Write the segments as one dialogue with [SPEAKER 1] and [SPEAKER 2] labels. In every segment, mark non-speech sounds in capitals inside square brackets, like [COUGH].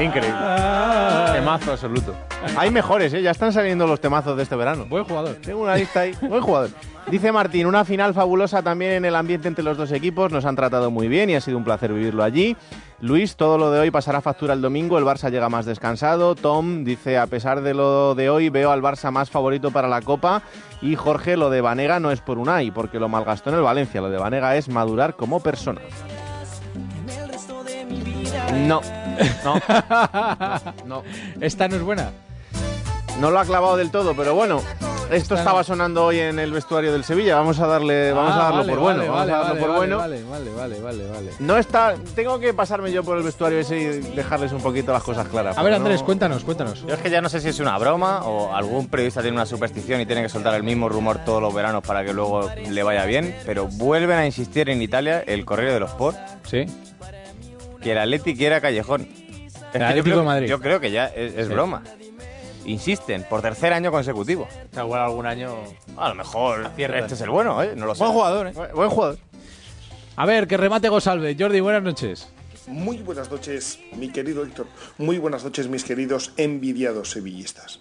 [SPEAKER 1] Increíble. Temazo absoluto.
[SPEAKER 2] Hay mejores, ¿eh? Ya están saliendo los temazos de este verano.
[SPEAKER 1] Buen jugador.
[SPEAKER 2] Tengo una lista ahí. Buen jugador. Dice Martín, una final fabulosa también en el ambiente entre los dos equipos. Nos han tratado muy bien y ha sido un placer vivirlo allí. Luis, todo lo de hoy pasará factura el domingo. El Barça llega más descansado. Tom dice, a pesar de lo de hoy, veo al Barça más favorito para la Copa. Y Jorge, lo de Vanega no es por Unai, porque lo malgastó en el Valencia. Lo de Vanega es madurar como persona. No, no, no.
[SPEAKER 1] Esta no es buena.
[SPEAKER 2] No lo ha clavado del todo, pero bueno. Esto
[SPEAKER 1] Está
[SPEAKER 2] estaba
[SPEAKER 1] no.
[SPEAKER 2] sonando hoy en el vestuario del Sevilla. Vamos a darle, Eh, vamos a
[SPEAKER 1] Ah,
[SPEAKER 2] darlo
[SPEAKER 1] vale,
[SPEAKER 2] por bueno.
[SPEAKER 1] vale,
[SPEAKER 2] vamos
[SPEAKER 1] vale,
[SPEAKER 2] a darlo
[SPEAKER 1] vale,
[SPEAKER 2] por
[SPEAKER 1] vale,
[SPEAKER 2] bueno.
[SPEAKER 1] Vale, vale, vale, vale, vale.
[SPEAKER 2] No está. Tengo que pasarme yo por el vestuario ese y dejarles un poquito las cosas claras.
[SPEAKER 1] A ver,
[SPEAKER 2] porque
[SPEAKER 1] Andrés,
[SPEAKER 2] no-
[SPEAKER 1] cuéntanos, cuéntanos.
[SPEAKER 3] Yo es que ya no sé si es una broma o algún periodista tiene una superstición y tiene que soltar el mismo rumor todos los veranos para que luego le vaya bien, pero vuelven a insistir en Italia el correo de los Sport
[SPEAKER 1] Sí.
[SPEAKER 3] que el Atleti quiera Callejón. Es que yo
[SPEAKER 1] Atlético
[SPEAKER 3] creo-
[SPEAKER 1] de Madrid.
[SPEAKER 3] Yo creo que ya es, es
[SPEAKER 1] Sí.
[SPEAKER 3] broma. Insisten, por tercer año consecutivo.
[SPEAKER 4] sea, igual algún año.
[SPEAKER 3] A lo mejor
[SPEAKER 4] Aciertan.
[SPEAKER 3] este es el bueno, ¿eh? No lo sé.
[SPEAKER 4] Buen jugador, ¿eh?
[SPEAKER 2] Bu- Buen jugador.
[SPEAKER 1] A ver, que remate Gosalve. Jordi, buenas noches.
[SPEAKER 5] Muy buenas noches, mi querido Héctor. Muy buenas noches, mis queridos envidiados sevillistas.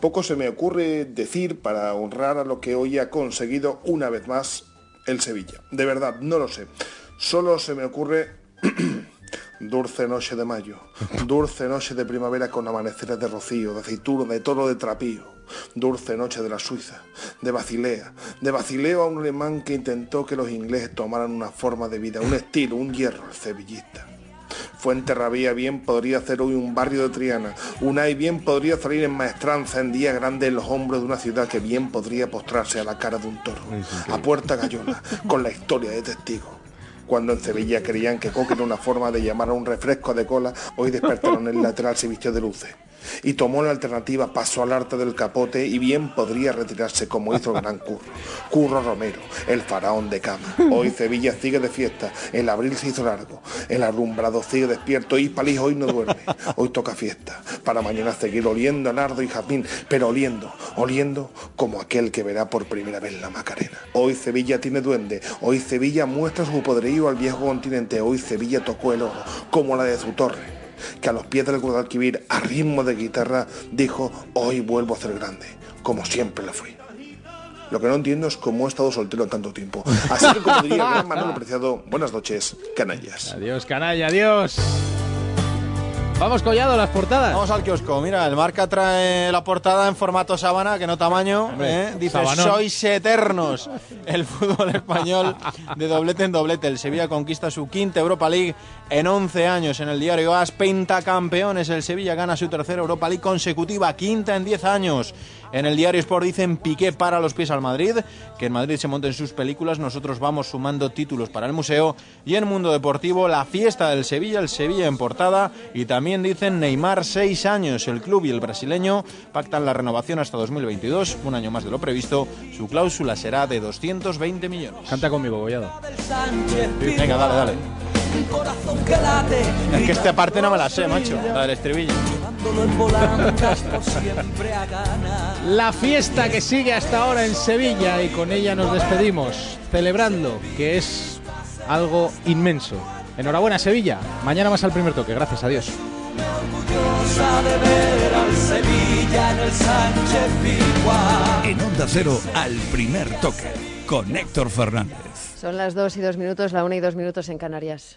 [SPEAKER 5] Poco se me ocurre decir para honrar a lo que hoy ha conseguido una vez más el Sevilla. De verdad, no lo sé. Solo se me ocurre [CLEARS THROAT] dulce noche de mayo, dulce noche de primavera con amaneceres de rocío, de aceituna, de toro de trapío, dulce noche de la Suiza, de Basilea, de Basileo a un alemán que intentó que los ingleses tomaran una forma de vida, un estilo, un hierro, el sevillista. Fuenterrabía bien podría hacer hoy un barrio de Triana. Unai bien podría salir en maestranza en día grande en los hombros de una ciudad que bien podría postrarse a la cara de un toro. A puerta gallona, con la historia de testigo. Cuando en Sevilla creían que Coque era una forma de llamar a un refresco de cola, hoy despertaron el lateral se vistió de luces. Y tomó la alternativa paso al arte del capote y bien podría retirarse como hizo el gran Curro. Curro Romero, el faraón de cama. Hoy Sevilla sigue de fiesta, el abril se hizo largo, el alumbrado sigue despierto y Palís hoy no duerme. Hoy toca fiesta, para mañana seguir oliendo a nardo y jazmín, pero oliendo, oliendo como aquel que verá por primera vez la Macarena. Hoy Sevilla tiene duende, hoy Sevilla muestra su poderío al viejo continente, hoy Sevilla tocó el oro, como la de su torre que a los pies del Guadalquivir, a ritmo de guitarra, dijo, hoy vuelvo a ser grande, como siempre lo fui. Lo que no entiendo es cómo he estado soltero en tanto tiempo. Así que como diría el gran Manolo Preciado, buenas noches, canallas.
[SPEAKER 1] Adiós, canalla, adiós. Vamos, Collado, a las portadas.
[SPEAKER 4] Vamos al kiosco. Mira, el marca trae la portada en formato sábana, que no tamaño.
[SPEAKER 1] Hombre,
[SPEAKER 4] ¿eh? Dice:
[SPEAKER 1] sabanón.
[SPEAKER 4] Sois eternos. [LAUGHS] El fútbol español de doblete en doblete. El Sevilla conquista su quinta Europa League en 11 años. En el diario AS, pentacampeones. El Sevilla gana su tercera Europa League consecutiva, quinta en 10 años. En el diario Sport dicen: Piqué para los pies al Madrid. Que en Madrid se monten sus películas. Nosotros vamos sumando títulos para el museo. Y en Mundo Deportivo, la fiesta del Sevilla. El Sevilla en portada. Y también dicen: Neymar, seis años. El club y el brasileño pactan la renovación hasta 2022, un año más de lo previsto. Su cláusula será de 220 millones.
[SPEAKER 1] Canta conmigo, Collado.
[SPEAKER 4] Venga, dale, dale. Es que este- esta parte no me la sé, macho. La del estribillo. [LAUGHS]
[SPEAKER 1] La fiesta que sigue hasta ahora en Sevilla y con ella nos despedimos, celebrando que es algo inmenso. Enhorabuena, Sevilla. Mañana más al primer toque. Gracias, adiós.
[SPEAKER 6] En Onda Cero, al primer toque, con Héctor Fernández.
[SPEAKER 7] Son las 2 y 2 minutos, la 1 y 2 minutos en Canarias.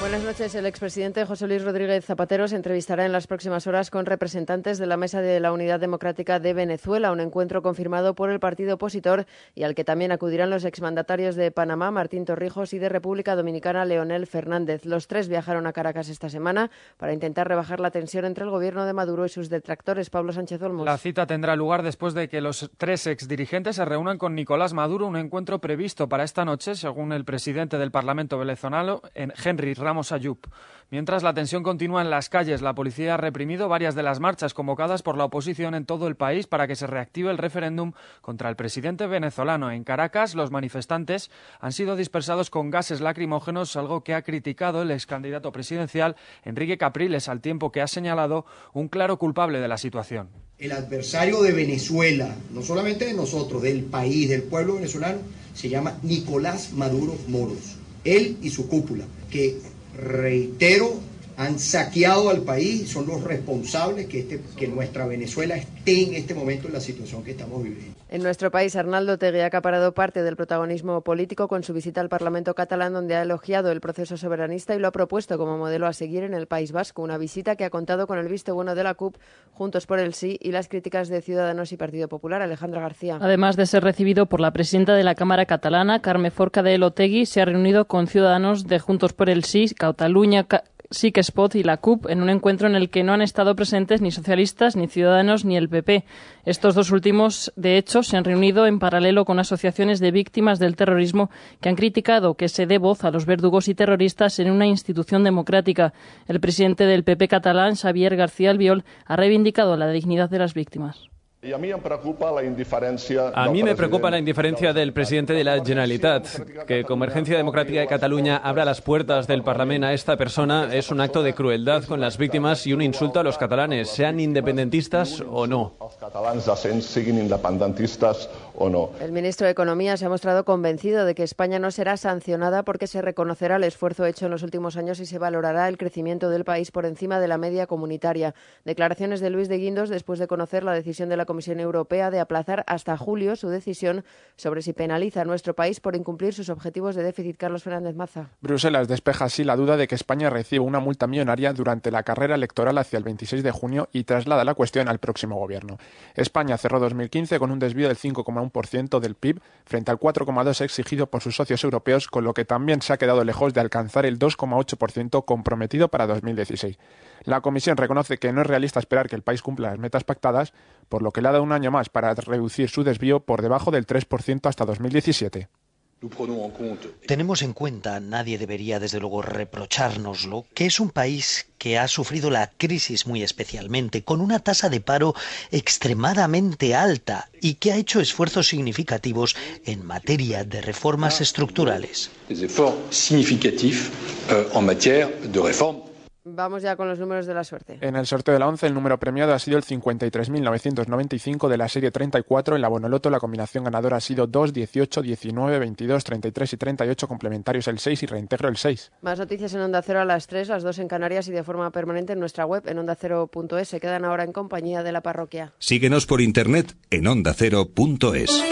[SPEAKER 7] Buenas noches. El expresidente José Luis Rodríguez Zapatero se entrevistará en las próximas horas con representantes de la Mesa de la Unidad Democrática de Venezuela, un encuentro confirmado por el partido opositor y al que también acudirán los exmandatarios de Panamá, Martín Torrijos, y de República Dominicana, Leonel Fernández. Los tres viajaron a Caracas esta semana para intentar rebajar la tensión entre el gobierno de Maduro y sus detractores. Pablo Sánchez Olmos.
[SPEAKER 8] La cita tendrá lugar después de que los tres exdirigentes se reúnan con Nicolás Maduro, un encuentro previsto para esta noche, según el presidente del Parlamento venezolano, en- Henry Ramos Ayub. Mientras la tensión continúa en las calles, la policía ha reprimido varias de las marchas convocadas por la oposición en todo el país para que se reactive el referéndum contra el presidente venezolano. En Caracas, los manifestantes han sido dispersados con gases lacrimógenos, algo que ha criticado el ex candidato presidencial Enrique Capriles, al tiempo que ha señalado un claro culpable de la situación.
[SPEAKER 9] El adversario de Venezuela, no solamente de nosotros, del país, del pueblo venezolano, se llama Nicolás Maduro Moros. Él y su cúpula, que reitero, han saqueado al país, son los responsables que, este, que nuestra Venezuela esté en este momento en la situación que estamos viviendo.
[SPEAKER 7] En nuestro país, Arnaldo Tegui ha acaparado parte del protagonismo político con su visita al Parlamento catalán, donde ha elogiado el proceso soberanista y lo ha propuesto como modelo a seguir en el País Vasco. Una visita que ha contado con el visto bueno de la CUP, Juntos por el Sí y las críticas de Ciudadanos y Partido Popular. Alejandra García.
[SPEAKER 10] Además de ser recibido por la presidenta de la Cámara catalana, Carme Forca de Elotegui, se ha reunido con Ciudadanos de Juntos por el Sí, Cataluña, Ca Sí que Spot y la CUP en un encuentro en el que no han estado presentes ni socialistas, ni ciudadanos, ni el PP. Estos dos últimos, de hecho, se han reunido en paralelo con asociaciones de víctimas del terrorismo que han criticado que se dé voz a los verdugos y terroristas en una institución democrática. El presidente del PP catalán, Xavier García Albiol, ha reivindicado la dignidad de las víctimas.
[SPEAKER 11] I a mi em preocupa la indiferència...
[SPEAKER 5] A mí me preocupa la indiferencia del presidente de la Generalitat. Que Convergencia Democrática de Cataluña abra las puertas del Parlamento a esta persona es un acto de crueldad con las víctimas y un insulto a los catalanes, sean independentistas o no.
[SPEAKER 11] Els catalans decents siguin independentistes o no.
[SPEAKER 7] El ministro de Economía se ha mostrado convencido de que España no será sancionada porque se reconocerá el esfuerzo hecho en los últimos años y se valorará el crecimiento del país por encima de la media comunitaria. Declaraciones de Luis de Guindos después de conocer la decisión de la Comisión Europea de aplazar hasta julio su decisión sobre si penaliza a nuestro país por incumplir sus objetivos de déficit. Carlos Fernández Maza.
[SPEAKER 12] Bruselas despeja así la duda de que España reciba una multa millonaria durante la carrera electoral hacia el 26 de junio y traslada la cuestión al próximo gobierno. España cerró 2015 con un desvío del 5,1% del PIB frente al 4,2% exigido por sus socios europeos, con lo que también se ha quedado lejos de alcanzar el 2,8% comprometido para 2016. La Comisión reconoce que no es realista esperar que el país cumpla las metas pactadas, por lo que le ha dado un año más para reducir su desvío por debajo del 3% hasta 2017.
[SPEAKER 13] Tenemos en cuenta, nadie debería desde luego reprochárnoslo, que es un país que ha sufrido la crisis muy especialmente, con una tasa de paro extremadamente alta y que ha hecho esfuerzos significativos en materia de reformas estructurales.
[SPEAKER 7] Vamos ya con los números de la suerte.
[SPEAKER 12] En el sorteo de la 11, el número premiado ha sido el 53.995 de la serie 34. En la Bonoloto, la combinación ganadora ha sido 2, 18, 19, 22, 33 y 38, complementarios el 6 y reintegro el 6.
[SPEAKER 7] Más noticias en Onda Cero a las 3, las 2 en Canarias y de forma permanente en nuestra web en ondacero.es. Se quedan ahora en compañía de la parroquia.
[SPEAKER 6] Síguenos por internet en ondacero.es.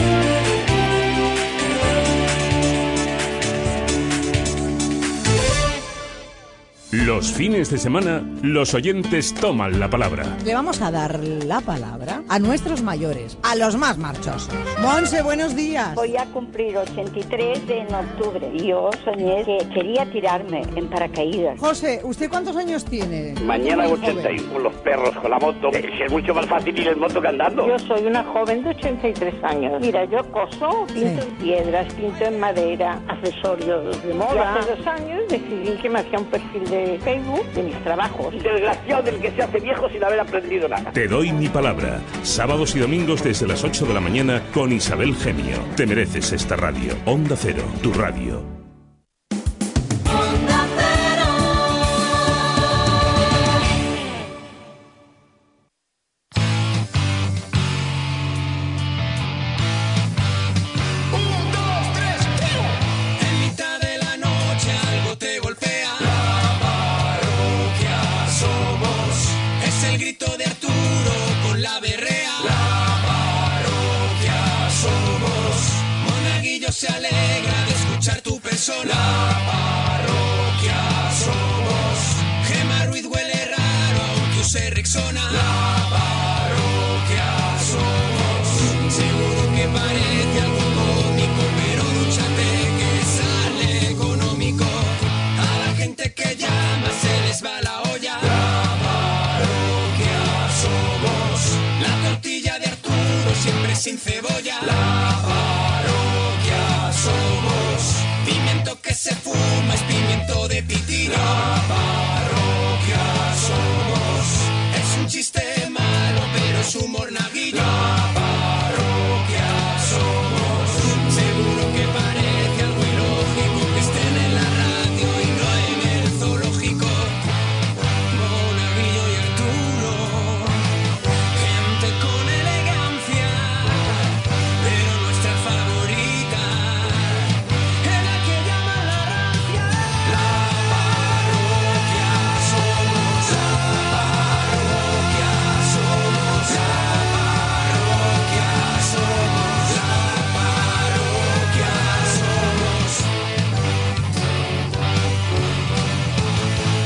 [SPEAKER 14] Los fines de semana, los oyentes toman la palabra.
[SPEAKER 15] Le vamos a dar la palabra a nuestros mayores, a los más marchosos. Monse, buenos días.
[SPEAKER 16] Voy a cumplir 83 en octubre. Yo soñé que quería tirarme en paracaídas.
[SPEAKER 15] José, ¿usted cuántos años tiene?
[SPEAKER 17] Mañana
[SPEAKER 15] Muy joven.
[SPEAKER 17] 81, los perros con la moto. Es que es mucho más fácil ir en moto que andando.
[SPEAKER 16] Yo soy una joven de 83 años. Mira, yo coso, pinto en piedras, pinto en madera, accesorios de moda. Y hace dos años decidí que me hacía un perfil de Facebook de mis trabajos.
[SPEAKER 17] Desgraciado del que se hace viejo sin haber aprendido nada.
[SPEAKER 14] Te doy mi palabra. Sábados y domingos desde las 8 de la mañana con Isabel Gemio. Te mereces esta radio. Onda Cero, tu radio.
[SPEAKER 6] En mitad de la noche algo te golpea. La parroquia somos. Es el grito de Arturo con la berrea. La parroquia somos. Monaguillo se alegra de escuchar tu persona. La parroquia somos. Gema Ruiz huele raro aunque use Rexona. La parroquia somos. Seguro que parece algo cómico, pero dúchate que sale económico. A la gente que llama se les va la olla. La parroquia somos. La tortilla de Arturo siempre sin cebolla. La parroquia somos. Pimiento que se fuma es pimiento de pitina. La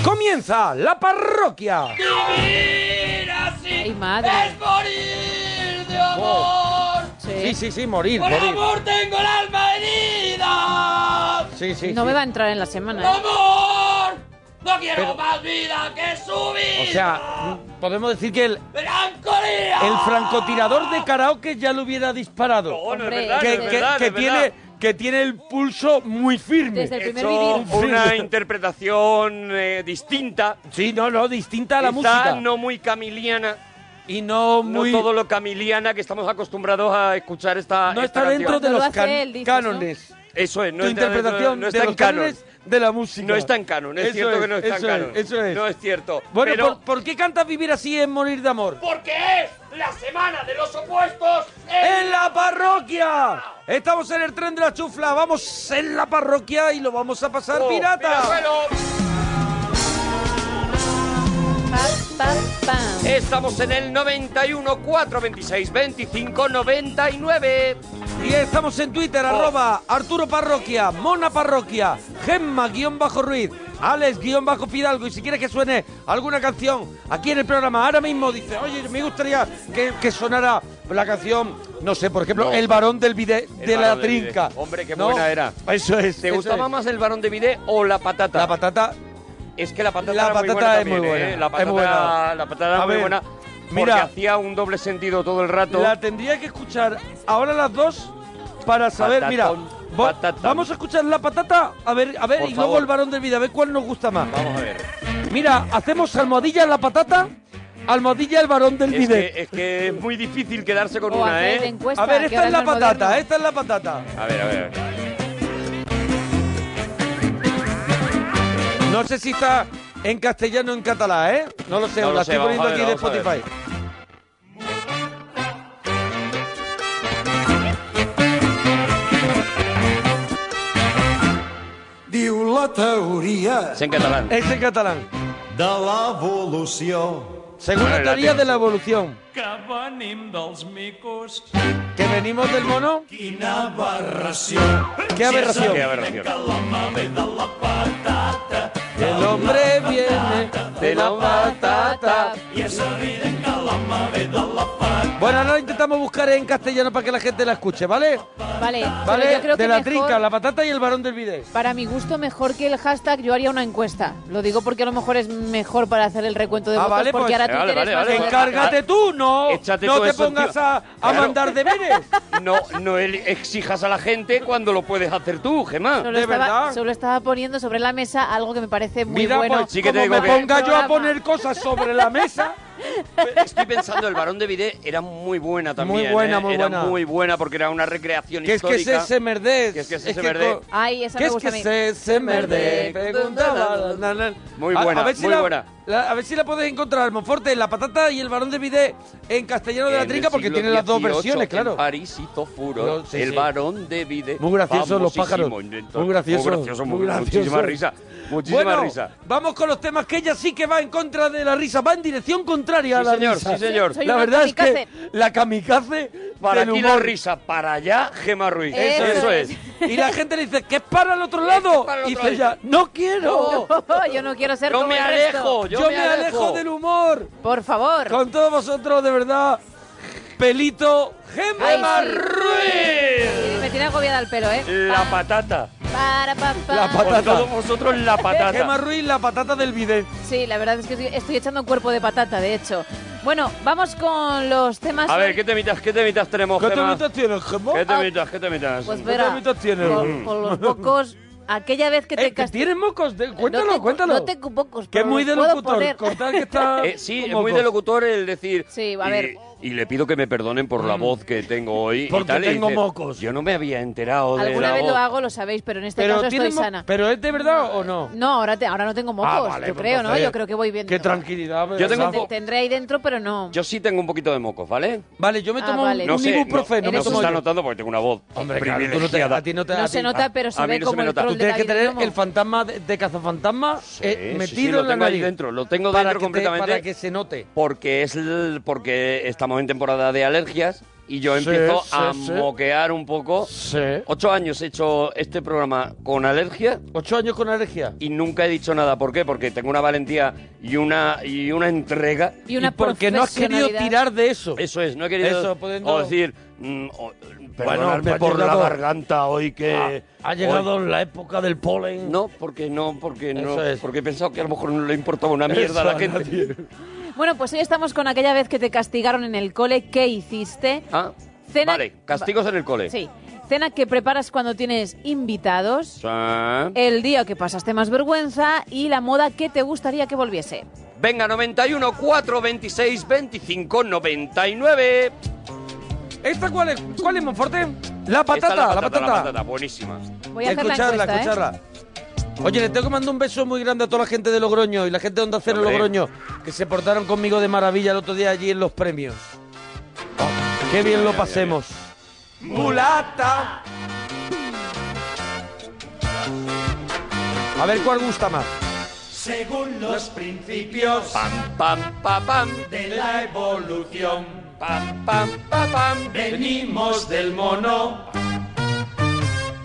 [SPEAKER 18] comienza la parroquia.
[SPEAKER 6] ¡Ay, madre! ¡Es morir de
[SPEAKER 19] Oh.
[SPEAKER 6] amor!
[SPEAKER 18] Sí, sí, sí, morir,
[SPEAKER 6] ¡Por
[SPEAKER 18] morir.
[SPEAKER 6] amor tengo el alma herida!
[SPEAKER 18] Sí, sí,
[SPEAKER 19] No
[SPEAKER 18] sí.
[SPEAKER 19] me va a entrar en la semana. ¿eh?
[SPEAKER 6] ¡Amor! ¡No quiero
[SPEAKER 18] Pero-
[SPEAKER 6] más vida que su vida!
[SPEAKER 18] O sea, podemos decir que el,
[SPEAKER 6] ¡Melancolía!
[SPEAKER 18] el francotirador de karaoke ya lo hubiera disparado.
[SPEAKER 6] no, es verdad,
[SPEAKER 18] que,
[SPEAKER 6] no, es
[SPEAKER 18] que-
[SPEAKER 6] verdad,
[SPEAKER 18] que
[SPEAKER 6] es verdad.
[SPEAKER 18] tiene, que tiene el pulso muy firme.
[SPEAKER 19] Desde el primer
[SPEAKER 18] Eso-
[SPEAKER 19] vivir.
[SPEAKER 20] Una
[SPEAKER 18] Sí.
[SPEAKER 20] interpretación eh, distinta.
[SPEAKER 18] Sí, no, no, distinta a la
[SPEAKER 20] Quizá
[SPEAKER 18] música.
[SPEAKER 20] no muy camiliana.
[SPEAKER 18] Y no muy-
[SPEAKER 20] todo lo camiliana que estamos acostumbrados a escuchar esta.
[SPEAKER 18] No
[SPEAKER 20] esta
[SPEAKER 18] está dentro
[SPEAKER 20] canción.
[SPEAKER 18] de No lo los hace can- él, dices, cánones.
[SPEAKER 20] Eso es, no
[SPEAKER 18] Tu
[SPEAKER 20] entra dentro-
[SPEAKER 18] interpretación
[SPEAKER 20] no
[SPEAKER 18] de
[SPEAKER 20] está en
[SPEAKER 18] los
[SPEAKER 20] canon.
[SPEAKER 18] cánones de la música.
[SPEAKER 20] No está en canon, es
[SPEAKER 18] Eso
[SPEAKER 20] cierto que no está en
[SPEAKER 18] eso
[SPEAKER 20] canon.
[SPEAKER 18] Es, eso es.
[SPEAKER 20] No es cierto.
[SPEAKER 18] Bueno,
[SPEAKER 20] pero
[SPEAKER 18] ¿por, por qué cantas Vivir así en Morir de Amor?
[SPEAKER 20] porque es la semana de los opuestos
[SPEAKER 18] ¡En la parroquia! Estamos en el tren de la chufla, vamos en la parroquia y lo vamos a pasar
[SPEAKER 20] Oh,
[SPEAKER 18] pirata.
[SPEAKER 20] Estamos en el 91 426 25 99.
[SPEAKER 18] Y estamos en Twitter,
[SPEAKER 20] Oh,
[SPEAKER 18] arroba Arturo Parroquia, Mona Parroquia, Gemma-Ruiz, Alex-Fidalgo. Y si quieres que suene alguna canción aquí en el programa, ahora mismo dice, oye, me gustaría que, que sonara la canción, no sé, por ejemplo,
[SPEAKER 20] No.
[SPEAKER 18] El varón del vide de
[SPEAKER 20] El
[SPEAKER 18] la
[SPEAKER 20] varón del vide.
[SPEAKER 18] trinca.
[SPEAKER 20] Hombre, qué
[SPEAKER 18] ¿No?
[SPEAKER 20] buena era.
[SPEAKER 18] Eso es.
[SPEAKER 20] ¿Te
[SPEAKER 18] eso
[SPEAKER 20] gustaba
[SPEAKER 18] es.
[SPEAKER 20] más el varón de Vide o la patata? La
[SPEAKER 18] patata.
[SPEAKER 20] Es que la patata
[SPEAKER 18] La
[SPEAKER 20] era muy
[SPEAKER 18] patata
[SPEAKER 20] buena.
[SPEAKER 18] es muy
[SPEAKER 20] también,
[SPEAKER 18] buena,
[SPEAKER 20] ¿eh? La
[SPEAKER 18] es
[SPEAKER 20] patata,
[SPEAKER 18] muy buena.
[SPEAKER 20] La patata era
[SPEAKER 18] A
[SPEAKER 20] muy
[SPEAKER 18] ver,
[SPEAKER 20] buena.
[SPEAKER 18] mira.
[SPEAKER 20] Porque hacía un doble sentido todo el rato.
[SPEAKER 18] La tendría que escuchar ahora las dos para saber,
[SPEAKER 20] Patatón,
[SPEAKER 18] mira. va- Vamos a escuchar la patata, a ver, a ver,
[SPEAKER 20] Por
[SPEAKER 18] y luego
[SPEAKER 20] favor.
[SPEAKER 18] el varón del vida, a ver cuál nos gusta más.
[SPEAKER 20] Vamos a ver.
[SPEAKER 18] Mira, hacemos almohadilla la patata, almohadilla el varón del
[SPEAKER 20] Es
[SPEAKER 18] bidet.
[SPEAKER 20] que, es que es muy difícil quedarse con
[SPEAKER 18] O
[SPEAKER 20] una,
[SPEAKER 18] hacer
[SPEAKER 20] ¿eh?
[SPEAKER 18] de encuesta, A ver, que esta ahora es la es más patata, moderno. esta es la patata.
[SPEAKER 20] A ver, a ver.
[SPEAKER 18] No sé si está en castellano o en catalán, ¿eh? No lo sé,
[SPEAKER 20] No
[SPEAKER 18] la
[SPEAKER 20] lo sé,
[SPEAKER 18] estoy
[SPEAKER 20] vamos
[SPEAKER 18] poniendo
[SPEAKER 20] a ver,
[SPEAKER 18] aquí de
[SPEAKER 20] vamos a ver.
[SPEAKER 18] Spotify.
[SPEAKER 21] Diu la teoria...
[SPEAKER 20] És en català.
[SPEAKER 18] És en català.
[SPEAKER 21] De l'evolució.
[SPEAKER 18] Según la teoría de la evolución,
[SPEAKER 21] Que venim dels micos.
[SPEAKER 18] que venimos del mono.
[SPEAKER 21] Quina aberració.
[SPEAKER 18] Qué aberració.
[SPEAKER 20] Qué aberración.
[SPEAKER 18] El hombre viene de la patata. Bueno, ahora intentamos buscar en castellano para que la gente la escuche, ¿vale?
[SPEAKER 19] Vale, pero
[SPEAKER 18] ¿Vale?
[SPEAKER 19] yo creo que
[SPEAKER 18] de la
[SPEAKER 19] mejor,
[SPEAKER 18] trinca, la patata y el varón del bidet.
[SPEAKER 19] para mi gusto, mejor que el hashtag, yo haría una encuesta. Lo digo porque a lo mejor es mejor para hacer el recuento
[SPEAKER 18] Ah,
[SPEAKER 19] de votos, porque
[SPEAKER 18] pues,
[SPEAKER 19] ahora Twitter es más moderno.
[SPEAKER 18] Encárgate tú, no.
[SPEAKER 20] Ah, Échate
[SPEAKER 18] no
[SPEAKER 20] tú
[SPEAKER 18] te
[SPEAKER 20] eso
[SPEAKER 18] pongas
[SPEAKER 20] encima.
[SPEAKER 18] a, a
[SPEAKER 20] Claro.
[SPEAKER 18] mandar deberes.
[SPEAKER 20] [LAUGHS] No, no el- exijas a la gente cuando lo puedes hacer tú,
[SPEAKER 18] ah,
[SPEAKER 20] Gemma.
[SPEAKER 19] Solo estaba, solo estaba poniendo sobre la mesa algo que me parece muy
[SPEAKER 20] Mira,
[SPEAKER 19] bueno.
[SPEAKER 20] pues sí que te
[SPEAKER 19] como
[SPEAKER 20] digo
[SPEAKER 19] para
[SPEAKER 20] que-
[SPEAKER 19] el
[SPEAKER 20] Ponga yo a
[SPEAKER 19] programa.
[SPEAKER 18] Poner cosas sobre la mesa.
[SPEAKER 20] Pues, Estoy pensando, el varón de Vide era muy buena también.
[SPEAKER 18] Muy buena,
[SPEAKER 20] ¿eh?
[SPEAKER 18] muy
[SPEAKER 20] era
[SPEAKER 18] buena.
[SPEAKER 20] muy buena porque era una recreación
[SPEAKER 18] Que es que
[SPEAKER 20] histórica.
[SPEAKER 18] se se merdés.
[SPEAKER 20] Que es que se se merdés.
[SPEAKER 18] co-
[SPEAKER 19] Ay, esa
[SPEAKER 18] que
[SPEAKER 19] me
[SPEAKER 18] es
[SPEAKER 19] gusta
[SPEAKER 18] que
[SPEAKER 19] a mí.
[SPEAKER 18] se se merdés. Preguntaba. na, na.
[SPEAKER 20] Muy
[SPEAKER 18] A-
[SPEAKER 20] buena,
[SPEAKER 18] a ver si
[SPEAKER 20] muy
[SPEAKER 18] la,
[SPEAKER 20] buena.
[SPEAKER 18] la- a ver si la podéis encontrar, Monforte, la patata y el varón de Vide en castellano de la
[SPEAKER 20] En el
[SPEAKER 18] trinca, porque
[SPEAKER 20] siglo
[SPEAKER 18] tienen las dos
[SPEAKER 20] XVIII,
[SPEAKER 18] versiones, claro.
[SPEAKER 20] En París hizo furor.
[SPEAKER 18] No, sí,
[SPEAKER 20] el
[SPEAKER 18] sí.
[SPEAKER 20] varón de Vide.
[SPEAKER 18] Muy graciosos los
[SPEAKER 20] famosísimo,
[SPEAKER 18] pájaros.
[SPEAKER 20] inventó-
[SPEAKER 18] Muy gracioso,
[SPEAKER 20] Muy gracioso,
[SPEAKER 18] muy
[SPEAKER 20] muy-
[SPEAKER 18] gracioso.
[SPEAKER 20] Muchísima risa. Muchísima
[SPEAKER 18] bueno,
[SPEAKER 20] risa.
[SPEAKER 18] vamos con los temas que ella sí que va en contra de la risa, va en dirección contraria a
[SPEAKER 20] Sí,
[SPEAKER 18] la
[SPEAKER 20] señor,
[SPEAKER 18] risa.
[SPEAKER 20] sí, señor. Soy
[SPEAKER 18] La
[SPEAKER 20] una
[SPEAKER 18] verdad es que
[SPEAKER 20] kamikaze.
[SPEAKER 18] la kamikaze
[SPEAKER 20] Para
[SPEAKER 18] del
[SPEAKER 20] aquí la
[SPEAKER 18] humor.
[SPEAKER 20] risa, para allá Gemma Ruiz.
[SPEAKER 18] Eso es.
[SPEAKER 20] Eso es.
[SPEAKER 18] Y la gente le dice, que es para el otro lado. y dice ella, no quiero.
[SPEAKER 19] yo no [LAUGHS] quiero ser
[SPEAKER 20] Yo
[SPEAKER 19] como
[SPEAKER 20] me
[SPEAKER 19] el resto.
[SPEAKER 20] alejo,
[SPEAKER 18] Yo, me alejo. del humor.
[SPEAKER 19] Por favor.
[SPEAKER 18] Con todos vosotros, de verdad. Pelito
[SPEAKER 19] Ay,
[SPEAKER 18] Gemma
[SPEAKER 19] sí.
[SPEAKER 18] Ruiz.
[SPEAKER 19] Me tiene agobiada el pelo, ¿eh?
[SPEAKER 20] La patata.
[SPEAKER 19] Para, pa, pa.
[SPEAKER 18] La patata.
[SPEAKER 20] Con todos vosotros, la patata.
[SPEAKER 18] [LAUGHS] Gemma Ruiz, la patata del bidet.
[SPEAKER 19] Sí, la verdad es que estoy, estoy echando un cuerpo de patata, de hecho. Bueno, vamos con los temas.
[SPEAKER 20] A ver, ¿qué temitas, qué temitas tenemos,
[SPEAKER 18] ¿Qué
[SPEAKER 20] Gemma?
[SPEAKER 18] temitas tienes, Gemma?
[SPEAKER 20] ¿Qué temitas, qué temitas?
[SPEAKER 19] Pues verá, Con, con los mocos, aquella vez que te castigo.
[SPEAKER 18] ¿Tienes mocos? De- Cuéntalo,
[SPEAKER 19] no tengo,
[SPEAKER 18] cuéntalo.
[SPEAKER 19] No tengo mocos.
[SPEAKER 20] Que
[SPEAKER 19] pero
[SPEAKER 20] es muy
[SPEAKER 19] los
[SPEAKER 20] de
[SPEAKER 19] puedo
[SPEAKER 20] locutor,
[SPEAKER 19] poner.
[SPEAKER 18] contar que está-
[SPEAKER 20] [LAUGHS] Eh, sí, es
[SPEAKER 18] Mocos.
[SPEAKER 20] muy de locutor el decir...
[SPEAKER 19] Sí, a
[SPEAKER 20] y-
[SPEAKER 19] ver.
[SPEAKER 20] Y, le pido que me perdonen por la voz que tengo hoy. y
[SPEAKER 18] Mm. Porque
[SPEAKER 20] tal, y
[SPEAKER 18] tengo
[SPEAKER 20] dice,
[SPEAKER 18] mocos.
[SPEAKER 20] Yo no me había enterado de
[SPEAKER 19] Alguna
[SPEAKER 20] la
[SPEAKER 19] vez
[SPEAKER 20] voz.
[SPEAKER 19] lo hago, lo sabéis, pero en este
[SPEAKER 18] Pero,
[SPEAKER 19] caso estoy
[SPEAKER 18] ¿tienes mo-
[SPEAKER 19] sana.
[SPEAKER 18] ¿Pero es de verdad o no?
[SPEAKER 19] No, ahora, te- ahora no tengo mocos,
[SPEAKER 20] vale,
[SPEAKER 19] yo
[SPEAKER 20] pues
[SPEAKER 19] creo, ¿no?
[SPEAKER 20] entonces-
[SPEAKER 19] Yo creo que voy bien.
[SPEAKER 20] Qué tranquilidad. Yo tengo un po-
[SPEAKER 19] Tendré ahí dentro, pero no.
[SPEAKER 20] Yo sí tengo un poquito de mocos, ¿vale?
[SPEAKER 18] Vale, yo me
[SPEAKER 19] Ah, tomo un- vale. un ibuprofeno,
[SPEAKER 20] No,
[SPEAKER 19] me
[SPEAKER 20] se
[SPEAKER 19] tomo
[SPEAKER 20] está
[SPEAKER 19] yo.
[SPEAKER 20] notando porque tengo una voz
[SPEAKER 18] Hombre, claro, tú no
[SPEAKER 20] privilegiada.
[SPEAKER 18] te- a ti no te-
[SPEAKER 19] No
[SPEAKER 18] a
[SPEAKER 19] se
[SPEAKER 18] ti-
[SPEAKER 19] nota, pero se
[SPEAKER 20] a
[SPEAKER 19] ve
[SPEAKER 20] mí no se
[SPEAKER 19] como
[SPEAKER 20] me
[SPEAKER 19] el
[SPEAKER 20] nota.
[SPEAKER 19] troll de
[SPEAKER 18] Tú tienes que
[SPEAKER 19] David
[SPEAKER 18] tener
[SPEAKER 19] Romo.
[SPEAKER 18] el fantasma de, de cazafantasma eh,
[SPEAKER 20] Sí, sí,
[SPEAKER 18] metido
[SPEAKER 20] sí, lo
[SPEAKER 18] en la
[SPEAKER 20] tengo ahí
[SPEAKER 18] nariz.
[SPEAKER 20] dentro, lo tengo
[SPEAKER 18] Para
[SPEAKER 20] dentro
[SPEAKER 18] que te-
[SPEAKER 20] completamente.
[SPEAKER 18] para que se note.
[SPEAKER 20] Porque es el- porque estamos en temporada de alergias y yo
[SPEAKER 18] Sí,
[SPEAKER 20] empiezo
[SPEAKER 18] sí,
[SPEAKER 20] a
[SPEAKER 18] sí.
[SPEAKER 20] moquear un poco. Ocho años he hecho este programa con alergia.
[SPEAKER 18] ¿Ocho años con alergia?
[SPEAKER 20] Y nunca he dicho nada. ¿Por qué? Porque tengo una valentía y una, y una entrega.
[SPEAKER 18] Y una Y porque no has querido profesionalidad. tirar de eso.
[SPEAKER 20] Eso es, no he querido
[SPEAKER 18] Eso, pudiendo-
[SPEAKER 20] o decir... mm, o-
[SPEAKER 18] me
[SPEAKER 20] perdonadme
[SPEAKER 18] ha
[SPEAKER 20] por la
[SPEAKER 18] llegado-
[SPEAKER 20] garganta hoy que...
[SPEAKER 18] Ha- ha llegado
[SPEAKER 20] Ah, hoy-
[SPEAKER 18] la época del polen.
[SPEAKER 20] No, porque no, porque no,
[SPEAKER 18] Eso es.
[SPEAKER 20] porque he pensado que a lo mejor no le importaba una mierda
[SPEAKER 18] Eso
[SPEAKER 20] a la
[SPEAKER 18] a
[SPEAKER 20] gente. [LAUGHS]
[SPEAKER 19] Bueno, pues hoy estamos con aquella vez que te castigaron en el cole. ¿Qué hiciste?
[SPEAKER 20] Ah,
[SPEAKER 19] Cena-
[SPEAKER 20] vale, castigos en el cole.
[SPEAKER 19] Sí. Cena que preparas cuando tienes invitados.
[SPEAKER 20] Sí. Ah.
[SPEAKER 19] El día que pasaste más vergüenza y la moda que te gustaría que volviese.
[SPEAKER 20] Venga, 91, 4, 26, 25, 99.
[SPEAKER 18] ¿Esta cuál es? ¿Cuál es, Monforte? La
[SPEAKER 20] Esta
[SPEAKER 18] patata,
[SPEAKER 20] es
[SPEAKER 18] la patata.
[SPEAKER 20] buenísima.
[SPEAKER 19] Voy a hacer la
[SPEAKER 18] escucharla,
[SPEAKER 19] encuesta, ¿eh?
[SPEAKER 18] escucharla. Oye, le tengo que mandar un beso muy grande a toda la gente de Logroño y la gente de Onda Cero
[SPEAKER 20] Hombre.
[SPEAKER 18] Logroño, que se portaron conmigo de maravilla el otro día allí en los premios. Oh, qué bien lo pasemos. Mulata. A ver cuál gusta más.
[SPEAKER 21] Según los principios
[SPEAKER 20] pam, pam, pam, pam.
[SPEAKER 21] de la evolución,
[SPEAKER 20] pam, pam, pam, pam.
[SPEAKER 21] venimos del mono.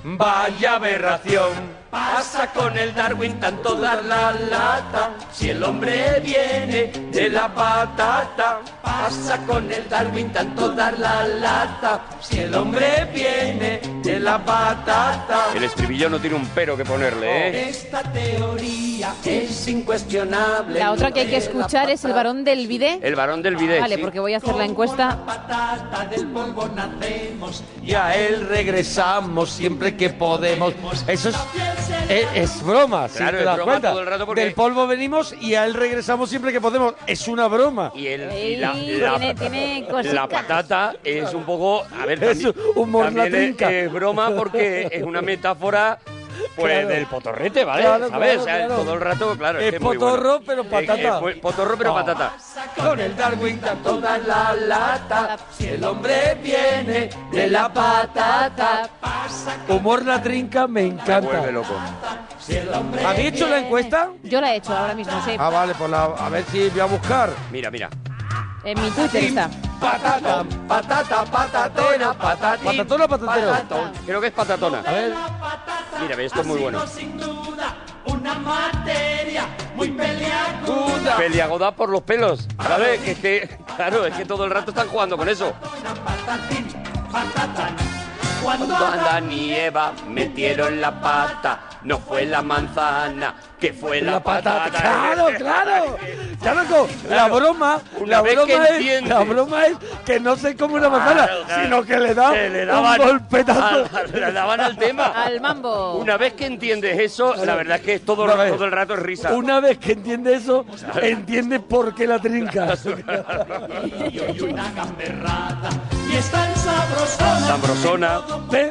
[SPEAKER 21] Vaya aberración, pasa con el Darwin tanto dar la lata. Si el hombre viene de la patata, pasa con el Darwin tanto dar la lata. Si el hombre viene de la patata.
[SPEAKER 20] El estribillo no tiene un pero que ponerle, ¿eh?
[SPEAKER 21] Esta teoría es incuestionable.
[SPEAKER 19] La otra que hay que escuchar es el varón del bidé.
[SPEAKER 20] El varón del bidet.
[SPEAKER 19] Vale,
[SPEAKER 20] sí.
[SPEAKER 19] porque voy a hacer la encuesta.
[SPEAKER 21] del polvo nacemos.
[SPEAKER 18] Y a él regresamos siempre que podemos. Eso es, es, es broma, si
[SPEAKER 20] Claro,
[SPEAKER 18] te
[SPEAKER 20] es
[SPEAKER 18] das
[SPEAKER 20] broma
[SPEAKER 18] cuenta.
[SPEAKER 20] todo el rato porque-
[SPEAKER 18] Del polvo venimos y a él regresamos siempre que podemos. Es una broma.
[SPEAKER 20] Y, el, y la,
[SPEAKER 19] Ey,
[SPEAKER 20] la-
[SPEAKER 19] tiene- tiene cositas.
[SPEAKER 20] la patata es un poco. A ver,
[SPEAKER 18] Es
[SPEAKER 20] también,
[SPEAKER 18] humor
[SPEAKER 20] también es, eh,
[SPEAKER 18] latrinca.
[SPEAKER 20] es broma porque es una metáfora. Pues
[SPEAKER 18] Claro.
[SPEAKER 20] del potorrete, ¿vale?
[SPEAKER 18] Claro,
[SPEAKER 20] ¿Sabes?
[SPEAKER 18] claro,
[SPEAKER 20] o sea,
[SPEAKER 18] claro.
[SPEAKER 20] todo el rato, claro.
[SPEAKER 18] Es
[SPEAKER 20] que muy bueno.
[SPEAKER 18] potorro, pero patata.
[SPEAKER 20] Es- es muy- potorro, pero
[SPEAKER 18] Ah.
[SPEAKER 20] patata.
[SPEAKER 21] Con el Darwin tanto da la lata. Si el hombre viene de la patata, pasa
[SPEAKER 18] Humor la trinca me encanta.
[SPEAKER 20] loco.
[SPEAKER 18] ¿Habéis hecho la encuesta?
[SPEAKER 19] Yo la he hecho ahora mismo, sí.
[SPEAKER 18] Ah, vale, pues la- a ver si voy a buscar.
[SPEAKER 20] Mira, mira.
[SPEAKER 19] En mi Twitter
[SPEAKER 20] [LAUGHS]
[SPEAKER 19] está.
[SPEAKER 21] patata, patata, patatona, patatín.
[SPEAKER 18] ¿Patatona o patatero?
[SPEAKER 20] Patatón. Creo que es patatona.
[SPEAKER 18] A ver.
[SPEAKER 20] Mira, esto es muy bueno.
[SPEAKER 21] Sin duda, una materia muy peleaguda.
[SPEAKER 20] Peliagoda por los pelos. ¿Sabes? Que, es que, claro, es que todo el rato están jugando con eso.
[SPEAKER 21] Cuando
[SPEAKER 20] Cuando Adán y Eva metieron la pata, no fue la manzana, que fue la, patata.
[SPEAKER 18] Claro, claro. Ya loco, la broma,
[SPEAKER 20] Una
[SPEAKER 18] la
[SPEAKER 20] vez
[SPEAKER 18] broma,
[SPEAKER 20] que
[SPEAKER 18] es,
[SPEAKER 20] entiendes.
[SPEAKER 18] la broma es que no se come una manzana,
[SPEAKER 20] claro.
[SPEAKER 18] sino que le da
[SPEAKER 20] Que le daban-
[SPEAKER 18] un golpetazo.
[SPEAKER 20] al- le daban al tema.
[SPEAKER 19] Al mambo.
[SPEAKER 20] Una vez que entiendes eso, la verdad es que es todo,
[SPEAKER 18] Una vez.
[SPEAKER 20] todo el rato es risa.
[SPEAKER 18] Una vez que entiende eso, entiende por qué la trinca.
[SPEAKER 21] y una gamberrada y es tan sabrosona.
[SPEAKER 20] Sabrosona.
[SPEAKER 18] ¿Ve?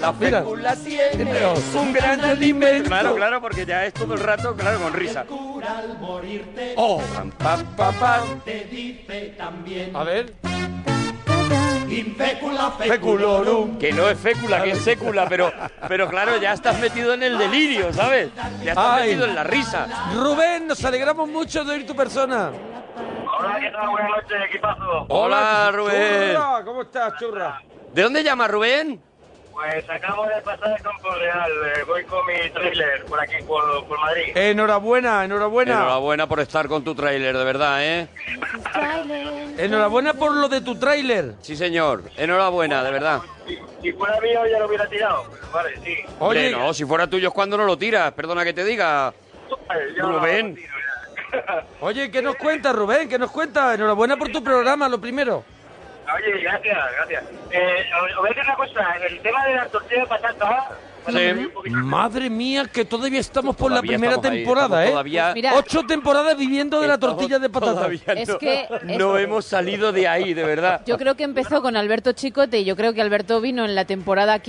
[SPEAKER 20] La
[SPEAKER 18] Mira.
[SPEAKER 21] La tiene
[SPEAKER 18] Pero-
[SPEAKER 21] un gran alimento.
[SPEAKER 20] Claro, claro, porque ya es todo el rato, claro, con risa.
[SPEAKER 21] Cura al morirte.
[SPEAKER 18] Oh.
[SPEAKER 20] Pam, pam, pam, pam.
[SPEAKER 21] Te dice también.
[SPEAKER 18] A ver.
[SPEAKER 21] Infecula
[SPEAKER 18] Feculorum.
[SPEAKER 20] Que no es fécula, que es sécula, pero, pero claro, ya estás metido en el delirio, ¿sabes? Ya estás
[SPEAKER 18] Ay.
[SPEAKER 20] metido en la risa.
[SPEAKER 18] Rubén, nos alegramos mucho de oír tu persona.
[SPEAKER 17] Hola, ¿qué tal? Buenas noches, equipazo.
[SPEAKER 20] Hola, Rubén.
[SPEAKER 18] Churra, ¿cómo estás, churra?
[SPEAKER 20] ¿De dónde llama Rubén?
[SPEAKER 17] Pues acabo de pasar el campo real. eh, voy con mi trailer por aquí, por, por Madrid.
[SPEAKER 18] Enhorabuena, enhorabuena.
[SPEAKER 20] Enhorabuena por estar con tu tráiler, de verdad, ¿eh?
[SPEAKER 18] Enhorabuena por lo de tu tráiler.
[SPEAKER 20] Sí, señor. Enhorabuena, de verdad.
[SPEAKER 17] Si fuera mío, ya lo hubiera tirado. Vale, sí.
[SPEAKER 20] Hombre, no, si fuera tuyo es cuando no lo tiras. Perdona que te diga.
[SPEAKER 17] Vale, ya lo-
[SPEAKER 20] Rubén.
[SPEAKER 18] Oye, ¿qué nos cuentas, Rubén? ¿Qué nos cuentas? Enhorabuena por tu programa, lo primero.
[SPEAKER 17] Oye, gracias, gracias. Eh, os os voy a decir una cosa. El tema de la tortilla de patata. bueno, me dio un poquito-
[SPEAKER 18] Madre mía, que todavía estamos por la
[SPEAKER 20] Todavía
[SPEAKER 18] primera
[SPEAKER 20] estamos ahí,
[SPEAKER 18] temporada,
[SPEAKER 20] estamos
[SPEAKER 18] ¿eh?
[SPEAKER 20] todavía-
[SPEAKER 19] Pues Mira-
[SPEAKER 18] Ocho temporadas viviendo de la
[SPEAKER 20] Estamos
[SPEAKER 18] tortilla de patata.
[SPEAKER 20] todavía
[SPEAKER 19] Es
[SPEAKER 20] no,
[SPEAKER 19] que-
[SPEAKER 20] [LAUGHS] no
[SPEAKER 19] es-
[SPEAKER 20] hemos salido de ahí, de verdad.
[SPEAKER 19] Yo creo que empezó con Alberto Chicote y yo creo que Alberto vino en la temporada
[SPEAKER 18] Vamos a ver,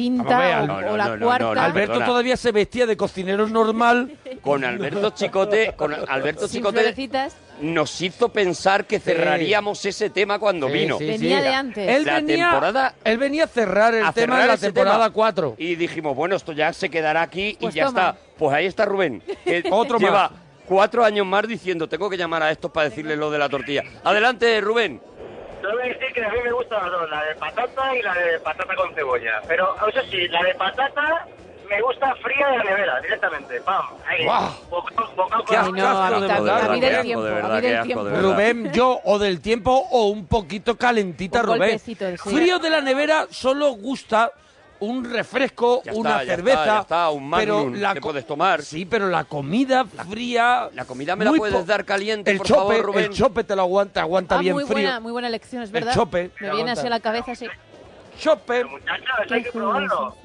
[SPEAKER 19] quinta o,
[SPEAKER 18] no,
[SPEAKER 19] o
[SPEAKER 20] no,
[SPEAKER 19] la
[SPEAKER 20] no, no,
[SPEAKER 19] cuarta.
[SPEAKER 20] no,
[SPEAKER 18] Alberto
[SPEAKER 20] Perdona.
[SPEAKER 18] todavía se vestía de cocinero normal.
[SPEAKER 20] [LAUGHS] Con Alberto Chicote, con Alberto
[SPEAKER 19] sin
[SPEAKER 20] Chicote
[SPEAKER 19] florecitas.
[SPEAKER 20] nos hizo pensar que cerraríamos ese tema cuando
[SPEAKER 18] Sí,
[SPEAKER 20] vino.
[SPEAKER 18] sí,
[SPEAKER 19] Venía
[SPEAKER 18] sí.
[SPEAKER 19] de antes.
[SPEAKER 18] Él
[SPEAKER 20] La
[SPEAKER 18] venía,
[SPEAKER 20] temporada-
[SPEAKER 18] él venía a cerrar el
[SPEAKER 20] A
[SPEAKER 18] tema
[SPEAKER 20] cerrar
[SPEAKER 18] de la
[SPEAKER 20] ese
[SPEAKER 18] temporada
[SPEAKER 20] tema.
[SPEAKER 18] 4.
[SPEAKER 20] Y dijimos, bueno, esto ya se quedará aquí
[SPEAKER 19] Pues
[SPEAKER 20] y ya
[SPEAKER 19] toma.
[SPEAKER 20] está. Pues ahí está Rubén, que
[SPEAKER 18] [LAUGHS] Otro
[SPEAKER 20] lleva
[SPEAKER 18] más.
[SPEAKER 20] cuatro años más diciendo, tengo que llamar a estos para decirles lo de la tortilla. Adelante, Rubén.
[SPEAKER 17] Yo voy a decir que a mí me gustan las dos, la de patata y la de patata con cebolla. Pero eso sí, la de patata me gusta fría de la nevera, directamente. ¡Pam! Ahí.
[SPEAKER 18] ¡Guau!
[SPEAKER 17] Boca- boca-
[SPEAKER 18] Qué asco de verdad,
[SPEAKER 19] a mí del
[SPEAKER 18] qué asco,
[SPEAKER 19] tiempo,
[SPEAKER 18] de
[SPEAKER 19] a mí
[SPEAKER 18] verdad,
[SPEAKER 19] del
[SPEAKER 18] qué asco,
[SPEAKER 19] tiempo.
[SPEAKER 18] de verdad. Rubén, yo o del tiempo o un poquito calentita,
[SPEAKER 19] Un
[SPEAKER 18] Rubén.
[SPEAKER 19] golpecito, sí.
[SPEAKER 18] Frío de la nevera solo gusta un refresco,
[SPEAKER 20] Ya
[SPEAKER 18] una
[SPEAKER 20] está, ya
[SPEAKER 18] cerveza.
[SPEAKER 20] está, ya está, un
[SPEAKER 18] pero
[SPEAKER 20] Magnum
[SPEAKER 18] la
[SPEAKER 20] que
[SPEAKER 18] co-
[SPEAKER 20] puedes tomar.
[SPEAKER 18] Sí, pero la comida fría. La
[SPEAKER 20] comida me la puedes dar caliente,
[SPEAKER 18] el
[SPEAKER 20] por
[SPEAKER 18] chope,
[SPEAKER 20] favor, Rubén.
[SPEAKER 18] El chope te lo aguanta, aguanta
[SPEAKER 19] Ah,
[SPEAKER 18] bien
[SPEAKER 19] muy
[SPEAKER 18] frío.
[SPEAKER 19] buena, muy buena elección, es
[SPEAKER 18] El
[SPEAKER 19] verdad.
[SPEAKER 18] chope.
[SPEAKER 19] Me viene así a la cabeza, sí.
[SPEAKER 18] Chope.
[SPEAKER 20] hay que probarlo.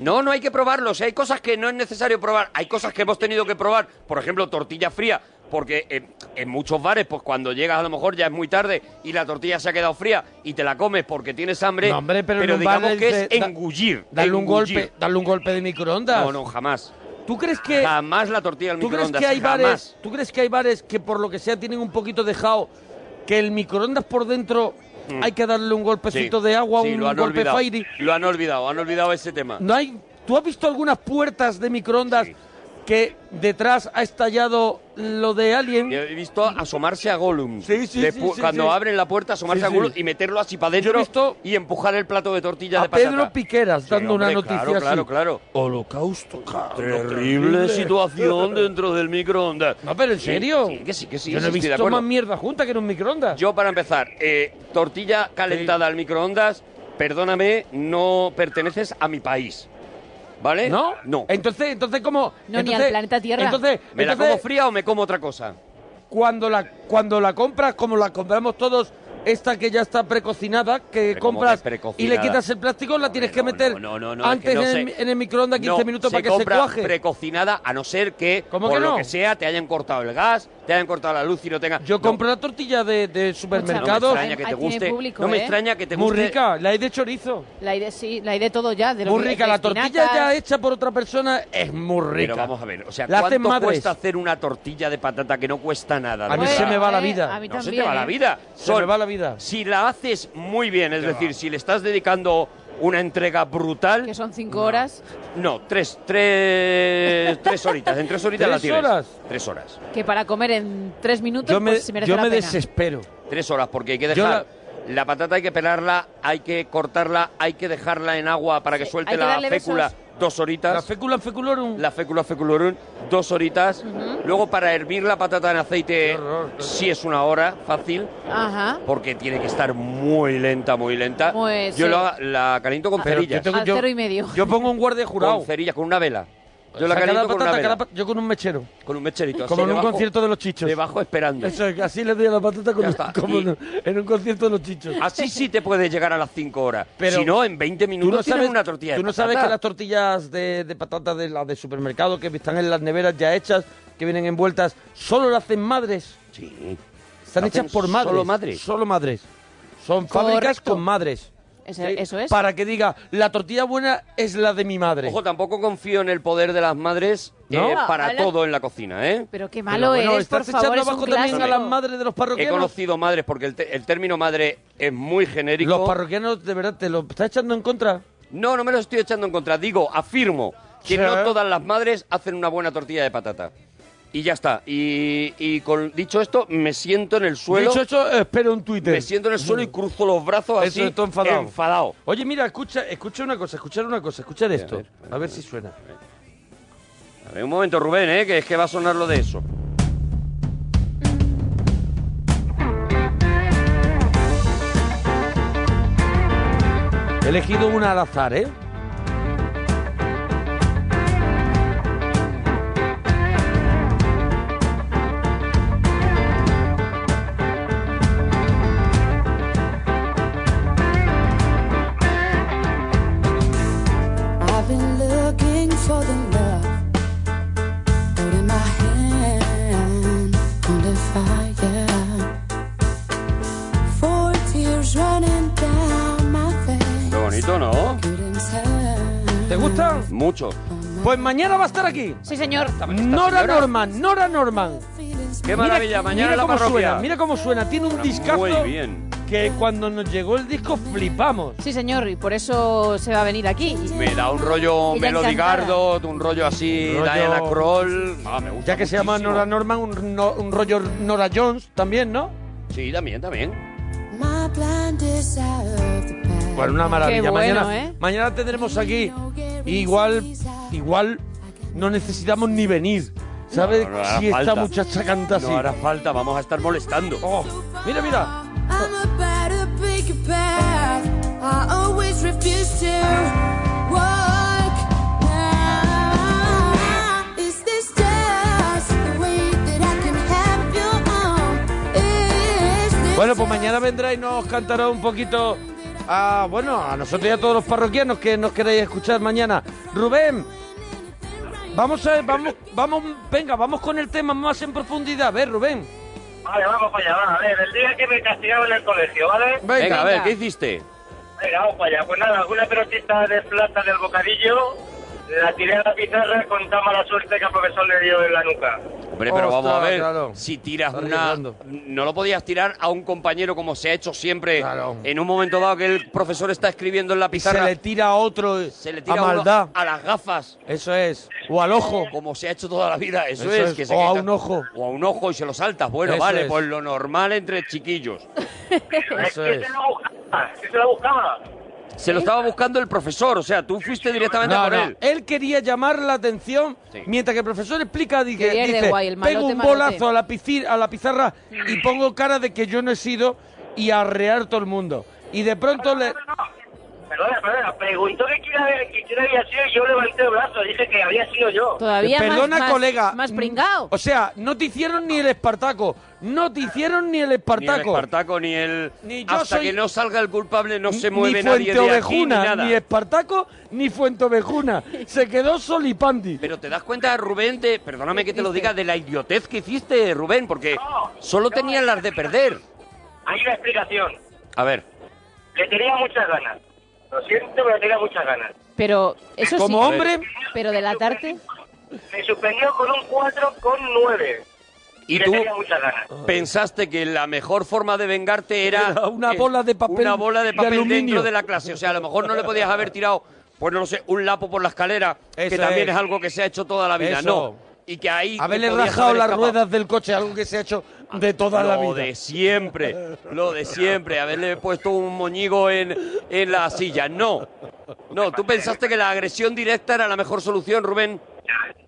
[SPEAKER 20] No, no hay que probarlo. O sea, hay cosas que no es necesario probar. Hay cosas que hemos tenido que probar. Por ejemplo, tortilla fría. Porque eh, en muchos bares, pues cuando llegas a lo mejor ya es muy tarde y la tortilla se ha quedado fría y te la comes porque tienes hambre.
[SPEAKER 18] No, hombre, pero, en un
[SPEAKER 20] digamos
[SPEAKER 18] bar
[SPEAKER 20] que
[SPEAKER 18] de-
[SPEAKER 20] es
[SPEAKER 18] da-
[SPEAKER 20] engullir.
[SPEAKER 18] Darle un
[SPEAKER 20] engullir.
[SPEAKER 18] golpe, darle un golpe de microondas.
[SPEAKER 20] No, no, jamás.
[SPEAKER 18] ¿Tú crees que
[SPEAKER 20] jamás la tortilla al
[SPEAKER 18] ¿Tú crees
[SPEAKER 20] microondas?
[SPEAKER 18] que hay
[SPEAKER 20] jamás.
[SPEAKER 18] bares? ¿Tú crees que hay bares que por lo que sea tienen un poquito dejado que el microondas por dentro
[SPEAKER 20] Mm.
[SPEAKER 18] hay que darle un golpecito de agua,
[SPEAKER 20] Sí,
[SPEAKER 18] un
[SPEAKER 20] lo han
[SPEAKER 18] golpe
[SPEAKER 20] olvidado.
[SPEAKER 18] fairy?
[SPEAKER 20] Lo han olvidado, han olvidado ese tema.
[SPEAKER 18] No hay. ¿Tú has visto algunas puertas de microondas que detrás ha estallado lo de alguien?
[SPEAKER 20] He visto asomarse a Gollum.
[SPEAKER 18] Sí, sí,
[SPEAKER 20] Despu-
[SPEAKER 18] sí, sí,
[SPEAKER 20] cuando
[SPEAKER 18] sí.
[SPEAKER 20] abren la puerta, asomarse
[SPEAKER 18] Sí,
[SPEAKER 20] a Gollum
[SPEAKER 18] sí.
[SPEAKER 20] y meterlo así para adentro y empujar el plato de tortilla
[SPEAKER 18] A
[SPEAKER 20] de patata.
[SPEAKER 18] Pedro Piqueras dando una
[SPEAKER 20] hombre,
[SPEAKER 18] noticia
[SPEAKER 20] claro, claro,
[SPEAKER 18] así.
[SPEAKER 20] claro.
[SPEAKER 18] Holocausto, claro.
[SPEAKER 20] Terrible situación dentro del microondas.
[SPEAKER 18] No, pero en
[SPEAKER 20] Sí,
[SPEAKER 18] serio.
[SPEAKER 20] sí, que sí, que sí,
[SPEAKER 18] Yo no he
[SPEAKER 20] sí, estoy de
[SPEAKER 18] visto
[SPEAKER 20] acuerdo.
[SPEAKER 18] más mierda junta que en un microondas.
[SPEAKER 20] Yo, para empezar, eh, tortilla calentada al microondas, perdóname, no perteneces a mi país. ¿Vale?
[SPEAKER 18] ¿No?
[SPEAKER 20] No.
[SPEAKER 18] Entonces, entonces ¿cómo?
[SPEAKER 19] No, ni
[SPEAKER 18] Entonces-
[SPEAKER 19] al planeta Tierra.
[SPEAKER 18] Entonces,
[SPEAKER 20] ¿Me la
[SPEAKER 18] entonces-
[SPEAKER 20] como fría o me como otra cosa?
[SPEAKER 18] cuando la cuando la compras como la compramos todos esta que ya está precocinada que
[SPEAKER 20] ¿cómo
[SPEAKER 18] compras
[SPEAKER 20] que
[SPEAKER 18] y
[SPEAKER 20] precocinada?
[SPEAKER 18] le quitas el plástico la tienes que meter
[SPEAKER 20] no, no, no, es
[SPEAKER 18] antes
[SPEAKER 20] que no
[SPEAKER 18] en, el,
[SPEAKER 20] sé.
[SPEAKER 18] mi- en el microondas 15
[SPEAKER 20] no,
[SPEAKER 18] minutos para que
[SPEAKER 20] compra
[SPEAKER 18] se cuaje
[SPEAKER 20] precocinada a no ser que
[SPEAKER 18] ¿Cómo
[SPEAKER 20] por
[SPEAKER 18] que
[SPEAKER 20] lo
[SPEAKER 18] no?
[SPEAKER 20] que sea te hayan cortado el gas, te hayan cortado la luz y no tengas.
[SPEAKER 18] yo compro la tortilla de, de
[SPEAKER 20] No
[SPEAKER 18] supermercado
[SPEAKER 20] me extraña que te
[SPEAKER 19] Ah, tiene
[SPEAKER 20] guste.
[SPEAKER 19] público,
[SPEAKER 20] no me
[SPEAKER 19] ¿eh?
[SPEAKER 20] extraña que te
[SPEAKER 18] muy
[SPEAKER 20] guste.
[SPEAKER 18] rica la hay de chorizo
[SPEAKER 19] La idea, sí, la idea de todo ya. De lo
[SPEAKER 18] muy
[SPEAKER 19] que-
[SPEAKER 18] rica
[SPEAKER 19] de
[SPEAKER 18] la tortilla ya eh.
[SPEAKER 19] espinacas.
[SPEAKER 18] hecha por otra persona es muy rica
[SPEAKER 20] Pero vamos a ver, o sea,
[SPEAKER 18] la hacen
[SPEAKER 20] ¿cuánto
[SPEAKER 18] madres
[SPEAKER 20] cuesta hacer una tortilla de patata que no cuesta nada? de
[SPEAKER 18] a mí
[SPEAKER 20] verdad?
[SPEAKER 18] se me va la
[SPEAKER 19] eh,
[SPEAKER 18] vida
[SPEAKER 19] a mí
[SPEAKER 20] No se te
[SPEAKER 19] también,
[SPEAKER 20] va la
[SPEAKER 19] ¿eh?
[SPEAKER 20] vida.
[SPEAKER 18] se me
[SPEAKER 20] Son-
[SPEAKER 18] va la vida
[SPEAKER 20] Si la haces muy bien, es
[SPEAKER 18] Qué
[SPEAKER 20] decir, si le estás dedicando una entrega brutal,
[SPEAKER 19] Que son cinco horas.
[SPEAKER 20] no, tres, tres, tres horitas, en tres horitas la
[SPEAKER 18] [LAUGHS] ¿Tres
[SPEAKER 20] tienes.
[SPEAKER 18] horas?
[SPEAKER 20] Tres horas.
[SPEAKER 19] Que para comer en tres minutos,
[SPEAKER 18] yo me,
[SPEAKER 19] pues se merece
[SPEAKER 18] yo
[SPEAKER 19] la
[SPEAKER 18] me
[SPEAKER 19] pena.
[SPEAKER 18] desespero
[SPEAKER 20] Tres horas, porque hay que
[SPEAKER 18] Yo
[SPEAKER 20] dejar. La... patata hay que pelarla, hay que cortarla, hay que dejarla en agua para que suelte
[SPEAKER 19] hay que
[SPEAKER 20] la
[SPEAKER 19] darle
[SPEAKER 20] fécula
[SPEAKER 19] besos.
[SPEAKER 20] dos horitas.
[SPEAKER 18] la fécula feculorum
[SPEAKER 20] La fécula feculorum, dos horitas. Luego para hervir la patata en aceite, sí es una hora fácil,
[SPEAKER 19] Ajá.
[SPEAKER 20] porque tiene que estar muy lenta, muy lenta.
[SPEAKER 19] Pues,
[SPEAKER 20] yo
[SPEAKER 19] sí.
[SPEAKER 20] la, la caliento con
[SPEAKER 18] Pero yo
[SPEAKER 20] cerillas.
[SPEAKER 18] tengo-
[SPEAKER 19] Al
[SPEAKER 18] yo-
[SPEAKER 19] cero y medio.
[SPEAKER 18] yo pongo un guardia jurado
[SPEAKER 20] Con cerillas, con una vela. Yo
[SPEAKER 18] O
[SPEAKER 20] la
[SPEAKER 18] sea, cada
[SPEAKER 20] caliento con una
[SPEAKER 18] patata,
[SPEAKER 20] vela.
[SPEAKER 18] cada pa- yo con un mechero
[SPEAKER 20] Con un mecherito. así
[SPEAKER 18] Como en un
[SPEAKER 20] debajo-
[SPEAKER 18] concierto de los chichos.
[SPEAKER 20] Debajo esperando.
[SPEAKER 18] Eso es, así le doy a la patata con
[SPEAKER 20] Ya
[SPEAKER 18] un-
[SPEAKER 20] está.
[SPEAKER 18] como
[SPEAKER 20] Y-
[SPEAKER 18] en, un, en un concierto de los chichos.
[SPEAKER 20] Así sí te puedes llegar a las 5 horas.
[SPEAKER 18] Pero
[SPEAKER 20] si no, en 20
[SPEAKER 18] Tú
[SPEAKER 20] minutos
[SPEAKER 18] no
[SPEAKER 20] tienes
[SPEAKER 18] sabes,
[SPEAKER 20] una tortilla de
[SPEAKER 18] tú no sabes
[SPEAKER 20] patata.
[SPEAKER 18] que las tortillas de, de patata de las de supermercado que están en las neveras ya hechas, que vienen envueltas, solo las hacen madres.
[SPEAKER 20] Sí.
[SPEAKER 18] Están
[SPEAKER 20] Lo hacen
[SPEAKER 18] hechas por madres.
[SPEAKER 20] solo madres.
[SPEAKER 18] Solo madres. Son fábricas
[SPEAKER 19] Correcto.
[SPEAKER 18] con madres.
[SPEAKER 19] Eso, eso es.
[SPEAKER 18] Para que diga, la tortilla buena es la de mi madre.
[SPEAKER 20] Ojo, tampoco confío en el poder de las madres
[SPEAKER 18] ¿No?
[SPEAKER 20] eh,
[SPEAKER 19] No,
[SPEAKER 20] para
[SPEAKER 19] habla-
[SPEAKER 20] todo en la cocina, ¿eh?
[SPEAKER 19] Pero qué malo
[SPEAKER 18] bueno,
[SPEAKER 19] eres,
[SPEAKER 18] estás
[SPEAKER 19] por favor,
[SPEAKER 18] echando
[SPEAKER 19] es un
[SPEAKER 18] abajo también a
[SPEAKER 19] clásico.
[SPEAKER 18] las madres de los
[SPEAKER 20] He
[SPEAKER 18] parroquianos.
[SPEAKER 20] conocido madres porque el, te- el término madre es muy genérico.
[SPEAKER 18] Los parroquianos, de verdad, te lo estás echando en contra.
[SPEAKER 20] No, no me lo estoy echando en contra. Digo, afirmo que
[SPEAKER 18] Sí.
[SPEAKER 20] no todas las madres hacen una buena tortilla de patata. Y ya está. Y, y con dicho esto, me siento en el suelo.
[SPEAKER 18] Dicho eso, espero un Twitter. Mm.
[SPEAKER 20] me siento en el suelo y cruzo los brazos así.
[SPEAKER 18] Eso, estoy enfadado.
[SPEAKER 20] enfadado.
[SPEAKER 18] Oye, mira, escucha, escucha una cosa, escuchar una cosa, escuchar esto. A ver, si suena.
[SPEAKER 20] A ver, un momento, Rubén, ¿eh? que es que va a sonar lo de eso.
[SPEAKER 18] He elegido una al azar, ¿eh?
[SPEAKER 6] I've been looking for the love out in my hand under fire. Four tears running down my face.
[SPEAKER 20] Qué bonito, ¿no?
[SPEAKER 6] Couldn't tell.
[SPEAKER 18] ¿Te gusta?
[SPEAKER 20] Mucho.
[SPEAKER 18] Pues mañana va a estar aquí.
[SPEAKER 19] Sí, señor.
[SPEAKER 18] Nora Norman, Nora Norman.
[SPEAKER 20] Qué maravilla, mañana
[SPEAKER 18] mira
[SPEAKER 20] la
[SPEAKER 18] cómo
[SPEAKER 20] parroquia.
[SPEAKER 18] suena, mira cómo suena. Tiene un discazo
[SPEAKER 20] Muy bien.
[SPEAKER 18] que cuando nos llegó el disco flipamos.
[SPEAKER 19] Sí, señor, y por eso se va a venir aquí.
[SPEAKER 20] Me da un rollo
[SPEAKER 19] Ella
[SPEAKER 20] melodigardo, un rollo así,
[SPEAKER 18] Rollo-
[SPEAKER 20] Diana Kroll. Ah, me gusta
[SPEAKER 18] Ya que se llama
[SPEAKER 20] muchísimo.
[SPEAKER 18] Nora Norman, un, no- un rollo Nora Jones también, ¿no?
[SPEAKER 20] Sí, también, también.
[SPEAKER 6] My
[SPEAKER 2] blind desire of the past.
[SPEAKER 18] Bueno, una maravilla.
[SPEAKER 2] Qué bueno,
[SPEAKER 18] mañana,
[SPEAKER 2] ¿eh?
[SPEAKER 18] mañana tendremos aquí. Igual, igual no necesitamos ni venir. ¿Sabes?
[SPEAKER 20] No, no hará
[SPEAKER 18] si esta
[SPEAKER 20] falta.
[SPEAKER 18] muchacha canta así.
[SPEAKER 20] No hará falta, vamos a estar molestando.
[SPEAKER 18] Oh, mira, mira.
[SPEAKER 2] I'm about to pick a path. I always refuse to walk now. Is this just the way that I can have you on? Is this
[SPEAKER 18] Bueno, pues mañana vendrá y nos cantará un poquito. A, bueno, a nosotros y a todos los parroquianos que nos queréis escuchar mañana. Rubén, vamos a. Vamos, vamos, venga, vamos con el tema más en profundidad. A ver, Rubén.
[SPEAKER 17] Vale, vamos para allá, va. A ver, el día que me castigaron en el colegio, ¿vale?
[SPEAKER 20] Venga, a ver, ¿qué hiciste?
[SPEAKER 17] Venga, vamos para allá. Pues nada, una pelotita de plata del bocadillo, la tiré a la pizarra con tan mala suerte que al profesor le dio en la
[SPEAKER 18] [LAUGHS]
[SPEAKER 17] nuca.
[SPEAKER 20] Hombre, pero
[SPEAKER 17] Ostras,
[SPEAKER 20] vamos a ver,
[SPEAKER 17] claro.
[SPEAKER 20] si tiras una...
[SPEAKER 17] Arriesgando.
[SPEAKER 20] No lo podías tirar a un compañero como se ha hecho siempre. En un momento dado que el profesor está escribiendo en la
[SPEAKER 18] Y se
[SPEAKER 20] pizarra,
[SPEAKER 18] le tira a otro.
[SPEAKER 20] se le tira
[SPEAKER 18] a
[SPEAKER 20] uno
[SPEAKER 18] maldad.
[SPEAKER 20] a las gafas.
[SPEAKER 18] Eso es. O al ojo.
[SPEAKER 20] Como se ha hecho toda la vida, eso,
[SPEAKER 18] Eso
[SPEAKER 20] es.
[SPEAKER 18] es,
[SPEAKER 20] Que se
[SPEAKER 18] o a
[SPEAKER 20] quita-
[SPEAKER 18] un ojo.
[SPEAKER 20] O a un ojo y se lo saltas. Bueno,
[SPEAKER 18] Eso
[SPEAKER 20] vale,
[SPEAKER 18] es.
[SPEAKER 20] pues lo normal entre chiquillos.
[SPEAKER 18] Eso es.
[SPEAKER 17] ¿Qué se la buscaba?
[SPEAKER 20] Se lo estaba buscando el profesor, o sea, tú fuiste directamente
[SPEAKER 18] No,
[SPEAKER 20] por
[SPEAKER 18] no,
[SPEAKER 20] él.
[SPEAKER 18] quería llamar la atención mientras que el profesor explica di- que
[SPEAKER 20] Quería ir de
[SPEAKER 18] dice,
[SPEAKER 20] guay, el malote,
[SPEAKER 18] pego un
[SPEAKER 20] malote".
[SPEAKER 18] bolazo a la, pisci- a la pizarra y pongo cara de que yo no he sido y arrear todo el mundo. Y de pronto le...
[SPEAKER 17] Perdona, perdona, preguntó que quién, había, que quién había sido y yo levanté el brazo, dije que había sido yo.
[SPEAKER 18] Perdona, colega.
[SPEAKER 19] más pringao.
[SPEAKER 18] O sea, no te hicieron ni el Espartaco. No te hicieron ni el
[SPEAKER 20] Ni el
[SPEAKER 18] Espartaco.
[SPEAKER 20] Espartaco, ni el...
[SPEAKER 18] Ni yo
[SPEAKER 20] Hasta
[SPEAKER 18] soy-
[SPEAKER 20] que no salga el culpable no se
[SPEAKER 18] Ni
[SPEAKER 20] mueve nadie
[SPEAKER 18] Fuente
[SPEAKER 20] de aquí, ni
[SPEAKER 18] Ovejuna,
[SPEAKER 20] nada.
[SPEAKER 18] ni Espartaco, ni
[SPEAKER 20] [LAUGHS]
[SPEAKER 18] Fuente Ovejuna. Se quedó solipandi.
[SPEAKER 20] Pero te das cuenta, Rubén, de, perdóname que te lo diga, de la idiotez que hiciste, Rubén, porque solo tenían las de perder.
[SPEAKER 17] Hay una explicación.
[SPEAKER 20] A ver.
[SPEAKER 17] Le tenía muchas ganas. Lo siento, pero le tenía muchas ganas.
[SPEAKER 19] Pero eso sí.
[SPEAKER 17] Como hombre-
[SPEAKER 19] Pero delatarte.
[SPEAKER 17] Me suspendió con un 4 con 9.
[SPEAKER 20] Y
[SPEAKER 17] le
[SPEAKER 20] tú
[SPEAKER 17] tenía muchas ganas.
[SPEAKER 20] pensaste que la mejor forma de vengarte
[SPEAKER 18] Era
[SPEAKER 20] era
[SPEAKER 18] una
[SPEAKER 20] eh,
[SPEAKER 18] bola de papel
[SPEAKER 20] una bola de
[SPEAKER 18] de
[SPEAKER 20] papel
[SPEAKER 18] aluminio.
[SPEAKER 20] dentro de la clase. O sea, a lo mejor no le podías haber tirado, pues no lo sé, un lapo por la escalera, que
[SPEAKER 18] Eso
[SPEAKER 20] también
[SPEAKER 18] es.
[SPEAKER 20] es. algo que se ha hecho toda la vida.
[SPEAKER 18] Eso.
[SPEAKER 20] No. Y que ahí. te
[SPEAKER 18] Haberle
[SPEAKER 20] podías
[SPEAKER 18] rajado
[SPEAKER 20] haber
[SPEAKER 18] las
[SPEAKER 20] escapado.
[SPEAKER 18] ruedas del coche, algo que se ha hecho de toda
[SPEAKER 20] lo
[SPEAKER 18] la vida.
[SPEAKER 20] de siempre, lo de siempre, haberle puesto un moñigo en, en la silla. No, no, tú pensaste que la agresión directa era la mejor solución, Rubén.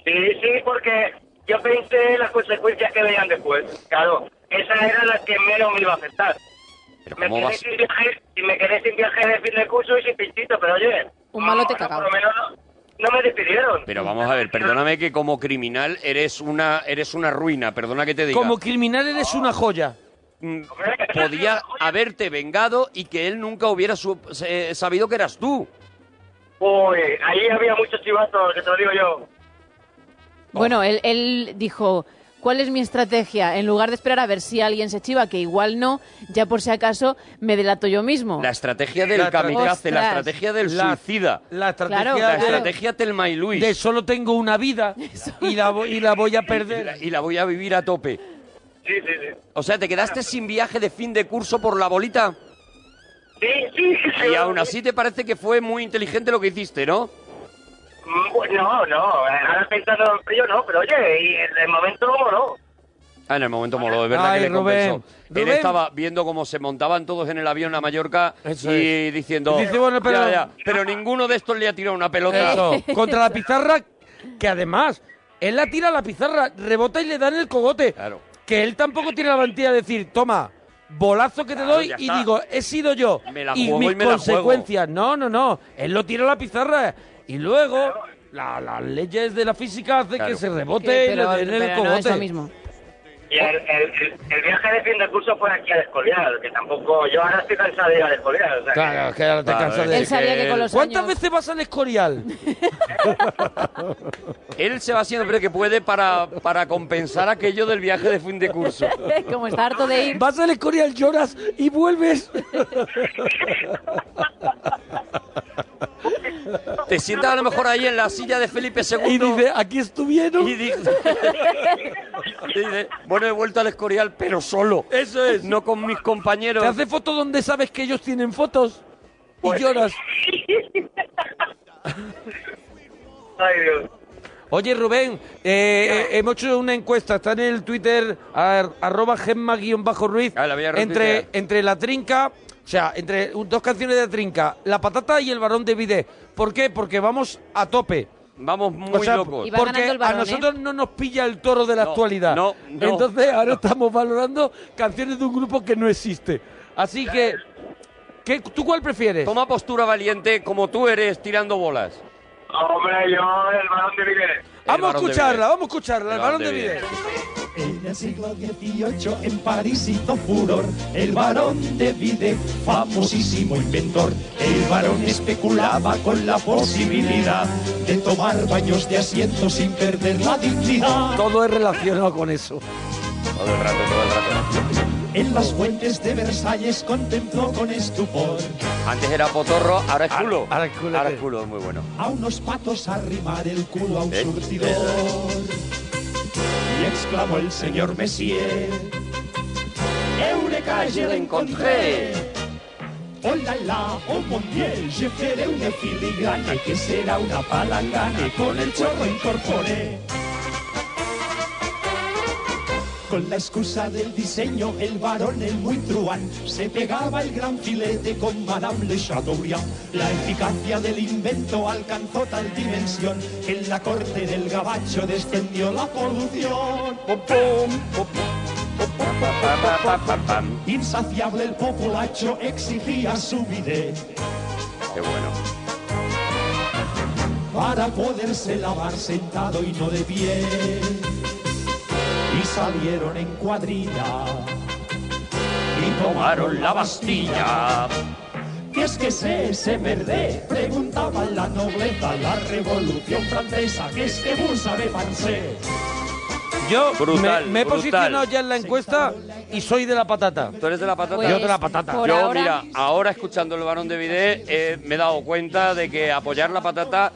[SPEAKER 17] Sí, sí, porque yo pensé las consecuencias que veían después. Claro, esas eran las que menos me iba a afectar. Me
[SPEAKER 20] ¿cómo
[SPEAKER 17] quedé,
[SPEAKER 20] vas?
[SPEAKER 17] sin viaje, y me quedé sin viaje de fin de curso y sin pintito, pero oye,
[SPEAKER 19] Un malote
[SPEAKER 17] por
[SPEAKER 19] cagado.
[SPEAKER 17] lo menos no, no me despidieron.
[SPEAKER 20] Pero vamos a ver, perdóname que como criminal eres una, eres una ruina, perdona que te diga.
[SPEAKER 18] Como criminal eres una joya.
[SPEAKER 20] Podía haberte vengado y que él nunca hubiera su- eh, sabido que eras tú.
[SPEAKER 17] Uy, ahí había muchos chivatos, que te lo digo yo.
[SPEAKER 19] Bueno, él, él dijo, ¿cuál es mi estrategia? En lugar de esperar a ver si alguien se chiva, que igual no, ya por si acaso me delato yo mismo.
[SPEAKER 20] La estrategia del
[SPEAKER 19] La estra-
[SPEAKER 20] kamikaze, la
[SPEAKER 19] Ostras.
[SPEAKER 20] estrategia del
[SPEAKER 18] La-
[SPEAKER 20] suicida.
[SPEAKER 18] La estrategia,
[SPEAKER 19] Claro,
[SPEAKER 20] la
[SPEAKER 18] de-
[SPEAKER 20] estrategia Telma y Luis.
[SPEAKER 18] de solo tengo
[SPEAKER 19] [LAUGHS]
[SPEAKER 18] una vida y la, voy- y la voy
[SPEAKER 20] [LAUGHS]
[SPEAKER 18] a
[SPEAKER 20] Y la-
[SPEAKER 18] perder.
[SPEAKER 20] y la voy a vivir a tope.
[SPEAKER 17] Sí, sí, sí.
[SPEAKER 20] O sea, ¿te quedaste sin viaje de fin de curso por la bolita?
[SPEAKER 17] Sí, sí.
[SPEAKER 20] Y aún así te parece que fue muy inteligente lo que hiciste, ¿no?
[SPEAKER 17] Mm, pues No, no, ahora pensando yo no, pero oye, y en el momento como no.
[SPEAKER 20] Ah, en el momento moló, de verdad
[SPEAKER 18] Ay,
[SPEAKER 20] que le
[SPEAKER 18] Rubén,
[SPEAKER 20] compensó.
[SPEAKER 18] Rubén.
[SPEAKER 20] Él estaba viendo cómo se montaban todos en el avión a Mallorca
[SPEAKER 18] Eso
[SPEAKER 20] y
[SPEAKER 18] es.
[SPEAKER 20] diciendo...
[SPEAKER 18] Dice, bueno, pero-
[SPEAKER 20] "Ya, ya, pero ninguno de estos le ha tirado una pelota.
[SPEAKER 18] Eso,
[SPEAKER 19] [LAUGHS]
[SPEAKER 18] contra la pizarra, que además, él la tira a la pizarra, rebota y le da en el cogote. Que él tampoco tiene la valentía de decir, toma, bolazo que te doy
[SPEAKER 20] ya
[SPEAKER 18] y
[SPEAKER 20] está.
[SPEAKER 18] digo, he sido yo.
[SPEAKER 20] Me la
[SPEAKER 18] y
[SPEAKER 20] juego
[SPEAKER 18] mis
[SPEAKER 20] y me la
[SPEAKER 18] consecuencias. No, no, no. Él lo tira a la pizarra y luego la- las leyes de la física hacen que se rebote
[SPEAKER 19] Que-
[SPEAKER 18] y le
[SPEAKER 19] pero-
[SPEAKER 18] den en el
[SPEAKER 19] pero no
[SPEAKER 18] cogote.
[SPEAKER 19] es lo mismo.
[SPEAKER 17] Y el, el- el- el viaje de fin de curso fue aquí al Escorial, que tampoco, yo ahora estoy cansado de ir al Escorial. O sea,
[SPEAKER 18] Claro, es que ahora te
[SPEAKER 20] Claro,
[SPEAKER 18] cansas de
[SPEAKER 20] es Él sabía que que con él- los
[SPEAKER 18] ¿Cuántas veces vas al Escorial?
[SPEAKER 20] [LAUGHS] Él se va siempre que puede para, para compensar aquello del viaje de fin de curso.
[SPEAKER 19] [LAUGHS] Como está harto de ir.
[SPEAKER 18] Vas al Escorial, lloras
[SPEAKER 20] [LAUGHS]
[SPEAKER 18] y vuelves.
[SPEAKER 20] Te sientas a lo mejor ahí en la silla de Felipe II.
[SPEAKER 18] Y dice, aquí estuvieron.
[SPEAKER 20] Y dice, y dice, bueno, he vuelto al Escorial, pero solo.
[SPEAKER 18] Eso es.
[SPEAKER 20] No con mis compañeros. Pues,
[SPEAKER 18] Te hace foto donde sabes que ellos tienen fotos y lloras.
[SPEAKER 17] Ay, Dios.
[SPEAKER 18] Oye, Rubén, eh, eh, hemos hecho una encuesta. Está en el Twitter ar- arroba gemma-ruiz.
[SPEAKER 20] Ah, voy a retuitear.
[SPEAKER 18] entre, entre la trinca, O sea, entre un- dos canciones de Trinca, La Patata y El Varón de Vide. ¿Por qué? Porque vamos a tope.
[SPEAKER 20] Vamos muy locos. Y va
[SPEAKER 18] Porque
[SPEAKER 20] ganando el
[SPEAKER 18] a
[SPEAKER 20] varón, ¿eh?
[SPEAKER 18] nosotros no nos pilla el toro de la
[SPEAKER 20] No,
[SPEAKER 18] actualidad.
[SPEAKER 20] no, no.
[SPEAKER 18] Entonces ahora estamos valorando canciones de un grupo que no existe. Así que, ¿qué, ¿tú cuál prefieres?
[SPEAKER 20] Toma postura valiente como tú eres tirando bolas.
[SPEAKER 17] Hombre, yo el balón de Miguel.
[SPEAKER 20] Vamos
[SPEAKER 18] a escucharla, vamos a escucharla,
[SPEAKER 20] El
[SPEAKER 18] el
[SPEAKER 20] varón
[SPEAKER 18] varón
[SPEAKER 20] de
[SPEAKER 18] de Vide.
[SPEAKER 21] En el siglo XVIII en París hizo furor el varón de Vide, famosísimo inventor. El varón especulaba con la posibilidad de tomar baños de asiento sin perder la dignidad.
[SPEAKER 18] Todo es relacionado con eso.
[SPEAKER 20] Todo el rato, todo el rato.
[SPEAKER 21] En las fuentes de Versalles contempló con estupor
[SPEAKER 20] Antes era potorro, ahora es culo.
[SPEAKER 18] Ahora es culo.
[SPEAKER 20] Ahora es culo, es muy bueno.
[SPEAKER 21] a unos patos arrimar el culo a un surtidor. Y exclamó el señor Messier. Eureka, je l'encontré. Oh la la, oh mon dieu, je feré una filigrana que será una palangana Ah, con el chorro incorporé. Con la excusa del diseño, el varón, el muy truán, se pegaba el gran filete con Madame Le Chateaubriand. La eficacia del invento alcanzó tal dimensión que en la corte del gabacho descendió la polución. Pom, pom, pom, pom, pom, pom, pom, pom, pom, pom. Insaciable el populacho exigía su bidet
[SPEAKER 20] Qué bueno.
[SPEAKER 21] para poderse lavar sentado y no de pie. Y salieron en cuadrilla y tomaron la Bastilla. ¿Qué es que es ese verde? Preguntaba la nobleza, la revolución francesa, ¿qué es que vous savez francés?
[SPEAKER 18] Yo
[SPEAKER 20] Brutal,
[SPEAKER 18] me, me he
[SPEAKER 20] brutal.
[SPEAKER 18] posicionado ya en la encuesta y soy de la patata.
[SPEAKER 20] ¿Tú eres de la patata?
[SPEAKER 18] Yo de la patata.
[SPEAKER 20] Yo, mira, ahora escuchando el varón de Vide, eh, me he dado cuenta de que apoyar la patata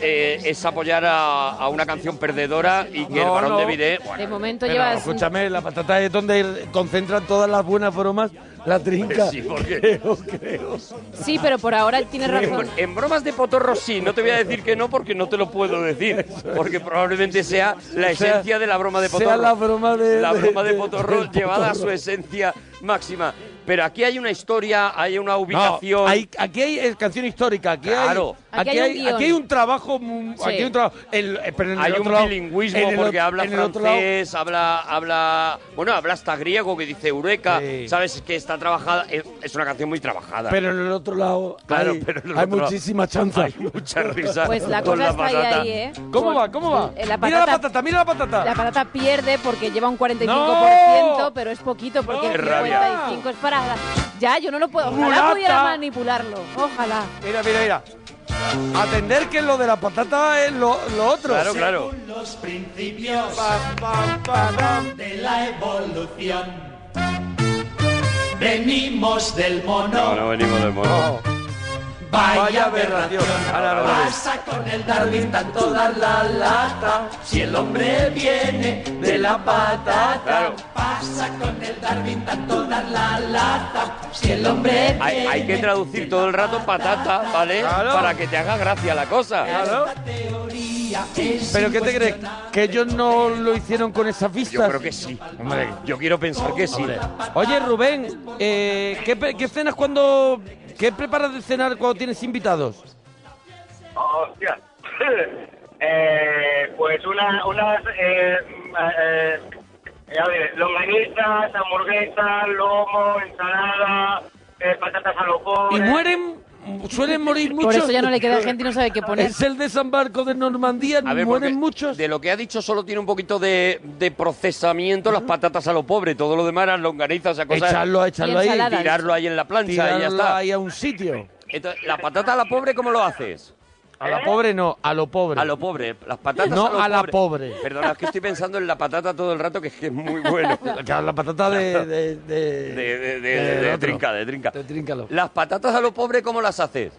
[SPEAKER 20] eh, es apoyar a, a una canción perdedora y que el
[SPEAKER 18] No,
[SPEAKER 20] varón
[SPEAKER 18] no.
[SPEAKER 20] de Vide.
[SPEAKER 19] [LAUGHS] de momento
[SPEAKER 18] Pero,
[SPEAKER 19] llevas.
[SPEAKER 18] escúchame, la patata es donde concentran todas las buenas bromas, la trinca.
[SPEAKER 20] Pues Sí, porque-
[SPEAKER 18] Creo, creo.
[SPEAKER 19] Sí, pero por ahora tienes razón.
[SPEAKER 20] [LAUGHS] En bromas de potorro sí, no te voy a decir que no porque no te lo puedo decir, porque probablemente sea la
[SPEAKER 18] O sea,
[SPEAKER 20] esencia de la broma de
[SPEAKER 18] sea
[SPEAKER 20] potorro.
[SPEAKER 18] la broma de-
[SPEAKER 20] La
[SPEAKER 18] de-
[SPEAKER 20] broma de
[SPEAKER 18] de-
[SPEAKER 20] potorro
[SPEAKER 18] del
[SPEAKER 20] llevada a su
[SPEAKER 18] potorro.
[SPEAKER 20] esencia máxima. Pero aquí hay una historia, hay una
[SPEAKER 18] No,
[SPEAKER 20] ubicación.
[SPEAKER 18] hay- aquí hay eh, canción histórica, aquí
[SPEAKER 20] Claro.
[SPEAKER 18] hay,
[SPEAKER 20] Aquí
[SPEAKER 18] aquí,
[SPEAKER 20] hay un
[SPEAKER 18] hay,
[SPEAKER 20] guión.
[SPEAKER 18] aquí hay un trabajo, mu-
[SPEAKER 20] Sí.
[SPEAKER 18] aquí hay un trabajo. el- eh, pero en el
[SPEAKER 20] Hay
[SPEAKER 18] otro
[SPEAKER 20] un
[SPEAKER 18] lado- en
[SPEAKER 20] bilingüismo
[SPEAKER 18] el
[SPEAKER 20] porque
[SPEAKER 18] otro-
[SPEAKER 20] habla
[SPEAKER 18] en el otro lado-
[SPEAKER 20] francés, habla, habla, bueno, habla hasta griego que dice Eureka, sabes que está trabajada, es es una canción muy trabajada.
[SPEAKER 18] Pero en el otro lado
[SPEAKER 20] Claro,
[SPEAKER 18] hay,
[SPEAKER 20] pero en el
[SPEAKER 18] hay
[SPEAKER 20] otro lado-
[SPEAKER 18] muchísima chanza.
[SPEAKER 20] Hay mucha risa
[SPEAKER 19] Pues la
[SPEAKER 20] con
[SPEAKER 19] cosa está ahí,
[SPEAKER 20] patata.
[SPEAKER 19] ahí, ¿eh?
[SPEAKER 18] ¿Cómo
[SPEAKER 19] Con-
[SPEAKER 18] va? ¿Cómo va?
[SPEAKER 19] Eh, La patata,
[SPEAKER 18] Mira la patata, mira la patata.
[SPEAKER 19] la patata pierde porque lleva un 45%,
[SPEAKER 18] ¡No!
[SPEAKER 19] pero es poquito porque
[SPEAKER 20] ¡No!
[SPEAKER 19] el
[SPEAKER 20] ¡Qué rabia!
[SPEAKER 19] 55 es para. Ya, yo no lo puedo. Ojalá
[SPEAKER 18] ¡Mulata!
[SPEAKER 19] pudiera manipularlo. Ojalá.
[SPEAKER 18] Mira, mira, mira. Atender que lo de la patata es lo, lo otro.
[SPEAKER 20] Claro, claro.
[SPEAKER 21] Según los principios de la evolución. Venimos del mono. Oh,
[SPEAKER 20] No, no venimos del mono.
[SPEAKER 21] Vaya
[SPEAKER 20] aberración.
[SPEAKER 21] aberración.
[SPEAKER 20] Ahora, ahora ves.
[SPEAKER 21] Pasa con el Darwin tanto dar la lata. Si el hombre viene de la patata.
[SPEAKER 20] Claro.
[SPEAKER 21] Pasa con el Darwin tanto dar la lata. Si el hombre
[SPEAKER 20] hay, hay que traducir todo el rato patata, ¿vale?
[SPEAKER 18] Claro.
[SPEAKER 20] Para que te haga gracia la cosa.
[SPEAKER 18] Claro.
[SPEAKER 21] teoría es
[SPEAKER 18] ¿Pero qué te crees? ¿Que ellos no lo hicieron con esas vistas?
[SPEAKER 20] Yo creo que sí. Hombre, yo quiero pensar que sí.
[SPEAKER 18] Oye, Rubén, eh, ¿qué, pe- qué cenas cuando... ¿Qué preparas de cenar cuando tienes invitados?
[SPEAKER 17] Hostia. [LAUGHS] eh, pues una, unas, eh, eh, ya diré, longanizas, hamburguesas, lomo, ensalada, eh, patatas a lo pobre.
[SPEAKER 18] ¿Y mueren? ¿Suelen morir muchos?
[SPEAKER 19] Por eso ya no le queda gente y no sabe qué poner.
[SPEAKER 18] Es el desembarco de Normandía,
[SPEAKER 20] A ver, porque
[SPEAKER 18] mueren muchos.
[SPEAKER 20] De lo que ha dicho solo tiene un poquito de, de procesamiento las patatas a lo pobre, todo lo demás las longanizas, esas cosas.
[SPEAKER 18] Echarlo, echarlo Y ahí. ensaladas.
[SPEAKER 20] Tirarlo ahí en la plancha y ya
[SPEAKER 18] Tirarlo
[SPEAKER 20] está.
[SPEAKER 18] ahí a un sitio.
[SPEAKER 20] Entonces, la patata a la pobre, ¿cómo lo haces?
[SPEAKER 18] A la pobre no, a lo pobre.
[SPEAKER 20] A lo pobre, las patatas
[SPEAKER 18] No
[SPEAKER 20] a, lo
[SPEAKER 18] a la pobre.
[SPEAKER 20] Perdona, es que estoy pensando en la patata todo el rato, que es que es muy
[SPEAKER 18] [LAUGHS]
[SPEAKER 20] bueno.
[SPEAKER 18] Claro, la patata de... de, de-
[SPEAKER 20] De, de, de-
[SPEAKER 18] del
[SPEAKER 20] de
[SPEAKER 18] otro.
[SPEAKER 20] trinca, de trinca.
[SPEAKER 18] de tríncalo.
[SPEAKER 20] Las patatas a lo pobre, ¿cómo las haces?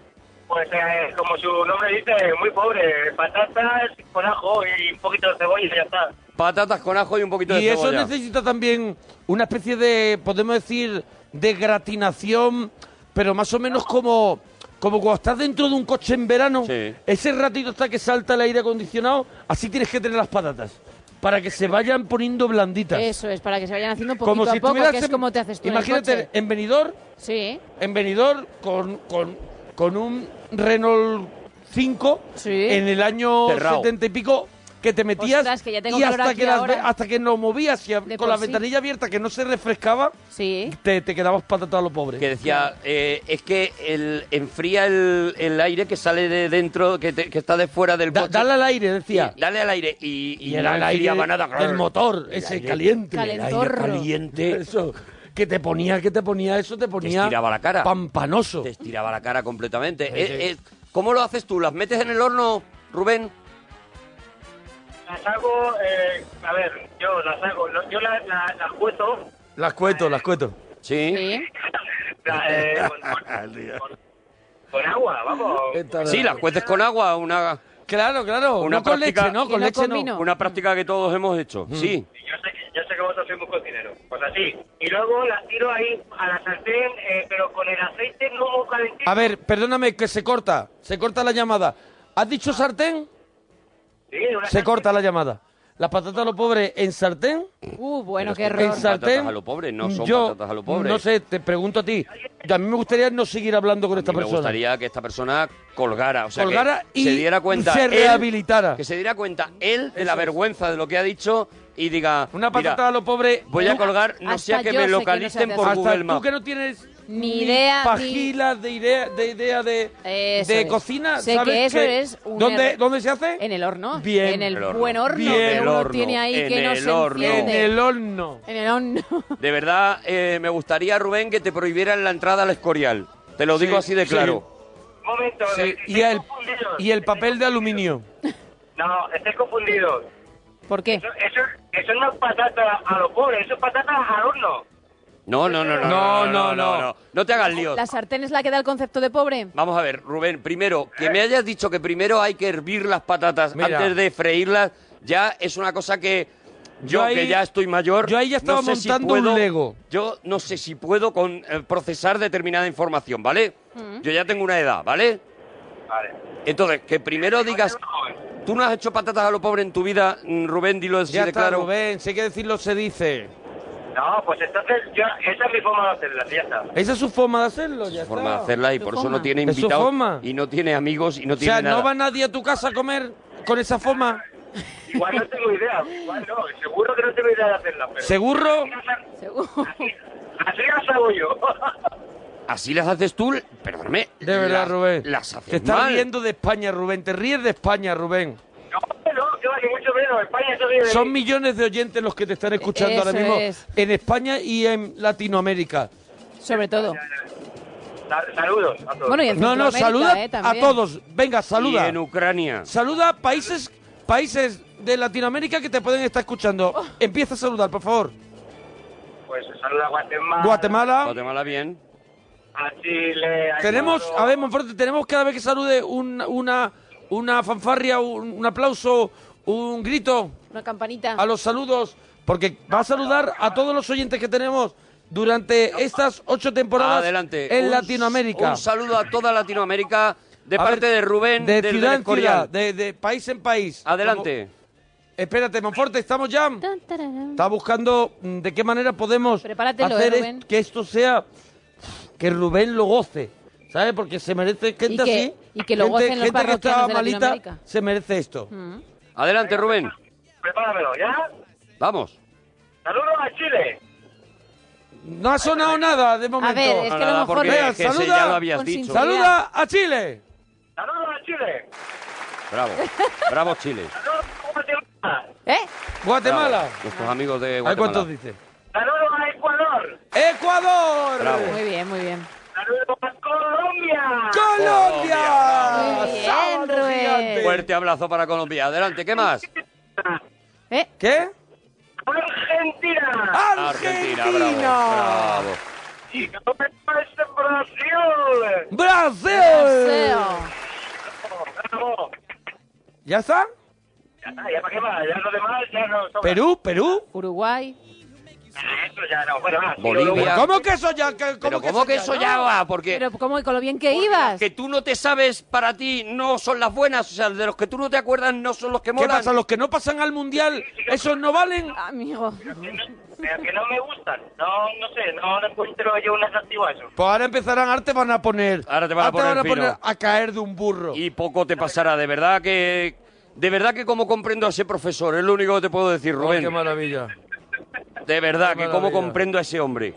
[SPEAKER 17] Pues eh, como su nombre dice, muy pobre. Patatas con ajo y un poquito de cebolla y ya está.
[SPEAKER 20] Patatas con ajo y un poquito de
[SPEAKER 18] Y eso
[SPEAKER 20] cebolla.
[SPEAKER 18] necesita también una especie de, podemos decir, de gratinación, pero más o menos como, como cuando estás dentro de un coche en verano, ese ratito hasta que salta el aire acondicionado, así tienes que tener las patatas. para que se vayan poniendo blanditas.
[SPEAKER 19] Eso es, para que se vayan haciendo poquito
[SPEAKER 18] Como si
[SPEAKER 19] a poco, que
[SPEAKER 18] estuvieras
[SPEAKER 19] es
[SPEAKER 18] en-
[SPEAKER 19] como te haces tú en el
[SPEAKER 18] Imagínate,
[SPEAKER 19] coche.
[SPEAKER 18] en venidor,
[SPEAKER 19] Sí,
[SPEAKER 18] en venidor con, con, con un Renault 5 en el año
[SPEAKER 20] Cerrao.
[SPEAKER 18] 70 y pico que te metías
[SPEAKER 19] Ostras, que ya tengo
[SPEAKER 18] y
[SPEAKER 19] calor
[SPEAKER 18] hasta
[SPEAKER 19] aquí
[SPEAKER 18] que, las ve-
[SPEAKER 19] ahora.
[SPEAKER 18] hasta que lo movías y a-
[SPEAKER 19] De
[SPEAKER 18] con
[SPEAKER 19] por
[SPEAKER 18] la
[SPEAKER 19] sí.
[SPEAKER 18] ventanilla abierta que no se refrescaba, te, te quedabas patatado a lo pobre.
[SPEAKER 20] Que decía, eh, es que el, enfría el, el aire que sale de dentro, que, te- que está de fuera del coche.
[SPEAKER 18] dale al aire, decía.
[SPEAKER 20] Y- dale al aire. Y, y
[SPEAKER 18] Y era
[SPEAKER 20] no
[SPEAKER 18] el aire
[SPEAKER 20] enfriaba nada.
[SPEAKER 18] del motor, ese caliente. El aire
[SPEAKER 20] Calentorro.
[SPEAKER 18] caliente. Eso, que te ponía, que te ponía, eso te
[SPEAKER 20] Te
[SPEAKER 18] ponía...
[SPEAKER 20] estiraba la cara.
[SPEAKER 18] Pampanoso.
[SPEAKER 20] Te estiraba la cara completamente.
[SPEAKER 18] Sí,
[SPEAKER 20] Eh,
[SPEAKER 18] sí.
[SPEAKER 20] eh, ¿Cómo lo haces tú? ¿Las metes en el horno, Rubén?
[SPEAKER 17] Las hago, eh, a ver, yo las hago, lo- yo las la, las cueto,
[SPEAKER 18] Las cueto, las Ah, cueto.
[SPEAKER 20] Sí.
[SPEAKER 17] [LAUGHS]
[SPEAKER 18] [LAUGHS]
[SPEAKER 17] la, eh,
[SPEAKER 20] [LAUGHS]
[SPEAKER 17] con agua, vamos.
[SPEAKER 20] Sí, las cueces con agua, una...
[SPEAKER 18] Claro, claro, no con leche, no, con Y no Mm. leche con no. vino.
[SPEAKER 20] Una práctica que todos hemos hecho, sí.
[SPEAKER 17] Yo sé que vosotros sois muy cocineros, pues así. Y luego las tiro ahí a la sartén, eh, pero con el aceite no muy calentito.
[SPEAKER 18] A ver, perdóname, que se corta, se corta la llamada. ¿Has dicho sartén?
[SPEAKER 17] Sí, una
[SPEAKER 18] Se corta la llamada. Las patatas a lo pobre en sartén.
[SPEAKER 19] Uh, bueno, qué
[SPEAKER 18] en
[SPEAKER 19] error.
[SPEAKER 18] sartén.
[SPEAKER 20] Patatas a lo pobre, no son
[SPEAKER 18] yo,
[SPEAKER 20] patatas a lo pobre.
[SPEAKER 18] No sé, te pregunto a ti. A mí me gustaría no seguir hablando con esta
[SPEAKER 20] me
[SPEAKER 18] persona.
[SPEAKER 20] gustaría que esta persona colgara, o sea,
[SPEAKER 18] Colgara
[SPEAKER 20] que
[SPEAKER 18] y
[SPEAKER 20] se diera cuenta
[SPEAKER 18] se
[SPEAKER 20] él-
[SPEAKER 18] rehabilitara.
[SPEAKER 20] que se diera cuenta él de
[SPEAKER 18] Eso
[SPEAKER 20] la
[SPEAKER 18] es.
[SPEAKER 20] vergüenza de lo que ha dicho y diga,
[SPEAKER 18] Una patata a lo pobre.
[SPEAKER 20] voy a
[SPEAKER 18] tú-
[SPEAKER 20] colgar, no sea que me localicen por
[SPEAKER 18] Hasta
[SPEAKER 20] Google
[SPEAKER 18] Tú
[SPEAKER 20] Maps.
[SPEAKER 18] que no tienes
[SPEAKER 19] Ni idea, ni-
[SPEAKER 18] pajilas de idea de, idea de,
[SPEAKER 19] Eso
[SPEAKER 18] de
[SPEAKER 19] es.
[SPEAKER 18] cocina.
[SPEAKER 19] Sé
[SPEAKER 18] ¿sabes
[SPEAKER 19] que eso
[SPEAKER 18] qué?
[SPEAKER 19] es un
[SPEAKER 18] ¿Dónde,
[SPEAKER 19] error.
[SPEAKER 18] ¿Dónde se hace?
[SPEAKER 19] En el horno.
[SPEAKER 18] Bien.
[SPEAKER 19] En el,
[SPEAKER 20] El horno.
[SPEAKER 19] buen horno
[SPEAKER 20] Bien.
[SPEAKER 19] que
[SPEAKER 20] El
[SPEAKER 19] uno
[SPEAKER 20] horno,
[SPEAKER 19] tiene ahí
[SPEAKER 20] en
[SPEAKER 19] que no
[SPEAKER 20] el
[SPEAKER 19] se
[SPEAKER 20] horno.
[SPEAKER 19] enciende.
[SPEAKER 20] En el
[SPEAKER 18] horno.
[SPEAKER 19] En el horno.
[SPEAKER 20] De verdad, eh, me gustaría, Rubén, que te prohibieran la entrada al Escorial. Te lo
[SPEAKER 18] Sí,
[SPEAKER 20] digo así de
[SPEAKER 18] sí.
[SPEAKER 20] claro.
[SPEAKER 17] momento,
[SPEAKER 18] Sí,
[SPEAKER 17] estoy
[SPEAKER 18] y, el,
[SPEAKER 17] confundido.
[SPEAKER 18] y el papel de aluminio.
[SPEAKER 17] No, estoy confundido.
[SPEAKER 19] ¿Por qué?
[SPEAKER 17] Eso, eso, eso no es patata a lo pobre, eso es patata al horno.
[SPEAKER 20] No, no, no, no, no, no, no, no, no. No te hagas lío.
[SPEAKER 19] ¿La sartén es la que da el concepto de pobre?
[SPEAKER 20] Vamos a ver, Rubén, primero, que me hayas dicho que primero hay que hervir las patatas
[SPEAKER 18] Eh. Mira.
[SPEAKER 20] antes de freírlas, ya es una cosa que yo,
[SPEAKER 18] Yo ahí-
[SPEAKER 20] que ya estoy mayor,
[SPEAKER 18] yo ahí ya estaba
[SPEAKER 20] no sé si
[SPEAKER 18] montando un
[SPEAKER 20] puedo-
[SPEAKER 18] Lego.
[SPEAKER 20] Yo no sé si puedo con, eh, procesar determinada información, ¿vale? Yo ya tengo una edad, ¿vale?
[SPEAKER 17] Vale.
[SPEAKER 20] Entonces, que primero digas, tú no has hecho patatas a lo pobre en tu vida, mm, Rubén, dilo así
[SPEAKER 18] Ya
[SPEAKER 20] de
[SPEAKER 18] está,
[SPEAKER 20] claro.
[SPEAKER 18] Rubén, si hay que decirlo se dice.
[SPEAKER 17] No, pues entonces yo, esa es mi forma de hacerlas, y ya está.
[SPEAKER 18] Esa es su forma de hacerlo, ya
[SPEAKER 20] forma de
[SPEAKER 18] está.
[SPEAKER 20] hacerla y por eso no tiene
[SPEAKER 18] Es su
[SPEAKER 20] invitados
[SPEAKER 18] forma.
[SPEAKER 20] y no tiene amigos y no
[SPEAKER 18] o
[SPEAKER 20] tiene
[SPEAKER 18] sea,
[SPEAKER 20] nada.
[SPEAKER 18] ¿no va nadie a tu casa a comer con esa forma?
[SPEAKER 17] Igual Pues no tengo
[SPEAKER 18] [LAUGHS]
[SPEAKER 17] idea, igual no, seguro que no tengo idea de hacerlas. Pero...
[SPEAKER 18] ¿Seguro?
[SPEAKER 17] Así las hago yo. [LAUGHS]
[SPEAKER 20] Así las haces tú, perdóname.
[SPEAKER 18] De verdad,
[SPEAKER 20] las-
[SPEAKER 18] Rubén.
[SPEAKER 20] Las haces
[SPEAKER 18] Te estás
[SPEAKER 20] mal.
[SPEAKER 18] riendo de España, Rubén. Te ríes de España, Rubén.
[SPEAKER 17] No, que va, que mucho menos, España eso vive de
[SPEAKER 18] Son
[SPEAKER 17] mí.
[SPEAKER 18] millones de oyentes los que te están escuchando ahora
[SPEAKER 19] Eso
[SPEAKER 18] mismo
[SPEAKER 19] es.
[SPEAKER 18] en España y en Latinoamérica.
[SPEAKER 19] Sobre todo.
[SPEAKER 17] Sa- Saludos a todos.
[SPEAKER 19] Bueno, y en
[SPEAKER 18] No, no,
[SPEAKER 19] Centroamérica,
[SPEAKER 18] saluda
[SPEAKER 19] eh,
[SPEAKER 18] a
[SPEAKER 19] también.
[SPEAKER 18] todos. Venga, saluda.
[SPEAKER 20] Y en Ucrania.
[SPEAKER 18] Saluda a países, países de Latinoamérica que te pueden estar escuchando.
[SPEAKER 19] Oh.
[SPEAKER 18] Empieza a saludar, por favor.
[SPEAKER 17] Pues saludos a Guatemala.
[SPEAKER 18] Guatemala.
[SPEAKER 20] Guatemala bien.
[SPEAKER 17] A Chile. a
[SPEAKER 18] Tenemos,
[SPEAKER 17] Ecuador.
[SPEAKER 18] a ver, Monforte, tenemos cada vez que salude un- una, una fanfarria, un, un aplauso, un grito
[SPEAKER 19] Una campanita.
[SPEAKER 18] a los saludos, porque va a saludar a todos los oyentes que tenemos durante estas ocho temporadas
[SPEAKER 20] Adelante.
[SPEAKER 18] en
[SPEAKER 20] Un-
[SPEAKER 18] Latinoamérica.
[SPEAKER 20] Un saludo a toda Latinoamérica de
[SPEAKER 18] A ver,
[SPEAKER 20] parte de Rubén.
[SPEAKER 18] de
[SPEAKER 20] desde el
[SPEAKER 18] ciudad en ciudad,
[SPEAKER 20] Escorial.
[SPEAKER 18] de, de país en país.
[SPEAKER 20] Adelante.
[SPEAKER 18] Como- espérate, Monforte, estamos ya. Está buscando mm, de qué manera podemos
[SPEAKER 19] Prepáratelo,
[SPEAKER 18] hacer
[SPEAKER 19] eh,
[SPEAKER 18] es-
[SPEAKER 19] Rubén.
[SPEAKER 18] que esto sea que Rubén lo goce, ¿sabes? Porque se merece gente
[SPEAKER 19] que-
[SPEAKER 18] así.
[SPEAKER 19] y que lo
[SPEAKER 18] gente-
[SPEAKER 19] gocen los
[SPEAKER 18] gente que
[SPEAKER 19] parroquianos Mm.
[SPEAKER 18] está
[SPEAKER 19] de
[SPEAKER 18] malita
[SPEAKER 19] Latinoamérica.
[SPEAKER 18] se merece esto.
[SPEAKER 20] Adelante, Rubén.
[SPEAKER 17] Prepáramelo, ¿ya?
[SPEAKER 20] Vamos.
[SPEAKER 17] Saludos a Chile.
[SPEAKER 18] No ha sonado nada de momento.
[SPEAKER 17] ver, es que a lo Nada, mejor- porque
[SPEAKER 18] Venga,
[SPEAKER 17] es que ese
[SPEAKER 18] saluda,
[SPEAKER 20] ya lo habías Con dicho. sinceridad.
[SPEAKER 18] Saluda a Chile.
[SPEAKER 17] Saludos a Chile.
[SPEAKER 20] Bravo. Bravo, Chile.
[SPEAKER 17] Saludos a Guatemala.
[SPEAKER 19] ¿Eh?
[SPEAKER 18] Guatemala.
[SPEAKER 20] Bravo. Nuestros amigos de
[SPEAKER 18] Hay
[SPEAKER 20] Guatemala.
[SPEAKER 18] cuántos dice.
[SPEAKER 17] Saludos a Ecuador.
[SPEAKER 18] Ecuador.
[SPEAKER 20] Bravo.
[SPEAKER 19] Muy bien, muy bien.
[SPEAKER 17] Saludos a Colombia.
[SPEAKER 18] Colombia.
[SPEAKER 19] Muy bien, Pues,
[SPEAKER 18] Sábado
[SPEAKER 19] Rubén.
[SPEAKER 18] gigante.
[SPEAKER 20] Fuerte abrazo para Colombia. Adelante, ¿qué más? Eh.
[SPEAKER 18] ¿Qué?
[SPEAKER 17] Argentina.
[SPEAKER 20] Argentina, bravo. Bravo.
[SPEAKER 17] Y no me parece Brasil.
[SPEAKER 18] Brasil. ¿Ya está?
[SPEAKER 17] Ya está, ya para qué más, ya lo demás ya no sobra.
[SPEAKER 18] Perú, Perú.
[SPEAKER 19] Uruguay.
[SPEAKER 17] Eh, eso ya no. Bueno, nada, sí,
[SPEAKER 20] Bolivia.
[SPEAKER 17] lo-
[SPEAKER 20] ¿Cómo
[SPEAKER 18] que eso ya? ¿Cómo
[SPEAKER 20] Pero ¿cómo que eso ya va? Porque
[SPEAKER 19] Pero ¿cómo, con lo bien que ibas.
[SPEAKER 20] que tú no te sabes, para ti no son las buenas. O sea, de los que tú no te acuerdas no son los que
[SPEAKER 18] ¿Qué
[SPEAKER 20] molan.
[SPEAKER 18] pasa? ¿Los que no pasan al mundial, esos no valen?
[SPEAKER 19] Amigo.
[SPEAKER 17] Pero que no me gustan. No, no sé, no no encuentro yo un atractivo a eso.
[SPEAKER 18] Pues ahora empezarán, ahora te van a poner.
[SPEAKER 20] Ahora te van a
[SPEAKER 18] ahora
[SPEAKER 20] poner, fino.
[SPEAKER 18] a caer de un burro.
[SPEAKER 20] Y poco te pasará, de verdad que... De verdad que como comprendo a ese profesor, es lo único que te puedo decir, Rubén.
[SPEAKER 18] qué maravilla.
[SPEAKER 20] De verdad,
[SPEAKER 18] Qué
[SPEAKER 20] que como
[SPEAKER 18] maravilla.
[SPEAKER 20] comprendo a ese hombre.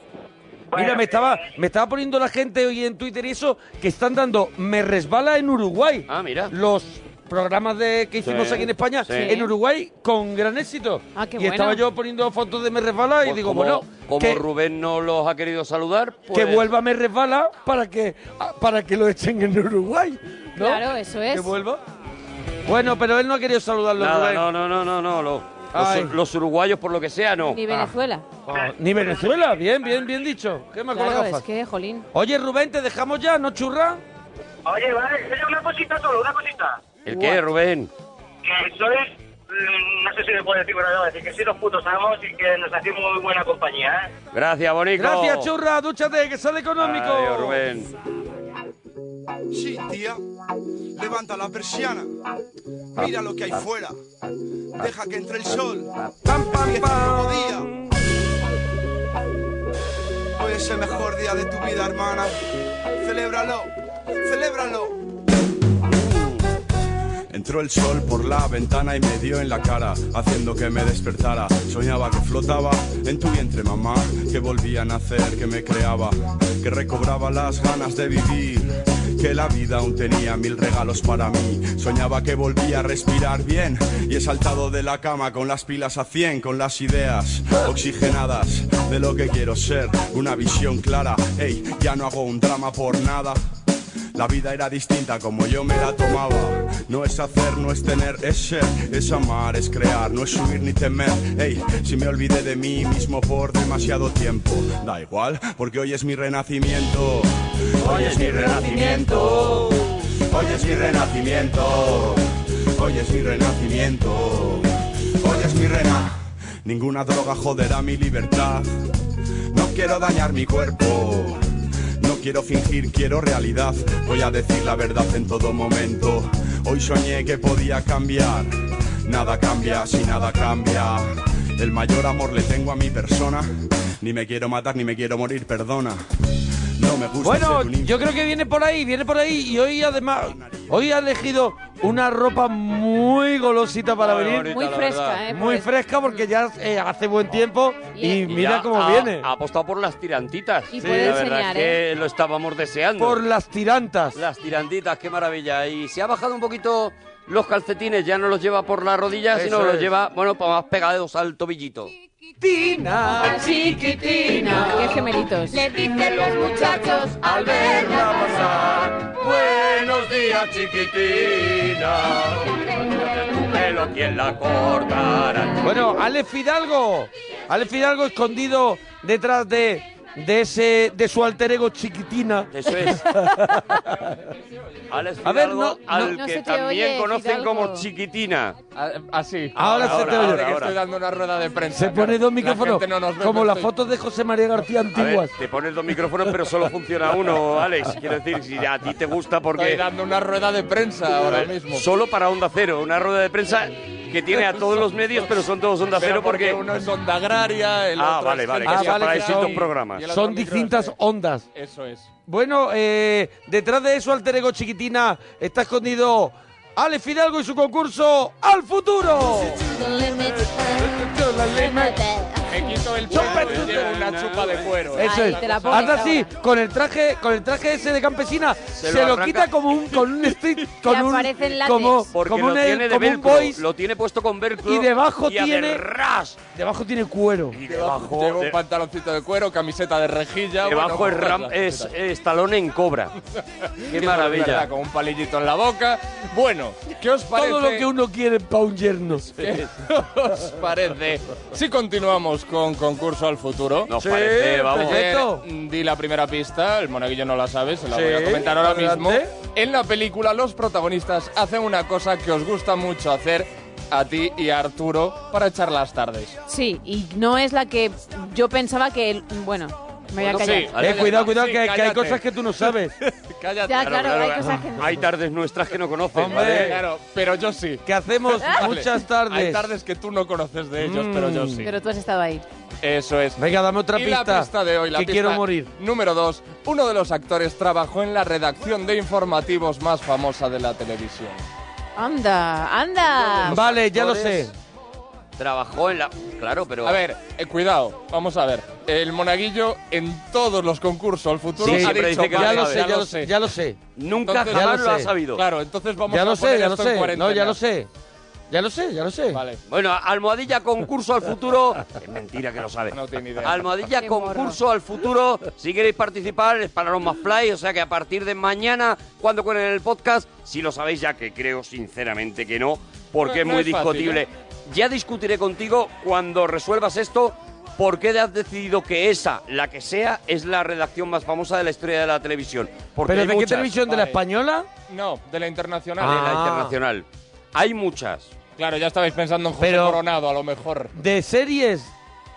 [SPEAKER 18] Mira, me estaba, me estaba poniendo la gente hoy en Twitter y eso que están dando Me resbala en Uruguay. Ah, mira. Los programas de, que hicimos
[SPEAKER 20] Sí,
[SPEAKER 18] aquí en España,
[SPEAKER 20] sí.
[SPEAKER 18] en Uruguay, con gran éxito.
[SPEAKER 20] Ah, qué
[SPEAKER 18] y
[SPEAKER 20] bueno.
[SPEAKER 18] estaba yo poniendo fotos de Me resbala y
[SPEAKER 20] Pues
[SPEAKER 18] digo,
[SPEAKER 20] como,
[SPEAKER 18] bueno,
[SPEAKER 20] como
[SPEAKER 18] que,
[SPEAKER 20] Rubén no los ha querido saludar, pues...
[SPEAKER 18] que vuelva Me resbala para que, para que lo echen en Uruguay. ¿no?
[SPEAKER 19] Claro, eso es.
[SPEAKER 18] Que vuelva. Bueno, pero él no ha querido saludarlo.
[SPEAKER 20] Nada,
[SPEAKER 18] Rubén.
[SPEAKER 20] no, no, no, no, no. Los,
[SPEAKER 18] Ay.
[SPEAKER 20] los- los uruguayos, por lo que sea, no.
[SPEAKER 19] Ni Venezuela.
[SPEAKER 18] Ah, ni Venezuela, bien, bien, bien dicho. ¿Qué me acuerdo
[SPEAKER 19] claro,
[SPEAKER 18] gafas?
[SPEAKER 19] es que, jolín.
[SPEAKER 18] Oye, Rubén, te dejamos ya, ¿no churra?
[SPEAKER 17] Oye, vale, oye, una cosita solo, una cosita.
[SPEAKER 20] ¿El qué, Rubén?
[SPEAKER 17] Que sois, mm, no sé si me puedo decir, pero no, decir que sois los putos amos y que nos hacéis muy buena compañía, ¿eh?
[SPEAKER 20] Gracias, Bonico.
[SPEAKER 18] Gracias, churra, dúchate, que sale económico.
[SPEAKER 20] Adiós, Rubén.
[SPEAKER 3] Sí, tía, levanta la persiana, mira lo que hay fuera, deja que entre el sol. Pam, pam, pam. Día. Hoy es el mejor día de tu vida, hermana. Celébralo, celébralo.
[SPEAKER 22] Entró el sol por la ventana y me dio en la cara, haciendo que me despertara. Soñaba que flotaba en tu vientre, mamá, que volvía a nacer, que me creaba, que recobraba las ganas de vivir, que la vida aún tenía mil regalos para mí. Soñaba que volvía a respirar bien y he saltado de la cama con las pilas a 100, con las ideas oxigenadas de lo que quiero ser, una visión clara. Hey, ya no hago un drama por nada. La vida era distinta como yo me la tomaba. No es hacer, no es tener, es ser, es amar, es crear, no es subir ni temer. Ey, si me olvidé de mí mismo por demasiado tiempo, da igual, porque hoy es mi renacimiento. Hoy es mi renacimiento. Hoy es mi renacimiento. Hoy es mi renacimiento. Hoy es mi rena. Ninguna droga joderá mi libertad. No quiero dañar mi cuerpo. No quiero fingir, quiero realidad. Voy a decir la verdad en todo momento. Hoy soñé que podía cambiar. Nada cambia si nada cambia. El mayor amor le tengo a mi persona. Ni me quiero matar ni me quiero morir, perdona. No me gusta.
[SPEAKER 18] Bueno,
[SPEAKER 22] ser un
[SPEAKER 18] yo creo que viene por ahí, viene por ahí. Y hoy, además, hoy ha elegido una ropa muy golosita para
[SPEAKER 20] Muy
[SPEAKER 18] venir.
[SPEAKER 20] bonita, Muy la fresca, verdad. ¿eh?
[SPEAKER 18] Muy
[SPEAKER 20] Pues-
[SPEAKER 18] fresca porque ya eh, hace buen tiempo. Y, mira
[SPEAKER 20] ya
[SPEAKER 18] cómo
[SPEAKER 20] ha-
[SPEAKER 18] viene.
[SPEAKER 20] Ha apostado por las tirantitas. Y puede la verdad enseñar, es que
[SPEAKER 18] ¿eh?
[SPEAKER 20] lo estábamos deseando.
[SPEAKER 18] Por las tirantas.
[SPEAKER 20] Las tirantitas, qué maravilla. Y se ha bajado un poquito los calcetines, ya no los lleva por la rodilla,
[SPEAKER 18] Eso
[SPEAKER 20] sino los
[SPEAKER 18] es.
[SPEAKER 20] lleva, bueno, pa- más pegados al tobillito.
[SPEAKER 21] Chiquitina, chiquitina.
[SPEAKER 19] Qué gemelitos.
[SPEAKER 21] Le dicen los muchachos al verla pasar. Buenos días, chiquitina. Tu pelo, ¿quién la cortará?
[SPEAKER 18] Bueno, Alex Fidalgo. Alex Fidalgo escondido detrás de, de ese de su alter ego chiquitina.
[SPEAKER 20] Eso es.
[SPEAKER 18] [LAUGHS]
[SPEAKER 20] Alex
[SPEAKER 18] A ver,
[SPEAKER 20] Fidalgo,
[SPEAKER 18] no,
[SPEAKER 20] al
[SPEAKER 18] no. No
[SPEAKER 20] que
[SPEAKER 18] se te
[SPEAKER 20] también
[SPEAKER 18] oye,
[SPEAKER 20] conocen
[SPEAKER 18] Fidalgo.
[SPEAKER 20] como Chiquitina.
[SPEAKER 23] Así.
[SPEAKER 18] Ahora se te oye.
[SPEAKER 23] que
[SPEAKER 18] Ahora.
[SPEAKER 23] estoy dando una rueda de prensa.
[SPEAKER 18] Se pone
[SPEAKER 23] claro.
[SPEAKER 18] dos
[SPEAKER 23] La
[SPEAKER 18] micrófonos,
[SPEAKER 23] gente no nos ve,
[SPEAKER 18] como
[SPEAKER 23] pero
[SPEAKER 18] las
[SPEAKER 23] estoy-
[SPEAKER 18] fotos de José María García
[SPEAKER 20] A ver,
[SPEAKER 18] antiguas.
[SPEAKER 20] te pones dos micrófonos, pero solo funciona uno, Alex. Quiero decir, si a ti te gusta porque...
[SPEAKER 23] Estoy dando una rueda de prensa ahora
[SPEAKER 20] A ver,
[SPEAKER 23] mismo.
[SPEAKER 20] Solo para Onda Cero, una rueda de prensa que tiene a todos los medios, pero son todos Onda
[SPEAKER 23] Pero
[SPEAKER 20] Cero porque...
[SPEAKER 23] uno es onda agraria, el
[SPEAKER 20] Ah,
[SPEAKER 23] otro
[SPEAKER 20] vale,
[SPEAKER 23] es
[SPEAKER 20] vale,
[SPEAKER 23] gente
[SPEAKER 20] que sea
[SPEAKER 23] que
[SPEAKER 20] para
[SPEAKER 23] habla-
[SPEAKER 20] distintos
[SPEAKER 23] y-
[SPEAKER 20] programas.
[SPEAKER 23] y el otro
[SPEAKER 18] Son
[SPEAKER 23] micro-
[SPEAKER 18] distintas ondas.
[SPEAKER 23] Eso es.
[SPEAKER 18] Bueno, eh, detrás de eso, alter ego chiquitina, está escondido Ale Fidalgo y su concurso al futuro.
[SPEAKER 23] Me quito el chomper y llevo una chupa de cuero.
[SPEAKER 18] Eso es. Anda así, con el traje, con el traje ese de campesina, se, lo,
[SPEAKER 20] arranca.
[SPEAKER 18] quita como un, con un street, con un, como,
[SPEAKER 20] porque
[SPEAKER 18] como
[SPEAKER 20] lo
[SPEAKER 18] un,
[SPEAKER 20] tiene de
[SPEAKER 18] como un
[SPEAKER 20] velcro,
[SPEAKER 18] boys,
[SPEAKER 20] lo tiene puesto con velcro
[SPEAKER 18] y debajo
[SPEAKER 20] a
[SPEAKER 18] tiene,
[SPEAKER 20] de-
[SPEAKER 18] debajo tiene cuero.
[SPEAKER 23] Llevo, llevo un pantaloncito de cuero, camiseta de rejilla.
[SPEAKER 20] debajo
[SPEAKER 23] bueno,
[SPEAKER 20] es, ram- es, es talón
[SPEAKER 23] [LAUGHS]
[SPEAKER 20] en cobra. Qué maravilla.
[SPEAKER 23] Con un palillito en la boca. Bueno, ¿qué os parece?
[SPEAKER 18] Todo lo que uno quiere para un yerno. Eh,
[SPEAKER 23] ¿Qué [LAUGHS] os parece? Si continuamos con concurso al futuro.
[SPEAKER 20] Nos parece, vamos.
[SPEAKER 23] Perfecto. Di la primera pista, el monaguillo no la sabe, se la
[SPEAKER 20] Sí,
[SPEAKER 23] voy a comentar ahora
[SPEAKER 20] adelante.
[SPEAKER 23] mismo. En la película los protagonistas hacen una cosa que os gusta mucho hacer a ti y a Arturo para echar las tardes.
[SPEAKER 19] Sí, y no es la que yo pensaba que. el- Bueno, me voy a callar.
[SPEAKER 18] Eh, cuidado, cuidado,
[SPEAKER 20] Sí,
[SPEAKER 18] que, que hay
[SPEAKER 20] cállate.
[SPEAKER 18] cosas que tú no sabes.
[SPEAKER 20] Cállate.
[SPEAKER 19] Ya, claro, hay cosas que no-
[SPEAKER 20] Hay tardes nuestras que no conoces.
[SPEAKER 23] Hombre, claro, pero yo sí.
[SPEAKER 18] Que hacemos
[SPEAKER 23] Vale.
[SPEAKER 18] muchas tardes.
[SPEAKER 23] Hay tardes que tú no conoces de ellos, pero yo sí.
[SPEAKER 19] Mm, Pero tú has estado ahí.
[SPEAKER 23] Eso es.
[SPEAKER 18] Venga, dame otra
[SPEAKER 23] y
[SPEAKER 18] pista,
[SPEAKER 23] La pista de hoy, la
[SPEAKER 18] que
[SPEAKER 23] pista
[SPEAKER 18] quiero morir.
[SPEAKER 23] Número 2. Uno de los actores trabajó en la redacción de informativos más famosa de la televisión.
[SPEAKER 19] Anda, anda.
[SPEAKER 23] Trabajó en la. Claro, pero. A ver, eh, cuidado, vamos a ver. El monaguillo en todos los concursos, el futuro.
[SPEAKER 18] Sí,
[SPEAKER 23] ha
[SPEAKER 18] siempre
[SPEAKER 23] dicho,
[SPEAKER 18] dice que
[SPEAKER 23] "Vale,
[SPEAKER 18] ya lo
[SPEAKER 23] vale,
[SPEAKER 18] sé, ya lo sé, ya lo sé.
[SPEAKER 23] Entonces,
[SPEAKER 18] Ya
[SPEAKER 23] jamás
[SPEAKER 18] lo
[SPEAKER 23] lo ha
[SPEAKER 18] sé.
[SPEAKER 23] sabido. Claro, entonces vamos
[SPEAKER 18] Ya
[SPEAKER 23] a
[SPEAKER 18] lo sé,
[SPEAKER 23] poner
[SPEAKER 18] ya lo
[SPEAKER 23] esto en
[SPEAKER 18] sé. No, ya
[SPEAKER 23] cuarentena.
[SPEAKER 18] lo sé. Ya lo sé, ya lo sé. Vale.
[SPEAKER 20] Bueno, almohadilla concurso al futuro. Es mentira que lo sabe. No
[SPEAKER 23] tiene
[SPEAKER 20] idea. Almohadilla concurso al futuro. Si queréis participar, es para los más play. O sea que a partir de mañana, cuando cuelen el podcast, si lo sabéis ya, que creo sinceramente que no, porque
[SPEAKER 21] No,
[SPEAKER 20] es
[SPEAKER 21] no
[SPEAKER 20] muy
[SPEAKER 21] es fácil,
[SPEAKER 20] discutible. Ya discutiré contigo cuando resuelvas esto. ¿Por qué has decidido que esa, la que sea, es la redacción más famosa de la historia de la televisión? Porque
[SPEAKER 18] ¿Pero
[SPEAKER 20] hay
[SPEAKER 18] de qué
[SPEAKER 20] muchas.
[SPEAKER 18] televisión? ¿De la española? Ah.
[SPEAKER 23] No, de la internacional.
[SPEAKER 20] De la internacional. Hay muchas.
[SPEAKER 23] Claro, ya estabais pensando en José
[SPEAKER 18] Pero-
[SPEAKER 23] Coronado, a lo mejor.
[SPEAKER 18] ¿De series?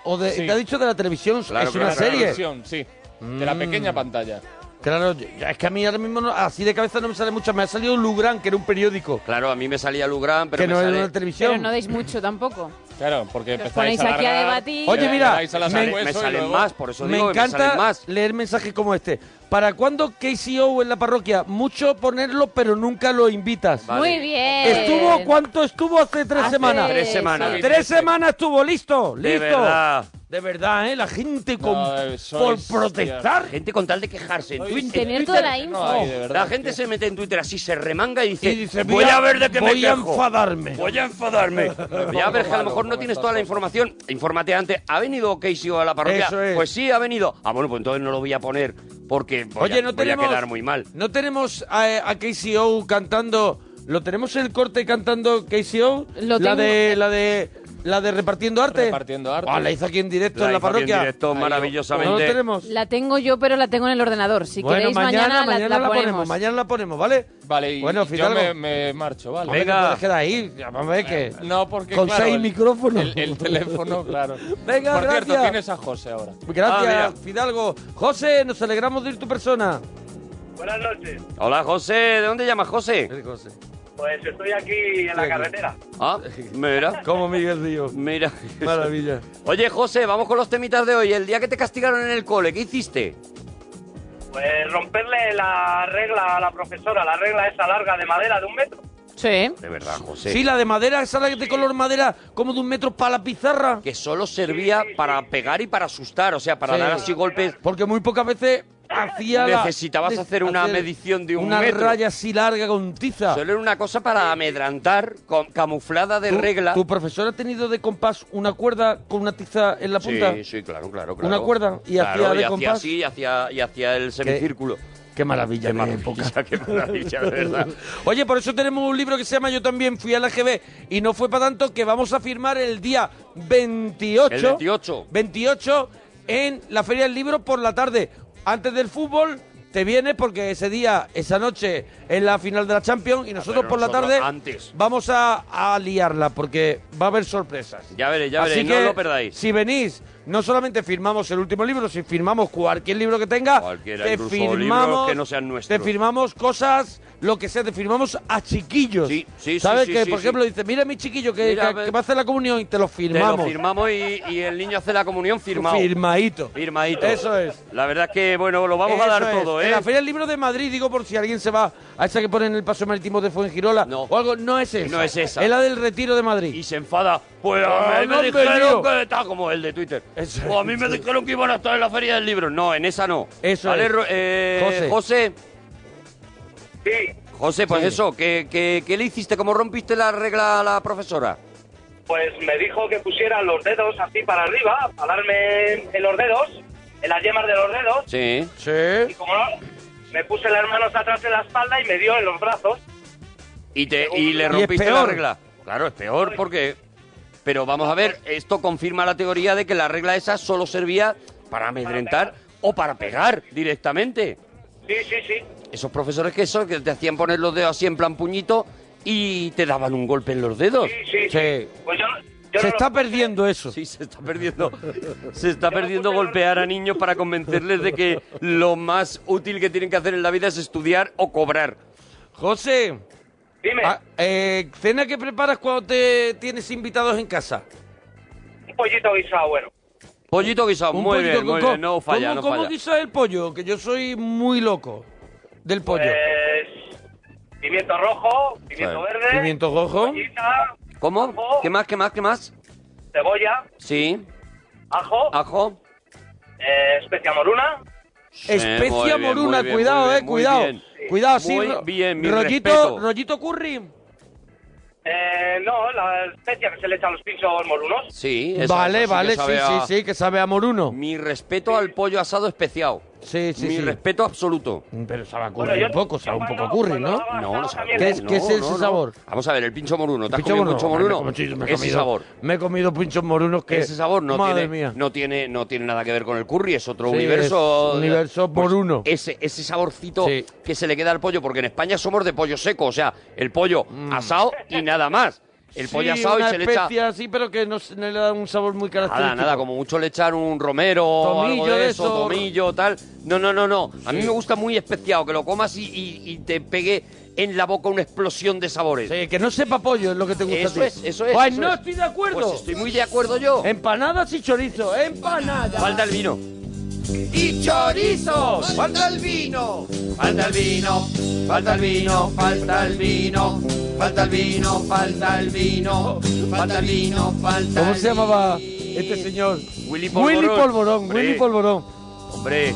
[SPEAKER 18] ¿O de,
[SPEAKER 23] Sí.
[SPEAKER 18] ¿Te ha dicho de la televisión? es una
[SPEAKER 23] De la
[SPEAKER 18] serie.
[SPEAKER 23] televisión, sí. De la
[SPEAKER 18] Mm.
[SPEAKER 23] pequeña pantalla.
[SPEAKER 18] Claro, yo- yo- es que a mí ahora mismo no- así de cabeza no me sale mucho. Me ha salido Lugran, que era un periódico.
[SPEAKER 20] Claro, a mí me salía Lugran,
[SPEAKER 18] Que no era una
[SPEAKER 19] Pero
[SPEAKER 18] televisión.
[SPEAKER 19] no deis mucho tampoco.
[SPEAKER 23] Claro, porque
[SPEAKER 19] Os ponéis aquí a debatir.
[SPEAKER 18] Oye, mira,
[SPEAKER 20] salen- me salen más, por eso
[SPEAKER 18] me
[SPEAKER 20] digo que me
[SPEAKER 18] encanta
[SPEAKER 20] salen más.
[SPEAKER 18] leer mensajes como este. ¿Para cuándo KCO en la parroquia? Mucho ponerlo, pero nunca lo invitas.
[SPEAKER 19] Muy bien.
[SPEAKER 18] ¿Estuvo cuánto estuvo hace tres
[SPEAKER 20] Hace
[SPEAKER 18] semanas?
[SPEAKER 20] Tres semanas. sí.
[SPEAKER 18] Tres semanas estuvo, listo, listo.
[SPEAKER 20] De verdad.
[SPEAKER 18] De verdad, ¿eh? La gente con,
[SPEAKER 20] eh,
[SPEAKER 18] por
[SPEAKER 20] sois-
[SPEAKER 18] protestar.
[SPEAKER 20] Gente con tal de quejarse en Twitter.
[SPEAKER 19] Tener toda la info.
[SPEAKER 20] la gente se mete en Twitter así, se remanga y dice,
[SPEAKER 18] voy
[SPEAKER 20] voy
[SPEAKER 18] a-
[SPEAKER 20] a ver de qué me
[SPEAKER 18] voy a
[SPEAKER 20] quejo.
[SPEAKER 18] enfadarme".
[SPEAKER 20] Voy a [LAUGHS] enfadarme. voy a ver que a lo mejor no tienes toda la información. Infórmate antes. ¿Ha venido Casey a la parroquia?
[SPEAKER 18] Eso es.
[SPEAKER 20] Pues sí, ha venido. Ah, bueno, pues entonces no lo voy a poner porque voy,
[SPEAKER 18] Oye,
[SPEAKER 20] a,
[SPEAKER 18] no
[SPEAKER 20] Pues voy a
[SPEAKER 18] tenemos,
[SPEAKER 20] quedar muy mal.
[SPEAKER 18] No tenemos a, a KCO cantando. ¿Lo tenemos en el corte cantando KCO?
[SPEAKER 20] Lo
[SPEAKER 18] la
[SPEAKER 20] tengo.
[SPEAKER 18] de la de la de repartiendo arte.
[SPEAKER 23] Repartiendo arte.
[SPEAKER 18] Ah, la hizo aquí en directo
[SPEAKER 20] La
[SPEAKER 18] en la
[SPEAKER 20] hizo aquí en
[SPEAKER 18] parroquia.
[SPEAKER 20] directo,
[SPEAKER 18] Ahí,
[SPEAKER 20] maravillosamente.
[SPEAKER 18] Pues No lo tenemos.
[SPEAKER 19] La tengo yo, pero la tengo en el ordenador. Si
[SPEAKER 18] bueno,
[SPEAKER 19] queréis,
[SPEAKER 18] mañana, mañana,
[SPEAKER 19] la- la,
[SPEAKER 18] la,
[SPEAKER 19] ponemos.
[SPEAKER 18] ponemos. Mañana la ponemos, ¿vale?
[SPEAKER 23] Vale, y
[SPEAKER 18] Bueno,
[SPEAKER 23] yo
[SPEAKER 18] Fidalgo.
[SPEAKER 23] me, me marcho, vale.
[SPEAKER 18] Hombre, te puedes quedar ahí. Ya, vamos a ver que.
[SPEAKER 23] No, porque
[SPEAKER 18] Con
[SPEAKER 23] claro,
[SPEAKER 18] seis
[SPEAKER 23] el-
[SPEAKER 18] micrófonos.
[SPEAKER 23] El, el teléfono, claro.
[SPEAKER 18] [LAUGHS] Venga,
[SPEAKER 23] Por
[SPEAKER 18] gracias.
[SPEAKER 23] cierto, tienes a José ahora.
[SPEAKER 18] Gracias,
[SPEAKER 23] Ah,
[SPEAKER 18] Fidalgo. José, nos alegramos de ir tu persona.
[SPEAKER 17] Buenas noches.
[SPEAKER 20] Hola, José. ¿De dónde llamas, José?
[SPEAKER 17] Pues estoy aquí en la carretera.
[SPEAKER 20] Ah, mira.
[SPEAKER 18] [LAUGHS] Como Miguel Río.
[SPEAKER 20] Mira.
[SPEAKER 18] Maravilla.
[SPEAKER 20] Oye, José, vamos con los temitas de hoy. El día que te castigaron en el cole, ¿qué hiciste?
[SPEAKER 17] Pues romperle la regla a la profesora, la regla esa larga de madera de un metro.
[SPEAKER 19] Sí.
[SPEAKER 20] De verdad, José.
[SPEAKER 18] Sí. la de madera, esa la de color madera, como de un metro para la pizarra.
[SPEAKER 20] Que solo servía para pegar y para asustar, o sea, para
[SPEAKER 18] Sí.
[SPEAKER 20] dar así golpes.
[SPEAKER 18] Porque muy pocas veces hacía la-
[SPEAKER 20] Necesitabas
[SPEAKER 18] de-
[SPEAKER 20] hacer una medición de un
[SPEAKER 18] una
[SPEAKER 20] metro.
[SPEAKER 18] raya así larga con tiza.
[SPEAKER 20] Solo era una cosa para amedrantar, con- camuflada de
[SPEAKER 18] ¿Tu-
[SPEAKER 20] regla.
[SPEAKER 18] ¿Tu profesor ha tenido de compás una cuerda con una tiza en la punta?
[SPEAKER 20] Sí, sí, claro, claro,
[SPEAKER 18] Una
[SPEAKER 20] claro.
[SPEAKER 18] cuerda y
[SPEAKER 20] Claro,
[SPEAKER 18] hacía de
[SPEAKER 20] y
[SPEAKER 18] compás.
[SPEAKER 20] así, y hacía, y hacía el semicírculo.
[SPEAKER 18] Qué maravilla,
[SPEAKER 20] qué maravilla, [LAUGHS] qué maravilla, de
[SPEAKER 18] [LAUGHS]
[SPEAKER 20] verdad.
[SPEAKER 18] Oye, por eso tenemos un libro que se llama Yo también fui al AGB y no fue para tanto que vamos a firmar el día 28.
[SPEAKER 20] El 28.
[SPEAKER 18] 28 en la Feria del Libro por la tarde. Antes del fútbol te vienes porque ese día, esa noche, es la final de la Champions y nosotros
[SPEAKER 20] Pero
[SPEAKER 18] por la
[SPEAKER 20] nosotros
[SPEAKER 18] tarde
[SPEAKER 20] Antes.
[SPEAKER 18] vamos a, a liarla porque va a haber sorpresas.
[SPEAKER 20] Ya veréis, ya
[SPEAKER 18] Así
[SPEAKER 20] veréis,
[SPEAKER 18] que
[SPEAKER 20] no lo perdáis.
[SPEAKER 18] si venís, no solamente firmamos el último libro, si firmamos cualquier libro que tenga,
[SPEAKER 20] Cualquiera,
[SPEAKER 18] te
[SPEAKER 20] incluso libros
[SPEAKER 18] firmamos,
[SPEAKER 20] que no sean
[SPEAKER 18] te
[SPEAKER 20] nuestros.
[SPEAKER 18] firmamos cosas, lo que sea, te firmamos a chiquillos.
[SPEAKER 20] Sí, sí, sí,
[SPEAKER 18] ¿Sabes?
[SPEAKER 20] sí,
[SPEAKER 18] que,
[SPEAKER 20] sí,
[SPEAKER 18] por
[SPEAKER 20] sí.
[SPEAKER 18] ejemplo, dice, mira mi chiquillo que,
[SPEAKER 20] Mira,
[SPEAKER 18] que-
[SPEAKER 20] ve-
[SPEAKER 18] que va a hacer la comunión y te lo
[SPEAKER 20] Te lo
[SPEAKER 18] firmamos.
[SPEAKER 20] firmamos y, y el niño hace la comunión firmado.
[SPEAKER 18] Firmadito.
[SPEAKER 20] Firmadito.
[SPEAKER 18] Eso es.
[SPEAKER 20] La verdad es que, bueno, lo vamos
[SPEAKER 18] Eso
[SPEAKER 20] a dar
[SPEAKER 18] es.
[SPEAKER 20] todo,
[SPEAKER 18] En
[SPEAKER 20] ¿eh?
[SPEAKER 18] la Feria del Libro de Madrid, digo por si alguien se va a esa que ponen en el Paso Marítimo de Fuengirola o algo, no es esa.
[SPEAKER 20] No es esa.
[SPEAKER 18] Es la del Retiro de Madrid. Ah,
[SPEAKER 20] Y se enfada. Pues a mí me dijeron que está como el de Twitter. O a mí me dijeron que iban a estar en la Feria del Libro. No, en esa no.
[SPEAKER 18] Eso
[SPEAKER 20] Vale,
[SPEAKER 18] es.
[SPEAKER 20] Ro- eh,
[SPEAKER 18] José.
[SPEAKER 20] José.
[SPEAKER 17] Sí.
[SPEAKER 20] José, pues eso, ¿qué, qué, qué le hiciste? ¿Cómo rompiste la regla a la profesora?
[SPEAKER 17] Pues me dijo que pusiera los dedos así para arriba, pararme en los dedos, en las yemas de los dedos.
[SPEAKER 20] Sí.
[SPEAKER 18] Sí.
[SPEAKER 17] Y como no, me puse las manos atrás de la espalda y me dio en los brazos.
[SPEAKER 20] Y,
[SPEAKER 18] Este
[SPEAKER 20] te, y
[SPEAKER 17] Y
[SPEAKER 20] le
[SPEAKER 17] es
[SPEAKER 20] rompiste la
[SPEAKER 17] peor.
[SPEAKER 20] regla. Claro, es peor porque... Pero vamos a ver, esto confirma la teoría de que la regla esa solo servía para amedrentar o para pegar directamente.
[SPEAKER 17] Sí, sí, sí.
[SPEAKER 20] Esos profesores que son, que te hacían poner los dedos así en plan puñito y te daban un golpe en los dedos.
[SPEAKER 18] Sí.
[SPEAKER 20] Pues
[SPEAKER 18] Se está perdiendo eso.
[SPEAKER 20] Sí, se está perdiendo. [LAUGHS] Se está perdiendo golpear a niños para convencerles de que lo más útil que tienen que hacer en la vida es estudiar o cobrar.
[SPEAKER 18] José.
[SPEAKER 20] Dime.
[SPEAKER 18] Eh, ¿Cena que preparas cuando te tienes invitados en casa?
[SPEAKER 17] Un pollito guisado, bueno.
[SPEAKER 20] Pollito guisado,
[SPEAKER 18] Un
[SPEAKER 20] muy
[SPEAKER 18] pollito
[SPEAKER 20] bien,
[SPEAKER 18] con
[SPEAKER 20] muy
[SPEAKER 18] co-
[SPEAKER 20] bien, no falla,
[SPEAKER 18] ¿Cómo,
[SPEAKER 20] no
[SPEAKER 18] cómo
[SPEAKER 20] falla.
[SPEAKER 18] guisas el pollo? Que yo soy muy loco del pollo.
[SPEAKER 17] Pues, pimiento rojo, pimiento
[SPEAKER 20] Vale.
[SPEAKER 17] verde.
[SPEAKER 20] Pimiento rojo.
[SPEAKER 17] cebollita,
[SPEAKER 20] ¿Cómo? ¿Qué más, qué más, qué más?
[SPEAKER 17] Cebolla,
[SPEAKER 20] Sí,
[SPEAKER 17] ajo,
[SPEAKER 20] ajo.
[SPEAKER 17] eh, especia moruna.
[SPEAKER 20] Eh, muy
[SPEAKER 18] Especia
[SPEAKER 20] bien,
[SPEAKER 18] moruna,
[SPEAKER 20] muy bien,
[SPEAKER 18] cuidado,
[SPEAKER 20] muy bien,
[SPEAKER 18] eh,
[SPEAKER 20] muy
[SPEAKER 18] cuidado.
[SPEAKER 20] bien.
[SPEAKER 18] Cuidado, sí.
[SPEAKER 20] Muy
[SPEAKER 18] ro-
[SPEAKER 20] bien, mi
[SPEAKER 18] rollito,
[SPEAKER 20] respeto.
[SPEAKER 18] rollito curry.
[SPEAKER 17] Eh, no, la especia que se le echa a los pinchos morunos.
[SPEAKER 20] Sí, esa-
[SPEAKER 18] Vale,
[SPEAKER 20] esa que
[SPEAKER 18] vale, sí,
[SPEAKER 20] sabe
[SPEAKER 18] sí,
[SPEAKER 20] a-
[SPEAKER 18] sí, que sabe a moruno.
[SPEAKER 20] Mi respeto al pollo asado especiado.
[SPEAKER 18] Sí, sí,
[SPEAKER 20] Mi
[SPEAKER 18] sí.
[SPEAKER 20] respeto absoluto.
[SPEAKER 18] Pero sabe a curry un poco, sabe un poco curry, ¿no?
[SPEAKER 20] No, no sabe.
[SPEAKER 18] ¿Qué es,
[SPEAKER 20] no,
[SPEAKER 18] qué es ese
[SPEAKER 20] no, no.
[SPEAKER 18] sabor?
[SPEAKER 20] Vamos a ver, el pincho moruno. ¿Te has
[SPEAKER 18] Pincho
[SPEAKER 20] comido
[SPEAKER 18] moruno.
[SPEAKER 20] pincho
[SPEAKER 18] Hombre,
[SPEAKER 20] moruno?
[SPEAKER 18] me he comido- me he
[SPEAKER 20] ese
[SPEAKER 18] comido-
[SPEAKER 20] sabor.
[SPEAKER 18] Me he comido pinchos morunos que...
[SPEAKER 20] Ese sabor no
[SPEAKER 18] Madre
[SPEAKER 20] tiene,
[SPEAKER 18] mía.
[SPEAKER 20] no tiene no tiene nada que ver con el curry, es otro
[SPEAKER 18] Sí,
[SPEAKER 20] universo. pues
[SPEAKER 18] es universo moruno.
[SPEAKER 20] Ese, ese saborcito que se le queda al pollo, porque en España somos de pollo seco, o sea, el pollo asado y nada más. El
[SPEAKER 18] Mm. Sí,
[SPEAKER 20] pollo asado y
[SPEAKER 18] una
[SPEAKER 20] se le echa
[SPEAKER 18] especia así, pero que no, se- no le da un sabor muy característico.
[SPEAKER 20] Nada, nada, como mucho le echan un romero o algo
[SPEAKER 18] Tomillo
[SPEAKER 20] de
[SPEAKER 18] de
[SPEAKER 20] eso,
[SPEAKER 18] esos.
[SPEAKER 20] tomillo, tal. No, no, no, no. A mí me gusta muy especiado, que lo comas y, y- y te pegue en la boca una explosión de sabores.
[SPEAKER 18] Sí, que no sepa pollo es lo que te gusta a
[SPEAKER 20] Eso
[SPEAKER 18] ti.
[SPEAKER 20] es, eso es,
[SPEAKER 18] Pues
[SPEAKER 20] eso
[SPEAKER 18] no
[SPEAKER 20] es.
[SPEAKER 18] estoy de acuerdo.
[SPEAKER 20] Pues estoy muy de acuerdo yo.
[SPEAKER 18] Empanadas y chorizo, empanadas.
[SPEAKER 20] Falta el vino.
[SPEAKER 18] Y chorizo.
[SPEAKER 20] Falta el vino. Falta el vino, falta el vino, falta el vino, falta el vino, falta el vino, falta el vino, falta
[SPEAKER 18] ¿Cómo se llamaba este señor?
[SPEAKER 20] Willy
[SPEAKER 18] Willy
[SPEAKER 20] Polvorón.
[SPEAKER 18] Polvorón,
[SPEAKER 20] Hombre.
[SPEAKER 18] Willy Polvorón.
[SPEAKER 20] Hombre.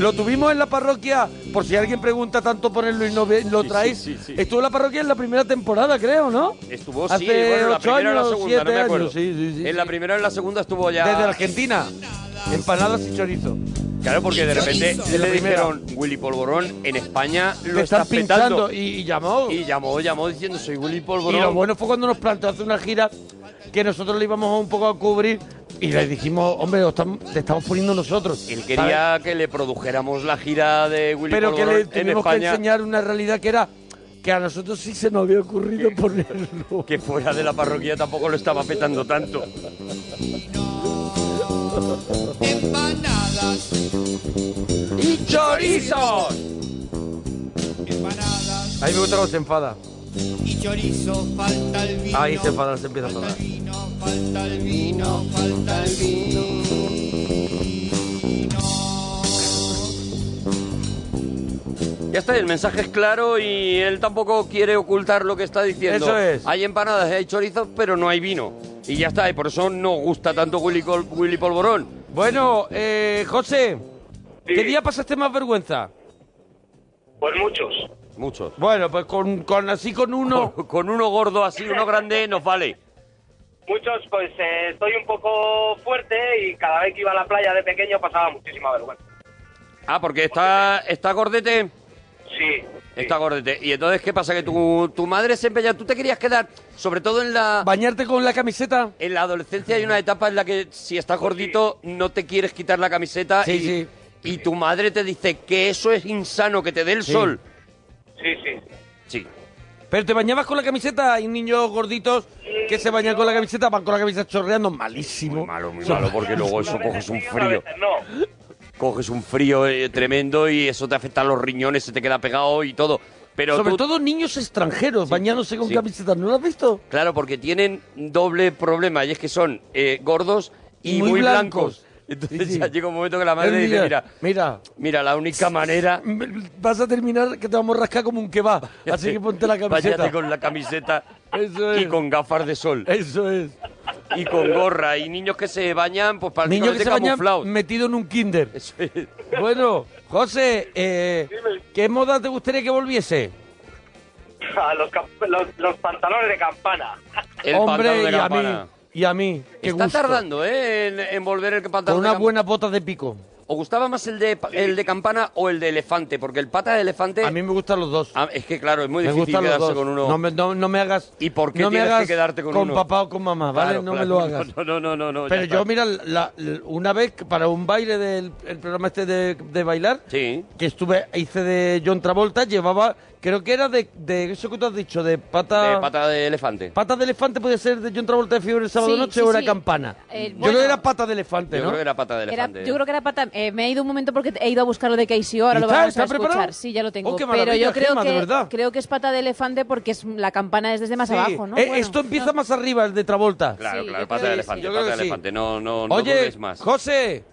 [SPEAKER 18] Lo tuvimos en la parroquia, por si alguien pregunta tanto ponerlo y no ve- lo
[SPEAKER 20] Sí,
[SPEAKER 18] traéis.
[SPEAKER 20] sí, sí, sí.
[SPEAKER 18] Estuvo en la parroquia en la primera temporada, creo, ¿no?
[SPEAKER 20] Estuvo, sí,
[SPEAKER 18] Hace
[SPEAKER 20] bueno, la
[SPEAKER 18] ocho
[SPEAKER 20] primera o la
[SPEAKER 18] años,
[SPEAKER 20] segunda, no
[SPEAKER 18] siete
[SPEAKER 20] me acuerdo.
[SPEAKER 18] años, sí, sí, sí,
[SPEAKER 20] en la primera o en la segunda estuvo ya...
[SPEAKER 18] Desde Argentina. Empanadas y chorizo.
[SPEAKER 20] Claro, porque de repente
[SPEAKER 18] De la
[SPEAKER 20] le
[SPEAKER 18] primera.
[SPEAKER 20] dijeron Willy Polvorón en España lo
[SPEAKER 18] Te están
[SPEAKER 20] estás petando.
[SPEAKER 18] pinchando. Y, y llamó.
[SPEAKER 20] Y llamó, llamó diciendo soy Willy
[SPEAKER 18] Y
[SPEAKER 20] Polvorón.
[SPEAKER 18] lo bueno fue cuando nos planteó hacer una gira que nosotros le íbamos un poco a cubrir y le dijimos, hombre, os tam- te estamos poniendo nosotros.
[SPEAKER 20] Él quería que le produjéramos la gira de Willy
[SPEAKER 18] Pero que le
[SPEAKER 20] Polvorón en
[SPEAKER 18] tuvimos que
[SPEAKER 20] España.
[SPEAKER 18] enseñar una realidad que era que a nosotros sí se nos había ocurrido ponerlo.
[SPEAKER 20] que fuera de la parroquia tampoco lo estaba petando tanto.
[SPEAKER 6] Empanadas
[SPEAKER 18] y chorizos. A mí me gusta cuando se enfada.
[SPEAKER 6] y chorizo, falta el vino.
[SPEAKER 18] Ahí se enfada, se empieza a enfadar.
[SPEAKER 6] Falta el vino, falta el vino.
[SPEAKER 20] Ya está, el mensaje es claro y él tampoco quiere ocultar lo que está diciendo.
[SPEAKER 18] Eso es.
[SPEAKER 20] Hay empanadas, hay chorizos, pero no hay vino. Y ya está, y por eso no gusta tanto Willy, Col- Willy Polvorón.
[SPEAKER 18] Bueno, eh, José, ¿qué día pasaste más vergüenza?
[SPEAKER 20] Pues muchos. Muchos.
[SPEAKER 18] Bueno, pues con, con así con
[SPEAKER 20] [LAUGHS]
[SPEAKER 18] uno.
[SPEAKER 20] Con, uno gordo así, uno grande, nos vale.
[SPEAKER 17] Muchos, pues eh, estoy un poco fuerte y cada vez que iba a la playa de pequeño pasaba muchísima vergüenza.
[SPEAKER 20] Ah, porque está, está gordete.
[SPEAKER 17] Sí.
[SPEAKER 20] Está gordete. Y entonces, ¿qué pasa? Que tu, tu madre se empeña. Tú te querías quedar, sobre todo en la.
[SPEAKER 18] ¿Bañarte con la camiseta?
[SPEAKER 20] En la adolescencia hay una etapa en la que, si estás gordito, no te quieres quitar la camiseta.
[SPEAKER 18] Sí,
[SPEAKER 20] y,
[SPEAKER 18] sí.
[SPEAKER 20] y tu madre te dice que eso es insano, que te dé el
[SPEAKER 18] Sí.
[SPEAKER 20] sol.
[SPEAKER 17] Sí, sí.
[SPEAKER 20] Sí.
[SPEAKER 18] Pero te bañabas con la camiseta, hay niños gorditos que se bañan con la camiseta, van con la camiseta chorreando, malísimo. Muy
[SPEAKER 20] malo, Muy malo, porque luego eso coges un frío.
[SPEAKER 17] No.
[SPEAKER 20] Coges un frío eh, tremendo y eso te afecta a los riñones, se te queda pegado y todo. Pero
[SPEAKER 18] Sobre
[SPEAKER 20] tú-
[SPEAKER 18] todo niños extranjeros bañándose con camisetas, ¿no lo has visto?
[SPEAKER 20] Claro, porque tienen doble problema y es que son eh, gordos y muy, blancos. [LAUGHS] Entonces
[SPEAKER 18] Sí, sí.
[SPEAKER 20] ya llega un momento que la madre dice, mira,
[SPEAKER 18] mira,
[SPEAKER 20] mira, la única
[SPEAKER 18] [LAUGHS]
[SPEAKER 20] manera...
[SPEAKER 18] vas a terminar que te vamos a rascar como
[SPEAKER 20] [LAUGHS]
[SPEAKER 18] un kebab, así que ponte la camiseta.
[SPEAKER 20] Váyate con la
[SPEAKER 18] [LAUGHS]
[SPEAKER 20] camiseta
[SPEAKER 18] es.
[SPEAKER 20] y con gafas de sol.
[SPEAKER 18] Eso es.
[SPEAKER 20] Y con gorra. Y niños que se bañan, pues
[SPEAKER 18] Niños que
[SPEAKER 20] prácticamente
[SPEAKER 18] se bañan
[SPEAKER 20] camuflados.
[SPEAKER 18] metido en un kinder.
[SPEAKER 20] [LAUGHS]
[SPEAKER 18] Bueno, José, eh, ¿qué moda te gustaría que volviese?
[SPEAKER 17] A los, cam- los- los pantalones de campana.
[SPEAKER 18] Hombre, y a mí, y a mí. mm, qué
[SPEAKER 20] Está
[SPEAKER 18] gusto.
[SPEAKER 20] tardando, ¿eh? En, en volver el
[SPEAKER 18] Con
[SPEAKER 20] pantalón de
[SPEAKER 18] unas
[SPEAKER 20] campana.
[SPEAKER 18] buenas botas de pico.
[SPEAKER 20] ¿Os gustaba más el de, pa- el de campana o el de elefante? Porque el pata de elefante... A mí
[SPEAKER 18] me gustan los dos.
[SPEAKER 20] es que, claro, es muy
[SPEAKER 18] me
[SPEAKER 20] difícil
[SPEAKER 18] gustan los
[SPEAKER 20] quedarse
[SPEAKER 18] dos.
[SPEAKER 20] con uno.
[SPEAKER 18] No me, no, no me hagas.
[SPEAKER 20] ¿Y por qué
[SPEAKER 18] no me
[SPEAKER 20] tienes que
[SPEAKER 18] hagas
[SPEAKER 20] quedarte con uno?
[SPEAKER 18] Con papá o con mamá, ¿vale?
[SPEAKER 20] Claro,
[SPEAKER 18] no
[SPEAKER 20] claro,
[SPEAKER 18] me lo hagas.
[SPEAKER 20] [LAUGHS] No, no, no, no. no, ya
[SPEAKER 18] Pero
[SPEAKER 20] está.
[SPEAKER 18] yo, mira, la- la- una vez que para un baile del el programa este de, de bailar, que estuve, hice de John Travolta, llevaba, creo que era de, de eso que tú has dicho, de pata.
[SPEAKER 20] De pata de elefante.
[SPEAKER 18] Pata de elefante puede ser de John Travolta de fiebre el sábado
[SPEAKER 19] Sí,
[SPEAKER 18] noche
[SPEAKER 19] sí,
[SPEAKER 18] o era
[SPEAKER 19] sí.
[SPEAKER 18] campana.
[SPEAKER 19] Eh,
[SPEAKER 18] yo
[SPEAKER 19] bueno.
[SPEAKER 18] creo que era pata de elefante,
[SPEAKER 20] Yo
[SPEAKER 18] ¿no?
[SPEAKER 20] creo que era pata de
[SPEAKER 19] Era-
[SPEAKER 20] elefante.
[SPEAKER 19] yo creo que era pata. eh, me he ido un momento porque he ido a buscar lo de KCO, ahora
[SPEAKER 20] ¿Y
[SPEAKER 19] lo
[SPEAKER 20] está?
[SPEAKER 19] vamos
[SPEAKER 20] ¿Está
[SPEAKER 19] a escuchar.
[SPEAKER 20] preparado?
[SPEAKER 19] Sí, ya lo tengo.
[SPEAKER 20] Oh, qué
[SPEAKER 19] Pero
[SPEAKER 20] maravilla,
[SPEAKER 19] yo creo
[SPEAKER 20] Gemma, de
[SPEAKER 19] que,
[SPEAKER 20] verdad.
[SPEAKER 19] creo que es pata de elefante porque es, la campana es desde más
[SPEAKER 18] Sí.
[SPEAKER 19] abajo, ¿no?
[SPEAKER 18] Eh,
[SPEAKER 19] Bueno.
[SPEAKER 18] Esto empieza más arriba, el de Travolta.
[SPEAKER 20] Claro, claro, pata de elefante,
[SPEAKER 18] Yo creo
[SPEAKER 20] pata de
[SPEAKER 18] que sí.
[SPEAKER 20] elefante. No, no, no
[SPEAKER 18] Oye,
[SPEAKER 20] dudes más.
[SPEAKER 18] José,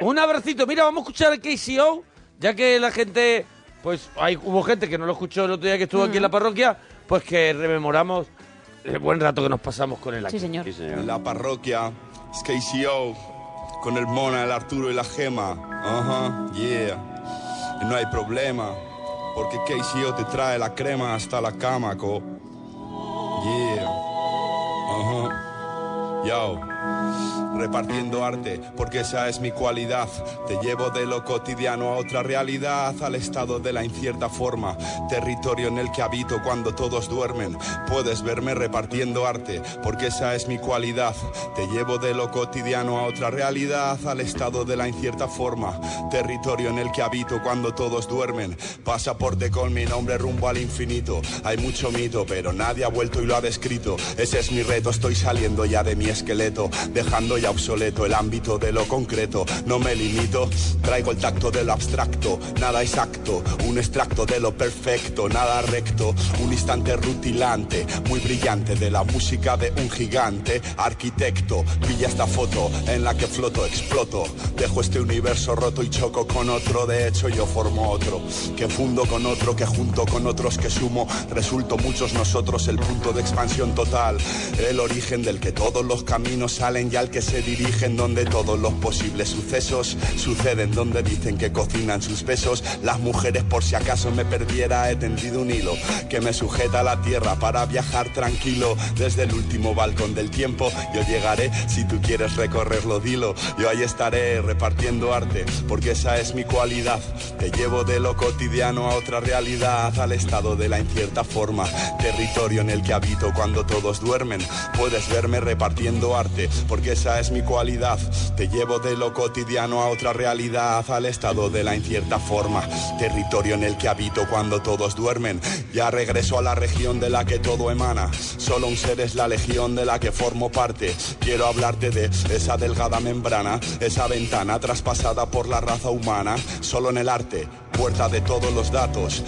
[SPEAKER 18] un abracito. Mira, vamos a escuchar el KCO, ya que la gente, pues hay, hubo gente que no lo escuchó el otro día que estuvo aquí en la parroquia, pues que rememoramos el buen rato que nos pasamos con él aquí.
[SPEAKER 22] En la parroquia, es KCO, con el Mona, el Arturo y la Gema. Ajá, yeah. Y no hay problema, porque KCO te trae la crema hasta la cama, co. Yeah. Ajá. Yo. Repartiendo arte, porque esa es mi cualidad. Te llevo de lo cotidiano a otra realidad, al estado de la incierta forma, territorio en el que habito cuando todos duermen. Puedes verme repartiendo arte, porque esa es mi cualidad. Te llevo de lo cotidiano a otra realidad, al estado de la incierta forma, territorio en el que habito cuando todos duermen. Pasaporte con mi nombre rumbo al infinito. Hay mucho mito, pero nadie ha vuelto y lo ha descrito. Ese es mi reto, estoy saliendo ya de mi esqueleto, dejando ya obsoleto el ámbito de lo concreto. No me limito, traigo el tacto de lo abstracto, nada exacto, un extracto de lo perfecto, nada recto, un instante rutilante, muy brillante de la música de un gigante, arquitecto, pilla esta foto en la que floto, exploto, dejo este universo roto y choco con otro, de hecho yo formo otro, que fundo con otro, que junto con otros que sumo, resulto muchos nosotros el punto de expansión total, el origen del que todos los caminos salen y al que se dirigen, donde todos los posibles sucesos suceden, donde dicen que cocinan sus besos, las mujeres por si acaso me perdiera, he tendido un hilo que me sujeta a la tierra para viajar tranquilo desde el último balcón del tiempo, yo llegaré, si tú quieres recorrerlo, dilo, yo ahí estaré repartiendo arte, porque esa es mi cualidad, te llevo de lo cotidiano a otra realidad, al estado de la incierta forma, territorio en el que habito cuando todos duermen, puedes verme repartiendo arte, porque esa es mi cualidad, te llevo de lo cotidiano a otra realidad, al estado de la incierta forma, territorio en el que habito cuando todos duermen, ya regreso a la región de la que todo emana, solo un ser es la legión de la que formo parte, quiero hablarte de esa delgada membrana, esa ventana traspasada por la raza humana, solo en el arte, puerta de todos los datos,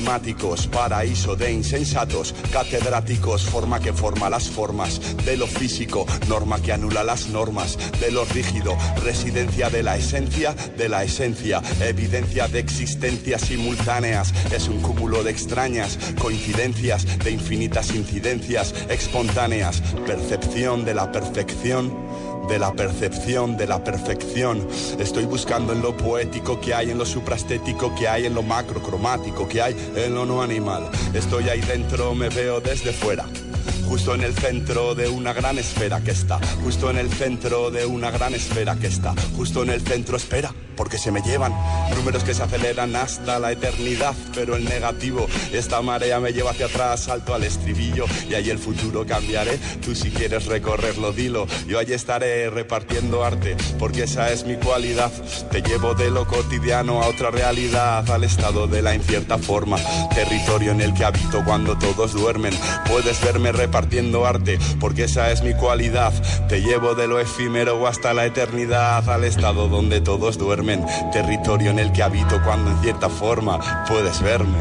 [SPEAKER 22] matemáticos, paraíso de insensatos, catedráticos, forma que forma las formas, de lo físico, norma que anula las normas, de lo rígido, residencia de la esencia, de la esencia, evidencia de existencias simultáneas, es un cúmulo de extrañas, coincidencias, de infinitas incidencias, espontáneas, percepción de la perfección de la percepción, de la perfección. Estoy buscando en lo poético que hay, en lo suprastético que hay, en lo macrocromático que hay, en lo no animal. Estoy ahí dentro, me veo desde fuera. Justo en el centro de una gran esfera que está. Justo en el centro de una gran esfera que está. Justo en el centro, espera, porque se me llevan. Números que se aceleran hasta la eternidad, pero el negativo. Esta marea me lleva hacia atrás, salto al estribillo y ahí el futuro cambiaré. Tú si quieres recorrerlo, dilo. Yo allí estaré repartiendo arte, porque esa es mi cualidad. Te llevo de lo cotidiano a otra realidad, al estado de la incierta forma. Territorio en el que habito cuando todos duermen. Puedes verme repartiendo arte, porque esa es mi cualidad. Te llevo de lo efímero hasta la eternidad, al estado donde todos duermen. Territorio en el que habito cuando en cierta forma puedes verme.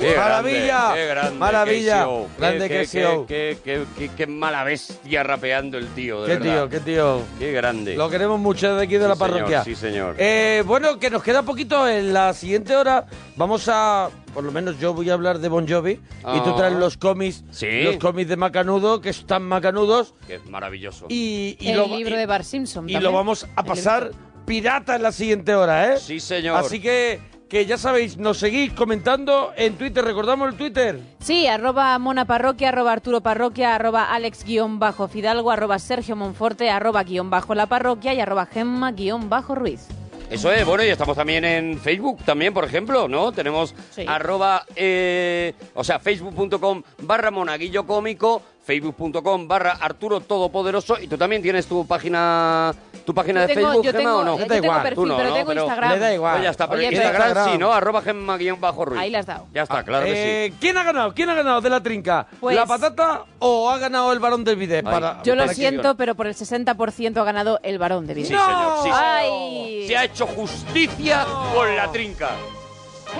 [SPEAKER 20] Qué
[SPEAKER 18] Maravilla,
[SPEAKER 20] grande, qué grande,
[SPEAKER 18] maravilla.
[SPEAKER 20] KCO.
[SPEAKER 18] Grande
[SPEAKER 20] Qué- qué-
[SPEAKER 18] KCO.
[SPEAKER 20] Qué qué- qué- qué mala bestia rapeando el tío, de
[SPEAKER 18] Qué
[SPEAKER 20] verdad.
[SPEAKER 18] tío, qué tío.
[SPEAKER 20] Qué grande.
[SPEAKER 18] Lo queremos mucho desde aquí de
[SPEAKER 20] Sí,
[SPEAKER 18] la
[SPEAKER 20] señor,
[SPEAKER 18] parroquia.
[SPEAKER 20] sí, señor.
[SPEAKER 18] Eh, bueno, que nos queda poquito. En la siguiente hora vamos a, por lo menos yo voy a hablar de Bon Jovi y tú
[SPEAKER 20] Ah.
[SPEAKER 18] traes los cómics, los cómics de Macanudo que están macanudos
[SPEAKER 20] Qué maravilloso.
[SPEAKER 18] eh, y, y
[SPEAKER 19] el
[SPEAKER 18] lo,
[SPEAKER 19] libro
[SPEAKER 18] y-
[SPEAKER 19] de Bar Simpson.
[SPEAKER 18] y
[SPEAKER 19] también.
[SPEAKER 18] lo vamos a
[SPEAKER 19] El
[SPEAKER 18] pasar pirata en la siguiente hora, ¿eh? Sí,
[SPEAKER 20] señor.
[SPEAKER 18] Así que que ya sabéis, nos seguís comentando en Twitter. ¿Recordamos el Twitter?
[SPEAKER 19] Sí, arroba Mona Parroquia, arroba Arturo Parroquia, arroba Alex guión bajo Fidalgo, arroba Sergio Monforte, arroba guión bajo La Parroquia y arroba Gemma guión bajo Ruiz.
[SPEAKER 20] Eso es, bueno, y estamos también en Facebook, también, por ejemplo, ¿no? Tenemos
[SPEAKER 19] Sí.
[SPEAKER 20] arroba, eh, o sea, facebook.com barra monaguillo cómico, facebook.com barra Arturo Todopoderoso, y tú también tienes tu página... ¿Tu página
[SPEAKER 19] Yo
[SPEAKER 20] de
[SPEAKER 19] tengo-
[SPEAKER 20] Facebook,
[SPEAKER 19] yo
[SPEAKER 20] Gemma,
[SPEAKER 19] tengo-
[SPEAKER 20] o no?
[SPEAKER 19] yo Te da tengo igual. perfil,
[SPEAKER 20] Tú no,
[SPEAKER 19] pero
[SPEAKER 20] ¿no?
[SPEAKER 19] tengo Instagram. Le da igual.
[SPEAKER 20] Pues ya está, pero
[SPEAKER 19] Oye, pero-
[SPEAKER 20] Instagram, sí,
[SPEAKER 19] Instagram.
[SPEAKER 20] ¿no? Arroba gemma guión bajo Ruiz.
[SPEAKER 19] Ahí la has dado.
[SPEAKER 20] Ya está, claro que sí.
[SPEAKER 18] Eh, ¿Quién ha ganado? ¿Quién ha ganado de la trinca?
[SPEAKER 19] Pues-
[SPEAKER 18] ¿La patata o ha ganado el varón del bidet? Ah, Para-
[SPEAKER 19] Yo lo
[SPEAKER 18] para que-
[SPEAKER 19] siento, pero por el 60% ha ganado el varón de Vigo.
[SPEAKER 18] Sí, señor, sí, señor.
[SPEAKER 19] ¡Ay!
[SPEAKER 20] Se ha hecho justicia con la trinca.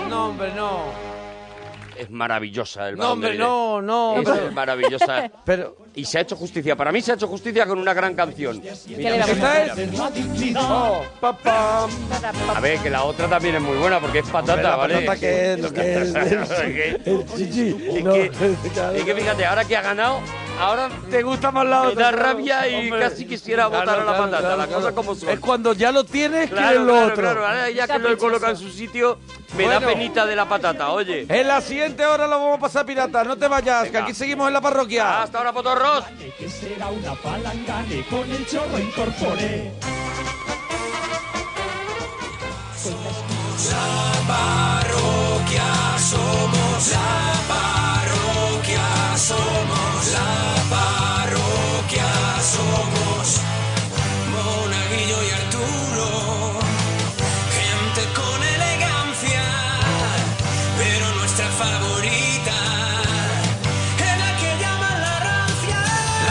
[SPEAKER 18] No, hombre, no.
[SPEAKER 20] Es maravillosa el
[SPEAKER 18] No,
[SPEAKER 20] varón
[SPEAKER 18] hombre,
[SPEAKER 20] de
[SPEAKER 18] no,
[SPEAKER 20] Irene.
[SPEAKER 18] no,
[SPEAKER 20] Es
[SPEAKER 18] pero-
[SPEAKER 20] maravillosa.
[SPEAKER 18] [LAUGHS] Pero...
[SPEAKER 20] Y se ha hecho justicia. Para mí se ha hecho justicia con una gran canción.
[SPEAKER 18] le vamos a hacer? Oh, pa, pam.
[SPEAKER 20] A ver, que la otra también es muy buena porque es patata,
[SPEAKER 18] Hombre, la
[SPEAKER 20] ¿vale?
[SPEAKER 18] patata que es, lo
[SPEAKER 20] [LAUGHS]
[SPEAKER 18] que es.
[SPEAKER 20] Es que-
[SPEAKER 18] Chichi,
[SPEAKER 20] es que fíjate, ahora que ha ganado, ahora
[SPEAKER 18] te gusta más la
[SPEAKER 20] Me da
[SPEAKER 18] otra. claro.
[SPEAKER 20] rabia y
[SPEAKER 18] Hombre.
[SPEAKER 20] casi quisiera
[SPEAKER 18] Claro,
[SPEAKER 20] votar a la
[SPEAKER 18] claro,
[SPEAKER 20] patata,
[SPEAKER 18] claro,
[SPEAKER 20] las
[SPEAKER 18] claro.
[SPEAKER 20] cosas como son.
[SPEAKER 18] Es cuando ya lo tienes, quieres lo
[SPEAKER 20] claro,
[SPEAKER 18] otro.
[SPEAKER 20] claro, ahora ya que lo coloca en su sitio, me da
[SPEAKER 18] Bueno.
[SPEAKER 20] penita de la patata, oye.
[SPEAKER 18] En la siguiente hora lo vamos a pasar, pirata. No te vayas, que
[SPEAKER 20] Venga.
[SPEAKER 18] aquí seguimos en la parroquia.
[SPEAKER 20] Hasta ahora, potorros.
[SPEAKER 1] Que será una palangane con el chorro incorporé.
[SPEAKER 6] La parroquia somos, la parroquia somos, la parroquia somos. Monaguillo y Arturo, gente con elegancia, pero nuestra favorita es la que llaman la rancia.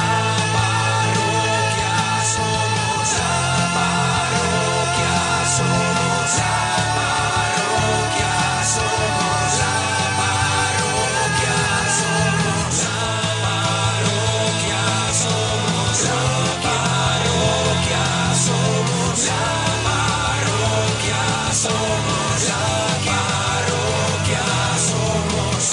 [SPEAKER 6] La parroquia somos, la parroquia somos, la parroquia somos, la parroquia somos, la parroquia somos, la parroquia somos, la parroquia somos, la parroquia somos.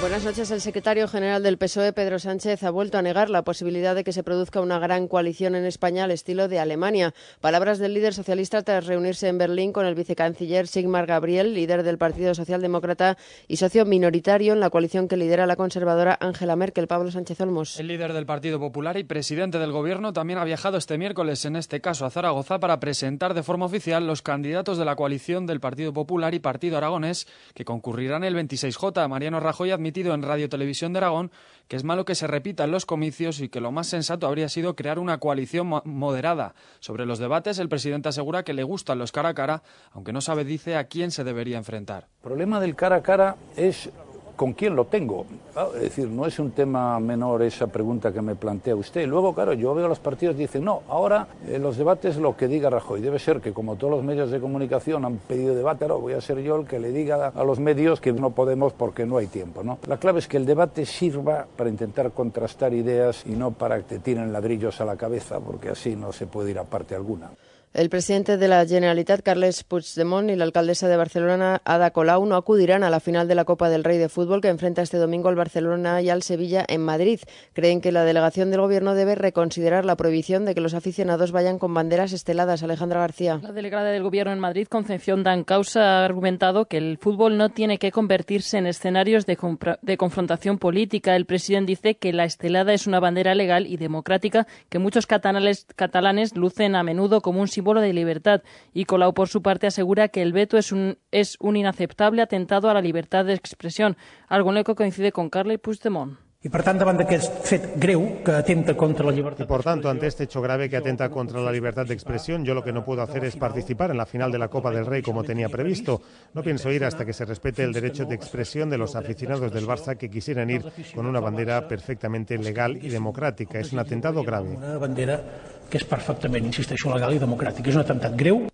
[SPEAKER 7] Buenas noches. El secretario general del PSOE, E, Pedro Sánchez, ha vuelto a negar la posibilidad de que se produzca una gran coalición en España al estilo de Alemania. Palabras del líder socialista tras reunirse en Berlín con el vicecanciller Sigmar Gabriel, líder del Partido Socialdemócrata y socio minoritario en la coalición que lidera la conservadora Angela Merkel. Pablo Sánchez Olmos.
[SPEAKER 8] El líder del Partido Popular y presidente del Gobierno también ha viajado este miércoles, en este caso a Zaragoza, para presentar de forma oficial los candidatos de la coalición del Partido Popular y Partido Aragonés que concurrirán el 26J. Mariano Rajoy ha admitido en Radio Televisión de Aragón que es malo que se repitan los comicios y que lo más sensato habría sido crear una coalición mo- moderada. Sobre los debates, el presidente asegura que le gustan los cara a cara, aunque no sabe, dice, a quién se debería enfrentar.
[SPEAKER 24] El problema del cara a cara es con quién lo tengo. Ah, Es decir, no es un tema menor esa pregunta que me plantea usted. Luego, claro, yo veo los partidos y dicen, no, ahora eh, los debates lo que diga Rajoy. Debe ser que como todos los medios de comunicación han pedido debate, ahora voy a ser yo el que le diga a los medios que no podemos porque no hay tiempo. ¿no? La clave es que el debate sirva para intentar contrastar ideas y no para que te tiren ladrillos a la cabeza, porque así no se puede ir a parte alguna.
[SPEAKER 7] El presidente de la Generalitat, Carles Puigdemont, y la alcaldesa de Barcelona, Ada Colau, no acudirán a la final de la Copa del Rey de Fútbol que enfrenta este domingo al Barcelona y al Sevilla en Madrid. Creen que la delegación del Gobierno debe reconsiderar la prohibición de que los aficionados vayan con banderas esteladas. Alejandra García.
[SPEAKER 10] La delegada del Gobierno en Madrid, Concepción Dancausa, ha argumentado que el fútbol no tiene que convertirse en escenarios de, compra- de confrontación política. El presidente dice que la estelada es una bandera legal y democrática que muchos catanales- catalanes lucen a menudo como un símbolo de libertad. Y Colau, por su parte, asegura que el veto es un, es un inaceptable atentado a la libertad de expresión, algo en lo que coincide con Carles Puigdemont.
[SPEAKER 25] I per tant, davant d'aquest fet greu que atenta contra la llibertat...
[SPEAKER 26] Y por tanto, ante este hecho grave que atenta contra la libertad de expresión, yo lo que no puedo hacer es participar en la final de la Copa del Rey como tenía previsto. No pienso ir hasta que se respete el derecho de expresión de los aficionados del Barça que quisieran ir con una bandera perfectamente legal y democrática. Es un atentado grave.
[SPEAKER 25] Una bandera que és perfectament, insisteixo, legal i democràtic. És un atemptat greu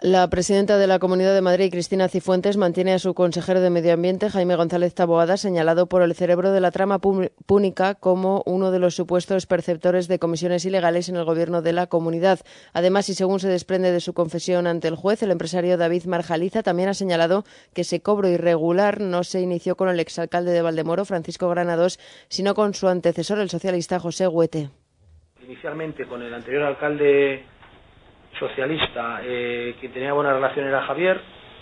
[SPEAKER 7] La presidenta de la Comunidad de Madrid, Cristina Cifuentes, mantiene a su consejero de Medio Ambiente, Jaime González Taboada, señalado por el cerebro de la trama pú- púnica como uno de los supuestos perceptores de comisiones ilegales en el gobierno de la comunidad. Además, y según se desprende de su confesión ante el juez, el empresario David Marjaliza también ha señalado que ese cobro irregular no se inició con el exalcalde de Valdemoro, Francisco Granados, sino con su antecesor, el socialista José Huete.
[SPEAKER 17] Inicialmente con el anterior alcalde socialista, eh, quien tenía buena relación era Javier,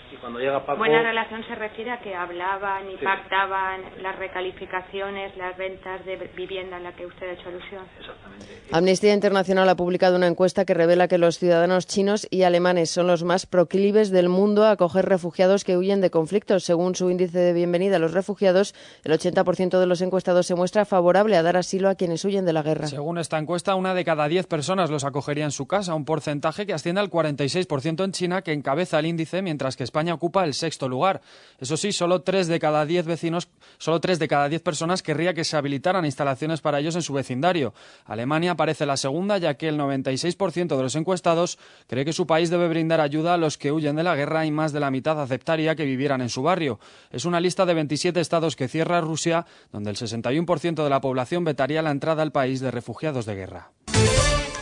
[SPEAKER 17] y cuando llega Paco...
[SPEAKER 11] Buena relación se refiere a que hablaban y
[SPEAKER 17] Sí.
[SPEAKER 11] pactaban las recalificaciones, las ventas de vivienda en la que usted ha hecho alusión. Exactamente.
[SPEAKER 7] Amnistía Internacional ha publicado una encuesta que revela que los ciudadanos chinos y alemanes son los más proclives del mundo a acoger refugiados que huyen de conflictos. Según su índice de bienvenida a los refugiados, el 80% de los encuestados se muestra favorable a dar asilo a quienes huyen de la guerra.
[SPEAKER 8] Según esta encuesta, una de cada diez personas los acogería en su casa, un porcentaje que asciende al 46% en China, que encabeza el índice, mientras que España ocupa el sexto lugar. Eso sí, solo tres de cada diez vecinos, solo tres de cada diez personas querría que se habilitaran instalaciones para ellos en su vecindario. Alemania aparece la segunda, ya que el 96% de los encuestados cree que su país debe brindar ayuda a los que huyen de la guerra y más de la mitad aceptaría que vivieran en su barrio. Es una lista de 27 estados que cierra Rusia, donde el 61% de la población vetaría la entrada al país de refugiados de guerra.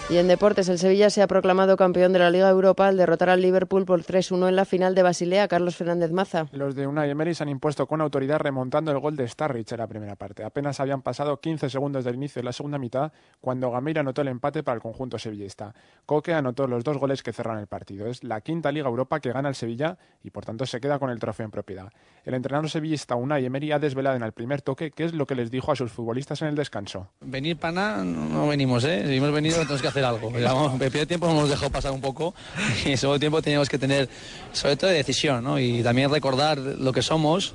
[SPEAKER 7] Y en deportes, el Sevilla se ha proclamado campeón de la Liga Europa al derrotar al Liverpool por 3-1 en la final de Basilea. Carlos Fernández Maza.
[SPEAKER 12] Los de Unai Emery se han impuesto con autoridad remontando el gol de Starrich en la primera parte. Apenas habían pasado 15 segundos del inicio de la segunda mitad cuando Gameiro anotó el empate para el conjunto sevillista. Coque anotó los dos goles que cerraron el partido. Es la quinta Liga Europa que gana el Sevilla y por tanto se queda con el trofeo en propiedad. El entrenador sevillista Unai Emery ha desvelado en el primer toque qué es lo que les dijo a sus futbolistas en el descanso.
[SPEAKER 2] Venir para nada no, no venimos, ¿eh? Si hemos venido tenemos que hacer
[SPEAKER 1] [LAUGHS]
[SPEAKER 2] algo. Digamos, en el primer tiempo hemos dejado pasar un poco y en el segundo tiempo teníamos que tener, sobre todo, decisión, ¿no? Y también recordar lo que somos,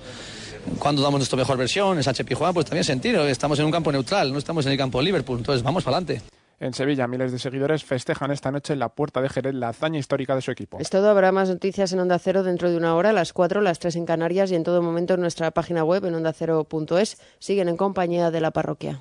[SPEAKER 2] cuando damos nuestra mejor versión, en Sánchez Pijuán, pues también sentir, ¿eh? estamos en un campo neutral, no estamos en el campo de Liverpool, entonces vamos para adelante.
[SPEAKER 12] En Sevilla, miles de seguidores festejan esta noche en la puerta de Jerez la hazaña histórica de su equipo.
[SPEAKER 7] Es todo, habrá más noticias en Onda Cero dentro de una hora, a las 4, las 3 en Canarias y en todo momento en nuestra página web en ondacero.es. Siguen en compañía de la parroquia.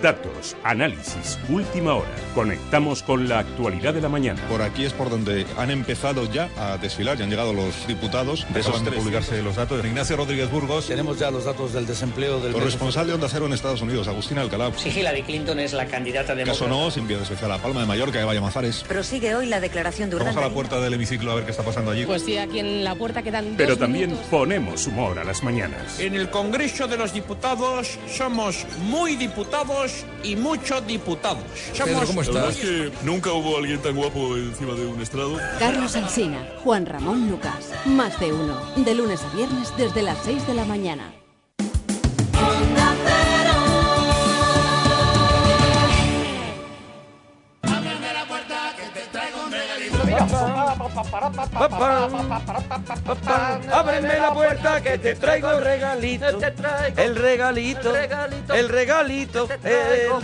[SPEAKER 14] Datos, análisis, última hora. Conectamos con la actualidad de la mañana. Por aquí es por donde han empezado ya a desfilar, ya han llegado los diputados.
[SPEAKER 15] Acaban de publicarse los datos. Ignacio Rodríguez Burgos.
[SPEAKER 2] Tenemos ya los datos del desempleo del...
[SPEAKER 15] Corresponsal de Onda Cero en Estados Unidos, Agustín Alcalá.
[SPEAKER 13] Si Hillary Clinton es la candidata de
[SPEAKER 15] Caso no, sin enviado especial a Palma de Mallorca, de Valle Mazares.
[SPEAKER 27] Prosigue hoy la declaración de
[SPEAKER 15] Vamos
[SPEAKER 27] Urdangarín.
[SPEAKER 15] a la puerta del hemiciclo a ver qué está pasando allí.
[SPEAKER 27] Pues sí, aquí en la puerta quedan
[SPEAKER 14] Pero
[SPEAKER 27] dos
[SPEAKER 14] también
[SPEAKER 27] minutos.
[SPEAKER 14] ponemos humor a las mañanas.
[SPEAKER 28] En el Congreso de los Diputados somos muy diputados y muchos diputados. Somos La verdad es que nunca hubo alguien tan guapo encima de un estrado.
[SPEAKER 19] Carlos Alsina, Juan Ramón Lucas. Más de uno. De lunes a viernes desde las 6 de la mañana.
[SPEAKER 18] Ábreme la puerta que te traigo el regalito. El regalito. El regalito. El regalito. El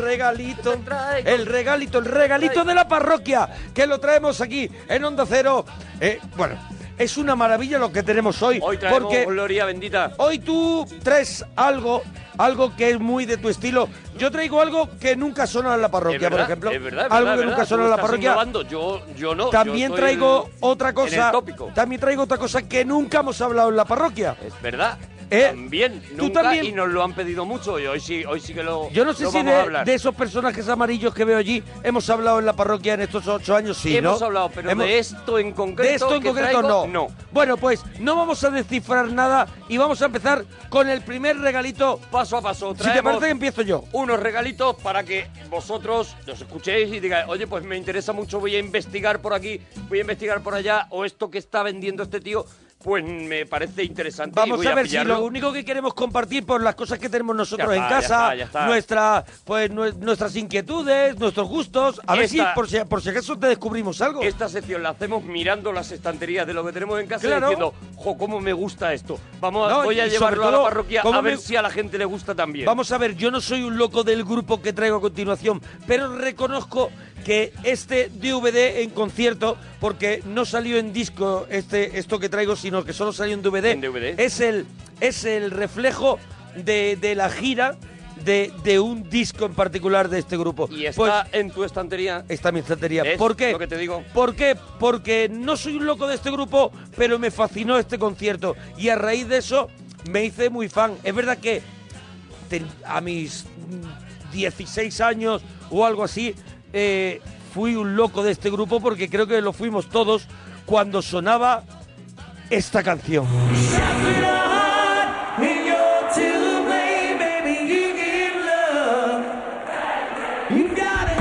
[SPEAKER 18] regalito. El regalito de la parroquia. Que lo traemos aquí en Onda Cero. Eh, bueno, es una maravilla lo que tenemos hoy.
[SPEAKER 20] Hoy traemos
[SPEAKER 18] porque
[SPEAKER 20] gloria bendita.
[SPEAKER 18] Hoy tú traes algo, algo que es muy de tu estilo. Yo traigo algo que nunca ha sonado en la parroquia,
[SPEAKER 20] Es verdad,
[SPEAKER 18] por ejemplo.
[SPEAKER 20] es verdad, es
[SPEAKER 18] algo
[SPEAKER 20] verdad,
[SPEAKER 18] que
[SPEAKER 20] es
[SPEAKER 18] nunca
[SPEAKER 20] verdad.
[SPEAKER 18] ha sonado
[SPEAKER 20] Tú
[SPEAKER 18] en la
[SPEAKER 20] estás
[SPEAKER 18] parroquia.
[SPEAKER 20] innovando, Yo, yo no. yo
[SPEAKER 18] También
[SPEAKER 20] estoy
[SPEAKER 18] traigo
[SPEAKER 20] en-
[SPEAKER 18] otra
[SPEAKER 20] en el
[SPEAKER 18] cosa.
[SPEAKER 20] tópico.
[SPEAKER 18] También traigo otra cosa que nunca hemos hablado en la parroquia.
[SPEAKER 20] ¿Verdad?
[SPEAKER 18] ¿Eh?
[SPEAKER 20] También,
[SPEAKER 18] Tú
[SPEAKER 20] nunca,
[SPEAKER 18] también-
[SPEAKER 20] y nos lo han pedido mucho, y hoy sí, hoy sí que lo
[SPEAKER 18] Yo no sé
[SPEAKER 20] lo
[SPEAKER 18] si
[SPEAKER 20] vamos a
[SPEAKER 18] de,
[SPEAKER 20] hablar.
[SPEAKER 18] de esos personajes amarillos que veo allí hemos hablado en la parroquia en estos ocho años, sí,
[SPEAKER 20] Hemos
[SPEAKER 18] ¿no?
[SPEAKER 20] hablado, pero
[SPEAKER 18] Hemos-
[SPEAKER 20] de esto en concreto.
[SPEAKER 18] De esto en
[SPEAKER 20] que
[SPEAKER 18] concreto
[SPEAKER 20] traigo,
[SPEAKER 18] no. Bueno, pues no vamos a descifrar nada y vamos a empezar con el primer regalito.
[SPEAKER 20] Paso a paso.
[SPEAKER 18] Si te
[SPEAKER 20] traemos-
[SPEAKER 18] parece, empiezo yo.
[SPEAKER 20] unos regalitos para que vosotros los escuchéis y digáis, oye, pues me interesa mucho, voy a investigar por aquí, voy a investigar por allá, o esto que está vendiendo este tío, pues me parece interesante. y
[SPEAKER 18] Vamos
[SPEAKER 20] voy
[SPEAKER 18] a ver si
[SPEAKER 20] pillarlo.
[SPEAKER 18] lo único que queremos compartir por las cosas que tenemos nosotros
[SPEAKER 20] Ya
[SPEAKER 18] en
[SPEAKER 20] está, ya
[SPEAKER 18] casa,
[SPEAKER 20] está, ya está.
[SPEAKER 18] nuestra pues nue- nuestras inquietudes, nuestros gustos, a ver si
[SPEAKER 20] Esta-
[SPEAKER 18] por si por si acaso te descubrimos algo.
[SPEAKER 20] Esta sección la hacemos mirando las estanterías de lo que tenemos en casa
[SPEAKER 18] Claro.
[SPEAKER 20] y diciendo, jo, cómo me gusta esto. Vamos, a-
[SPEAKER 18] No,
[SPEAKER 20] voy a
[SPEAKER 18] y
[SPEAKER 20] llevarlo
[SPEAKER 18] sobre
[SPEAKER 20] a la
[SPEAKER 18] todo,
[SPEAKER 20] parroquia
[SPEAKER 18] cómo
[SPEAKER 20] a ver
[SPEAKER 18] me-
[SPEAKER 20] si a la gente le gusta también.
[SPEAKER 18] Vamos a ver, yo no soy un loco del grupo que traigo a continuación, pero reconozco que este DVD en concierto, porque no salió en disco este, esto que traigo, sino que solo salió en DVD, es el es el reflejo de, de la gira de, de un disco en particular de este grupo.
[SPEAKER 20] Y está en tu estantería.
[SPEAKER 18] Está en mi estantería.
[SPEAKER 20] ¿Ves
[SPEAKER 18] ¿Por qué?
[SPEAKER 20] lo que te digo?
[SPEAKER 18] ¿Por qué? Porque no soy un loco de este grupo, pero me fascinó este concierto. Y a raíz de eso me hice muy fan. Es verdad que ten- a mis mm, 16 años o algo así, eh, fui un loco de este grupo porque creo que lo fuimos todos cuando sonaba esta canción.
[SPEAKER 6] And you're to blame, baby, you give love. You got it.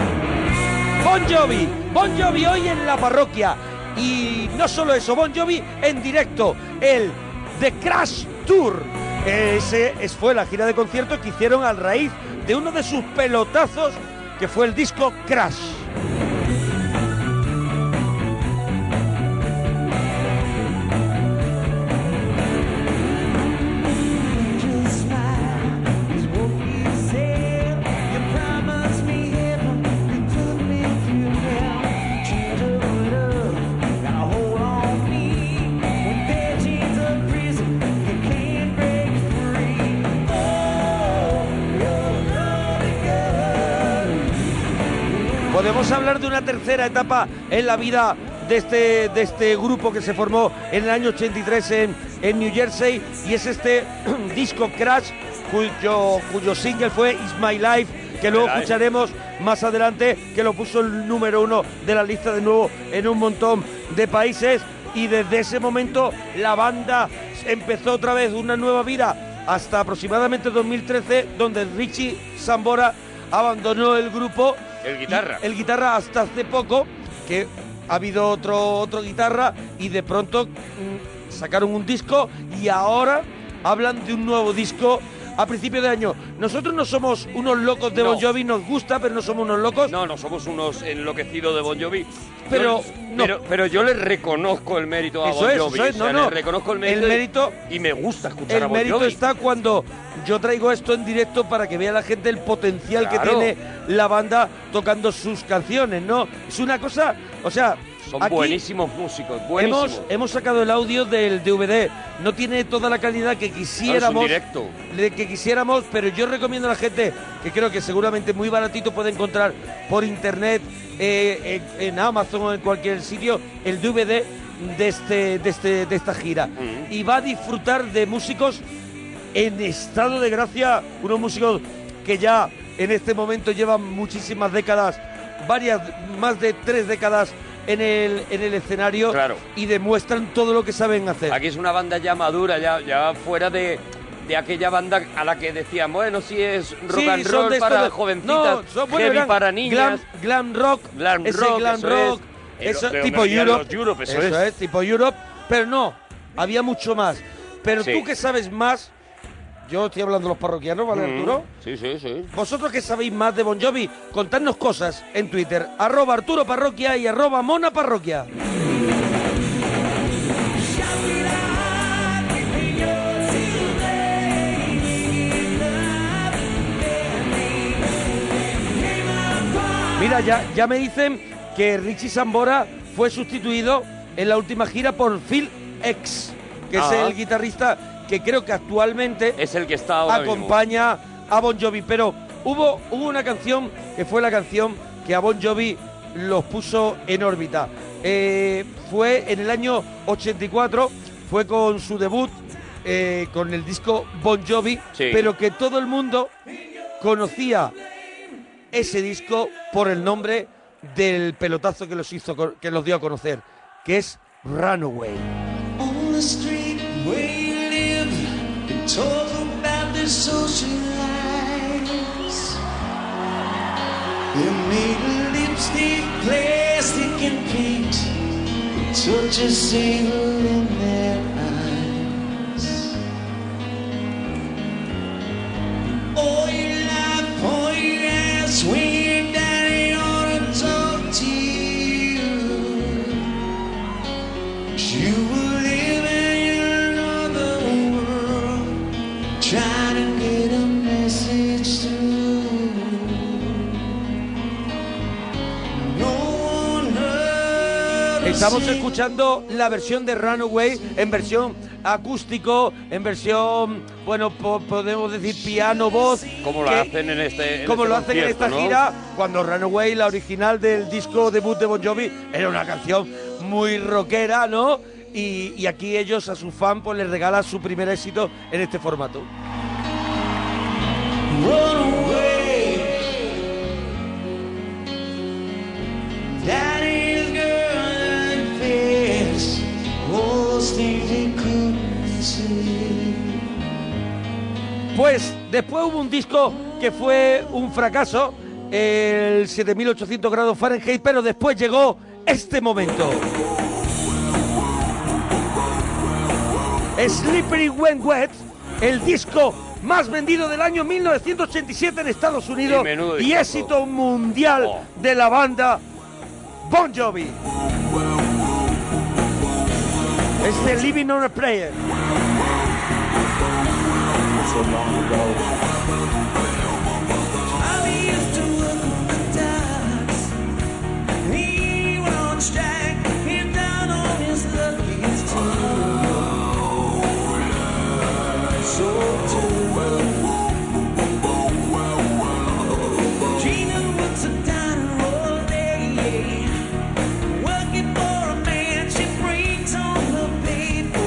[SPEAKER 18] Bon Jovi, Bon Jovi hoy en la parroquia. Y no solo eso, Bon Jovi en directo, el The Crash Tour. Ese es- fue la gira de conciertos que hicieron al raíz de uno de sus pelotazos, que fue el disco Crash. Podemos hablar de una tercera etapa en la vida de este, de este grupo que se formó en el año 83 en, en New Jersey y es este [CLEARS THROAT] disco Crash cuyo, cuyo single fue It's My Life que luego
[SPEAKER 20] Life.
[SPEAKER 18] escucharemos más adelante que lo puso el número uno de la lista de nuevo en un montón de países y desde ese momento la banda empezó otra vez una nueva vida hasta aproximadamente 2013 donde Richie Sambora abandonó el grupo
[SPEAKER 20] El guitarra.
[SPEAKER 18] el guitarra hasta hace poco, que ha habido otro, otro guitarra y de pronto mm, sacaron un disco y ahora hablan de un nuevo disco a principio de año. Nosotros no somos unos locos de Bon Jovi, nos gusta, pero no somos unos locos.
[SPEAKER 20] No, no somos unos enloquecidos de Bon Jovi.
[SPEAKER 18] Pero,
[SPEAKER 20] Yo- pero, pero yo le reconozco el mérito a
[SPEAKER 18] Eso
[SPEAKER 20] Bon
[SPEAKER 18] es,
[SPEAKER 20] Jovi.
[SPEAKER 18] eso es,
[SPEAKER 20] o sea,
[SPEAKER 18] no, no.
[SPEAKER 20] Le reconozco el
[SPEAKER 18] El
[SPEAKER 20] mérito. y-
[SPEAKER 18] mérito-
[SPEAKER 20] y, me gusta escuchar a
[SPEAKER 18] El
[SPEAKER 20] Bon
[SPEAKER 18] mérito
[SPEAKER 20] Jovi.
[SPEAKER 18] está cuando yo traigo esto en directo para que vea la gente el potencial
[SPEAKER 20] Claro.
[SPEAKER 18] que tiene la banda tocando sus canciones, ¿no? Es una cosa, o sea...
[SPEAKER 20] Son
[SPEAKER 18] aquí-
[SPEAKER 20] buenísimos músicos, buenísimos.
[SPEAKER 18] Hemos, hemos sacado el audio del DVD. No tiene toda la calidad que quisiéramos.
[SPEAKER 20] Claro, Ah, es un
[SPEAKER 18] le- que quisiéramos, pero yo recomiendo a la gente que creo que seguramente muy baratito puede encontrar por internet, eh, en, en Amazon o en cualquier sitio, el DVD de, este, de, este, de esta gira. Y va a disfrutar de músicos en estado de gracia, unos músicos que ya en este momento llevan muchísimas décadas, varias, más de tres décadas en el, en el escenario y demuestran todo lo que saben hacer.
[SPEAKER 20] Aquí es una banda ya madura, ya, ya fuera de, de aquella banda a la que decían, bueno, sí es rock
[SPEAKER 18] Sí,
[SPEAKER 20] and
[SPEAKER 18] son
[SPEAKER 20] roll
[SPEAKER 18] de
[SPEAKER 20] para
[SPEAKER 18] estos-
[SPEAKER 20] jovencitas,
[SPEAKER 18] no, son- bueno,
[SPEAKER 20] heavy
[SPEAKER 18] eran
[SPEAKER 20] para niñas.
[SPEAKER 18] Glam, glam rock,
[SPEAKER 20] Glam
[SPEAKER 18] ese
[SPEAKER 20] rock,
[SPEAKER 18] glam
[SPEAKER 20] eso
[SPEAKER 18] rock,
[SPEAKER 20] es.
[SPEAKER 18] eso,
[SPEAKER 20] Pero-
[SPEAKER 18] tipo
[SPEAKER 20] pero ya
[SPEAKER 18] Europe.
[SPEAKER 20] los Europe, eso
[SPEAKER 18] es.
[SPEAKER 20] es.
[SPEAKER 18] tipo Europe, pero no, había mucho más. Pero
[SPEAKER 20] Sí.
[SPEAKER 18] tú que sabes más, yo estoy hablando de los parroquianos, ¿vale,
[SPEAKER 20] Mm,
[SPEAKER 18] Arturo?
[SPEAKER 20] Sí, sí, sí.
[SPEAKER 18] Vosotros que sabéis más de Bon Jovi, contadnos cosas en Twitter, arroba Arturo Parroquia y arroba Mona Parroquia. Mira, ya, ya me dicen que Richie Sambora fue sustituido en la última gira por Phil X, que es
[SPEAKER 20] Ah.
[SPEAKER 18] el guitarrista que creo que actualmente
[SPEAKER 20] Es el que está ahora mismo.
[SPEAKER 18] acompaña a Bon Jovi. Pero hubo, hubo una canción que fue la canción que a Bon Jovi los puso en órbita. Eh, fue en el año 84, fue con su debut, eh, con el disco Bon Jovi,
[SPEAKER 20] Sí.
[SPEAKER 18] pero que todo el mundo conocía ese disco por el nombre del pelotazo que los, hizo, co- que los dio a conocer, que es Runaway.
[SPEAKER 6] On the street where you live, they talk about their social lives. They're made of lipstick, plastic, and paint. They touch a single in their eyes. All your life, all your ass, when your daddy ought to talk to you. You were living in another world, trying to get a message through. No one heard a
[SPEAKER 18] Estamos
[SPEAKER 6] single
[SPEAKER 18] escuchando la versión de Runaway en versión acústico, en versión, bueno, po- podemos decir piano, voz.
[SPEAKER 20] Como lo
[SPEAKER 18] que-
[SPEAKER 20] hacen en este. en
[SPEAKER 18] como
[SPEAKER 20] este
[SPEAKER 18] lo hacen en
[SPEAKER 20] concierto,
[SPEAKER 18] esta
[SPEAKER 20] ¿no?
[SPEAKER 18] gira, cuando Runaway, la original del disco debut de Bon Jovi, era una canción muy rockera, ¿no? Y, y aquí ellos a su fan pues les regala su primer éxito en este formato.
[SPEAKER 6] Daddy's girl and face, those things he couldn't see.
[SPEAKER 18] Pues después hubo un disco que fue un fracaso, el 7800 grados Fahrenheit, pero después llegó este momento. Slippery When Wet, el disco más vendido del año 1987 en Estados Unidos
[SPEAKER 20] Y menudo
[SPEAKER 18] y
[SPEAKER 20] discazo. Oh.
[SPEAKER 18] éxito mundial de la banda Bon Jovi. Este Living on a Prayer.
[SPEAKER 6] I used to work on the docks. He won't strike. He's down on his luck. He's too so too. Gina works a diner all day, working for a man. She brings on her people.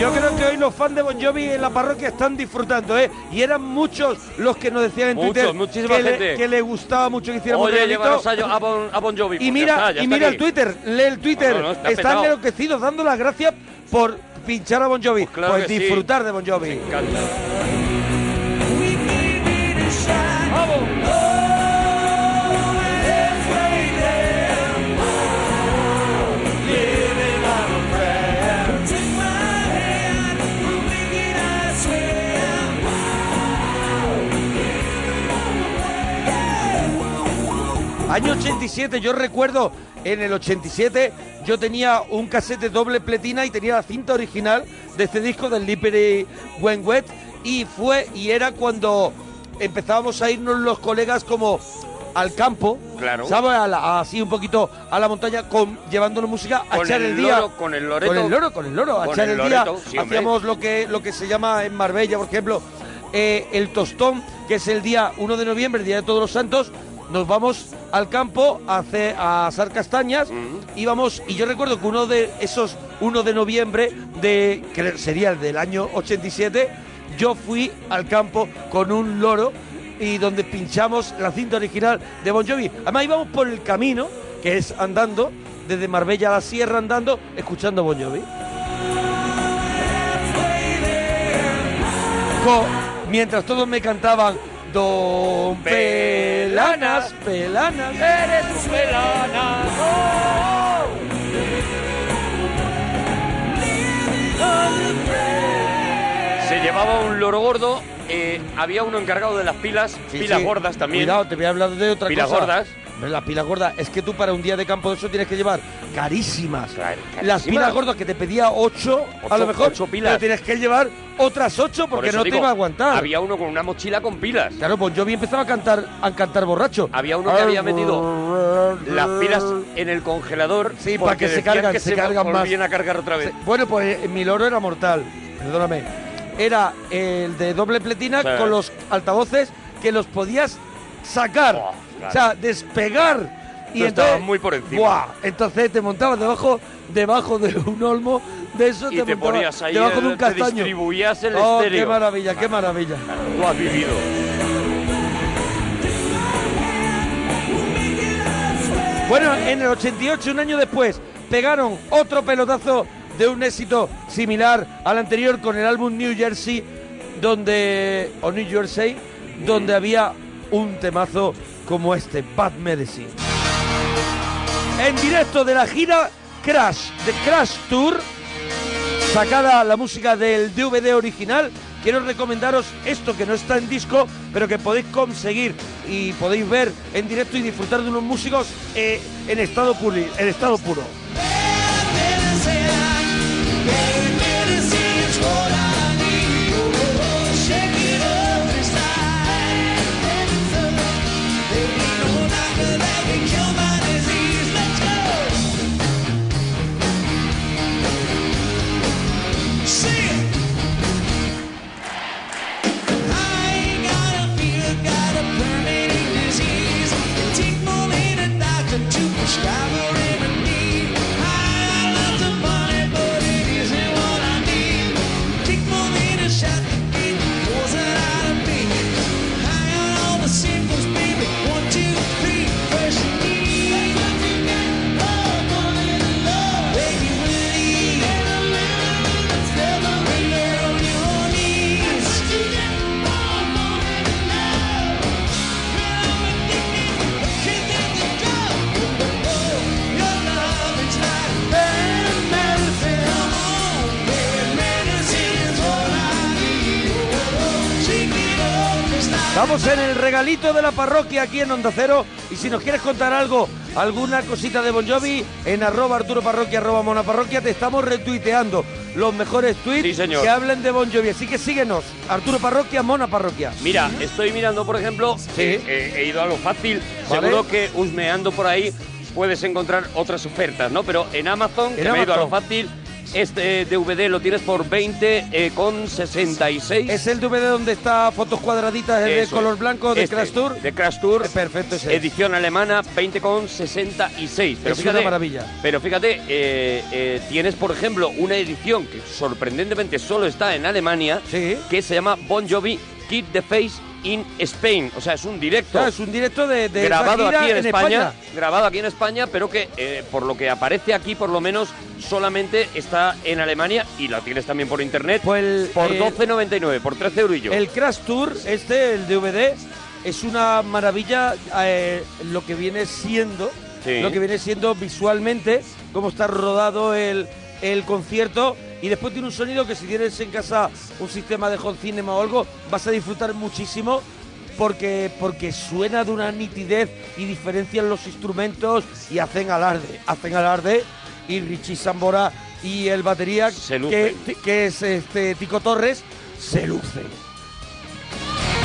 [SPEAKER 18] Yo creo que hoy los fans de Bon Jovi en la parroquia están disfrutando, ¿eh? Y eran muchos los que nos decían en
[SPEAKER 20] Muchos,
[SPEAKER 18] Twitter
[SPEAKER 20] muchísima
[SPEAKER 18] que, le-
[SPEAKER 20] gente.
[SPEAKER 18] que le gustaba mucho que hiciéramos
[SPEAKER 20] Oye,
[SPEAKER 18] regalito.
[SPEAKER 20] llevaros a, Yo- a bon, a Bon Jovi.
[SPEAKER 18] Y
[SPEAKER 20] pues ya
[SPEAKER 18] mira,
[SPEAKER 20] está, ya
[SPEAKER 18] y
[SPEAKER 20] está
[SPEAKER 18] mira
[SPEAKER 20] aquí.
[SPEAKER 18] el Twitter, lee el Twitter.
[SPEAKER 20] No, no, está
[SPEAKER 18] Están
[SPEAKER 20] petado.
[SPEAKER 18] enloquecidos dando las gracias por pinchar a Bon Jovi. Pues,
[SPEAKER 20] claro que sí.
[SPEAKER 18] disfrutar de Bon Jovi. Año 87, yo recuerdo en el 87 yo tenía un casete doble pletina y tenía la cinta original de este disco del Slippery When Wet y fue y era cuando empezábamos a irnos los colegas como al campo,
[SPEAKER 20] Claro.
[SPEAKER 18] ¿sabes? A la- así un poquito a la montaña con llevándonos música a
[SPEAKER 20] Con
[SPEAKER 18] echar
[SPEAKER 20] el
[SPEAKER 18] el, día
[SPEAKER 20] loro, con el loreto.
[SPEAKER 18] con el loro, con el loro, a
[SPEAKER 20] Con
[SPEAKER 18] echar
[SPEAKER 20] el
[SPEAKER 18] el, día.
[SPEAKER 20] loreto, sí, hombre.
[SPEAKER 18] Hacíamos lo que, lo que se llama en Marbella, por ejemplo, eh, el tostón, que es el día 1 de noviembre, el día de todos los santos. Nos vamos al campo a, hacer, a asar castañas y vamos. Y yo recuerdo que uno de esos 1 de noviembre, de, que sería el del año 87, yo fui al campo con un loro y donde pinchamos la cinta original de Bon Jovi. Además íbamos por el camino, que es andando, desde Marbella a la sierra andando, escuchando Bon Jovi. Co- mientras todos me cantaban Don Pelanas, Pelanas, eres un Pelanas.
[SPEAKER 20] Se llevaba un loro gordo. eh, había uno encargado de las pilas, pilas
[SPEAKER 18] sí.
[SPEAKER 20] gordas también.
[SPEAKER 18] Cuidado, te voy a hablar de otra
[SPEAKER 20] Pilas
[SPEAKER 18] cosa.
[SPEAKER 20] gordas.
[SPEAKER 18] Hombre, Las pilas gordas, es que tú para un día de campo de eso tienes que llevar carísimas. Las pilas gordas que te pedía ocho,
[SPEAKER 20] Ocho-
[SPEAKER 18] a lo mejor,
[SPEAKER 20] ocho pilas.
[SPEAKER 18] pero tienes que llevar otras ocho
[SPEAKER 20] Por
[SPEAKER 18] porque
[SPEAKER 20] eso
[SPEAKER 18] no
[SPEAKER 20] digo,
[SPEAKER 18] te iba a aguantar.
[SPEAKER 20] Había uno con una mochila con pilas.
[SPEAKER 18] Claro, pues yo vi empezaba a cantar, a cantar borracho.
[SPEAKER 20] Había uno que había metido las pilas en el congelador
[SPEAKER 18] Ah. Sí, para
[SPEAKER 20] porque
[SPEAKER 18] que se
[SPEAKER 20] decían
[SPEAKER 18] cargan,
[SPEAKER 20] que
[SPEAKER 18] se,
[SPEAKER 20] se
[SPEAKER 18] cargan más.
[SPEAKER 20] volvían a cargar otra vez.
[SPEAKER 18] Se- Bueno, pues eh, mi loro era mortal, perdóname. Era el de doble pletina
[SPEAKER 20] Sí.
[SPEAKER 18] con los altavoces que los podías sacar,
[SPEAKER 20] claro.
[SPEAKER 18] o sea, despegar. Y
[SPEAKER 20] Tú estabas
[SPEAKER 18] entonces,
[SPEAKER 20] muy por encima.
[SPEAKER 18] ¡buah! Entonces te montabas debajo, debajo de un olmo, de eso
[SPEAKER 20] Y te
[SPEAKER 18] montabas
[SPEAKER 20] ponías ahí,
[SPEAKER 18] debajo de un
[SPEAKER 20] te
[SPEAKER 18] castaño.
[SPEAKER 20] distribuías el
[SPEAKER 18] oh, qué
[SPEAKER 20] estéreo.
[SPEAKER 18] maravilla, qué maravilla.
[SPEAKER 20] Tú has vivido.
[SPEAKER 18] Bueno, en el 88, un año después, pegaron otro pelotazo de un éxito similar al anterior con el álbum New Jersey, donde o New Jersey, donde había un temazo como este, Bad Medicine. En directo de la gira Crash, de Crash Tour, sacada la música del DVD original, quiero recomendaros esto que no está en disco, pero que podéis conseguir y podéis ver en directo y disfrutar de unos músicos eh, en, estado puri- en estado puro. Estamos en el regalito de la parroquia aquí en Onda Cero. Y si nos quieres contar algo, alguna cosita de Bon Jovi, en arroba Arturo Parroquia, arroba Mona Parroquia, te estamos retuiteando los mejores tweets que hablen de Bon Jovi. Así que síguenos, Arturo Parroquia, Mona Parroquia.
[SPEAKER 20] Mira, estoy mirando, por ejemplo, eh, eh, he ido a lo fácil.
[SPEAKER 18] Vale.
[SPEAKER 20] Seguro que husmeando por ahí puedes encontrar otras ofertas, ¿no? Pero en Amazon, que me he ido a lo
[SPEAKER 18] Amazon.
[SPEAKER 20] fácil, este DVD lo tienes por 20 eh, con 66.
[SPEAKER 18] Es el DVD donde está fotos cuadraditas, el de
[SPEAKER 20] Eso
[SPEAKER 18] color
[SPEAKER 20] es.
[SPEAKER 18] blanco de
[SPEAKER 20] Este,
[SPEAKER 18] Crash Tour. Eh,
[SPEAKER 20] De Crash Tour.
[SPEAKER 18] perfecto, ese es.
[SPEAKER 20] Edición alemana 20,66. Pero
[SPEAKER 18] Es una
[SPEAKER 20] fíjate,
[SPEAKER 18] maravilla.
[SPEAKER 20] Pero fíjate, eh, eh, tienes por ejemplo una edición que sorprendentemente solo está en Alemania, que se llama Bon Jovi Kid the Face in Spain. O sea, es un directo.
[SPEAKER 18] Claro, Ah, es un directo de, de
[SPEAKER 20] grabado
[SPEAKER 18] esa gira
[SPEAKER 20] aquí en,
[SPEAKER 18] en
[SPEAKER 20] España,
[SPEAKER 18] España.
[SPEAKER 20] Grabado aquí en España, pero que eh, por lo que aparece aquí, por lo menos, solamente está en Alemania y la tienes también por internet. por
[SPEAKER 18] el-
[SPEAKER 20] 12,99, por 13 eurillos.
[SPEAKER 18] El Crash Tour, este, el DVD, es una maravilla eh, lo que viene siendo,
[SPEAKER 20] Sí.
[SPEAKER 18] lo que viene siendo visualmente, cómo está rodado el, el concierto. Y después tiene un sonido que si tienes en casa un sistema de home cinema o algo, vas a disfrutar muchísimo porque, porque suena de una nitidez y diferencian los instrumentos y hacen alarde, hacen alarde. Y Richie Sambora y el batería, que,
[SPEAKER 20] lucen.
[SPEAKER 18] que es este Tico Torres, se lucen.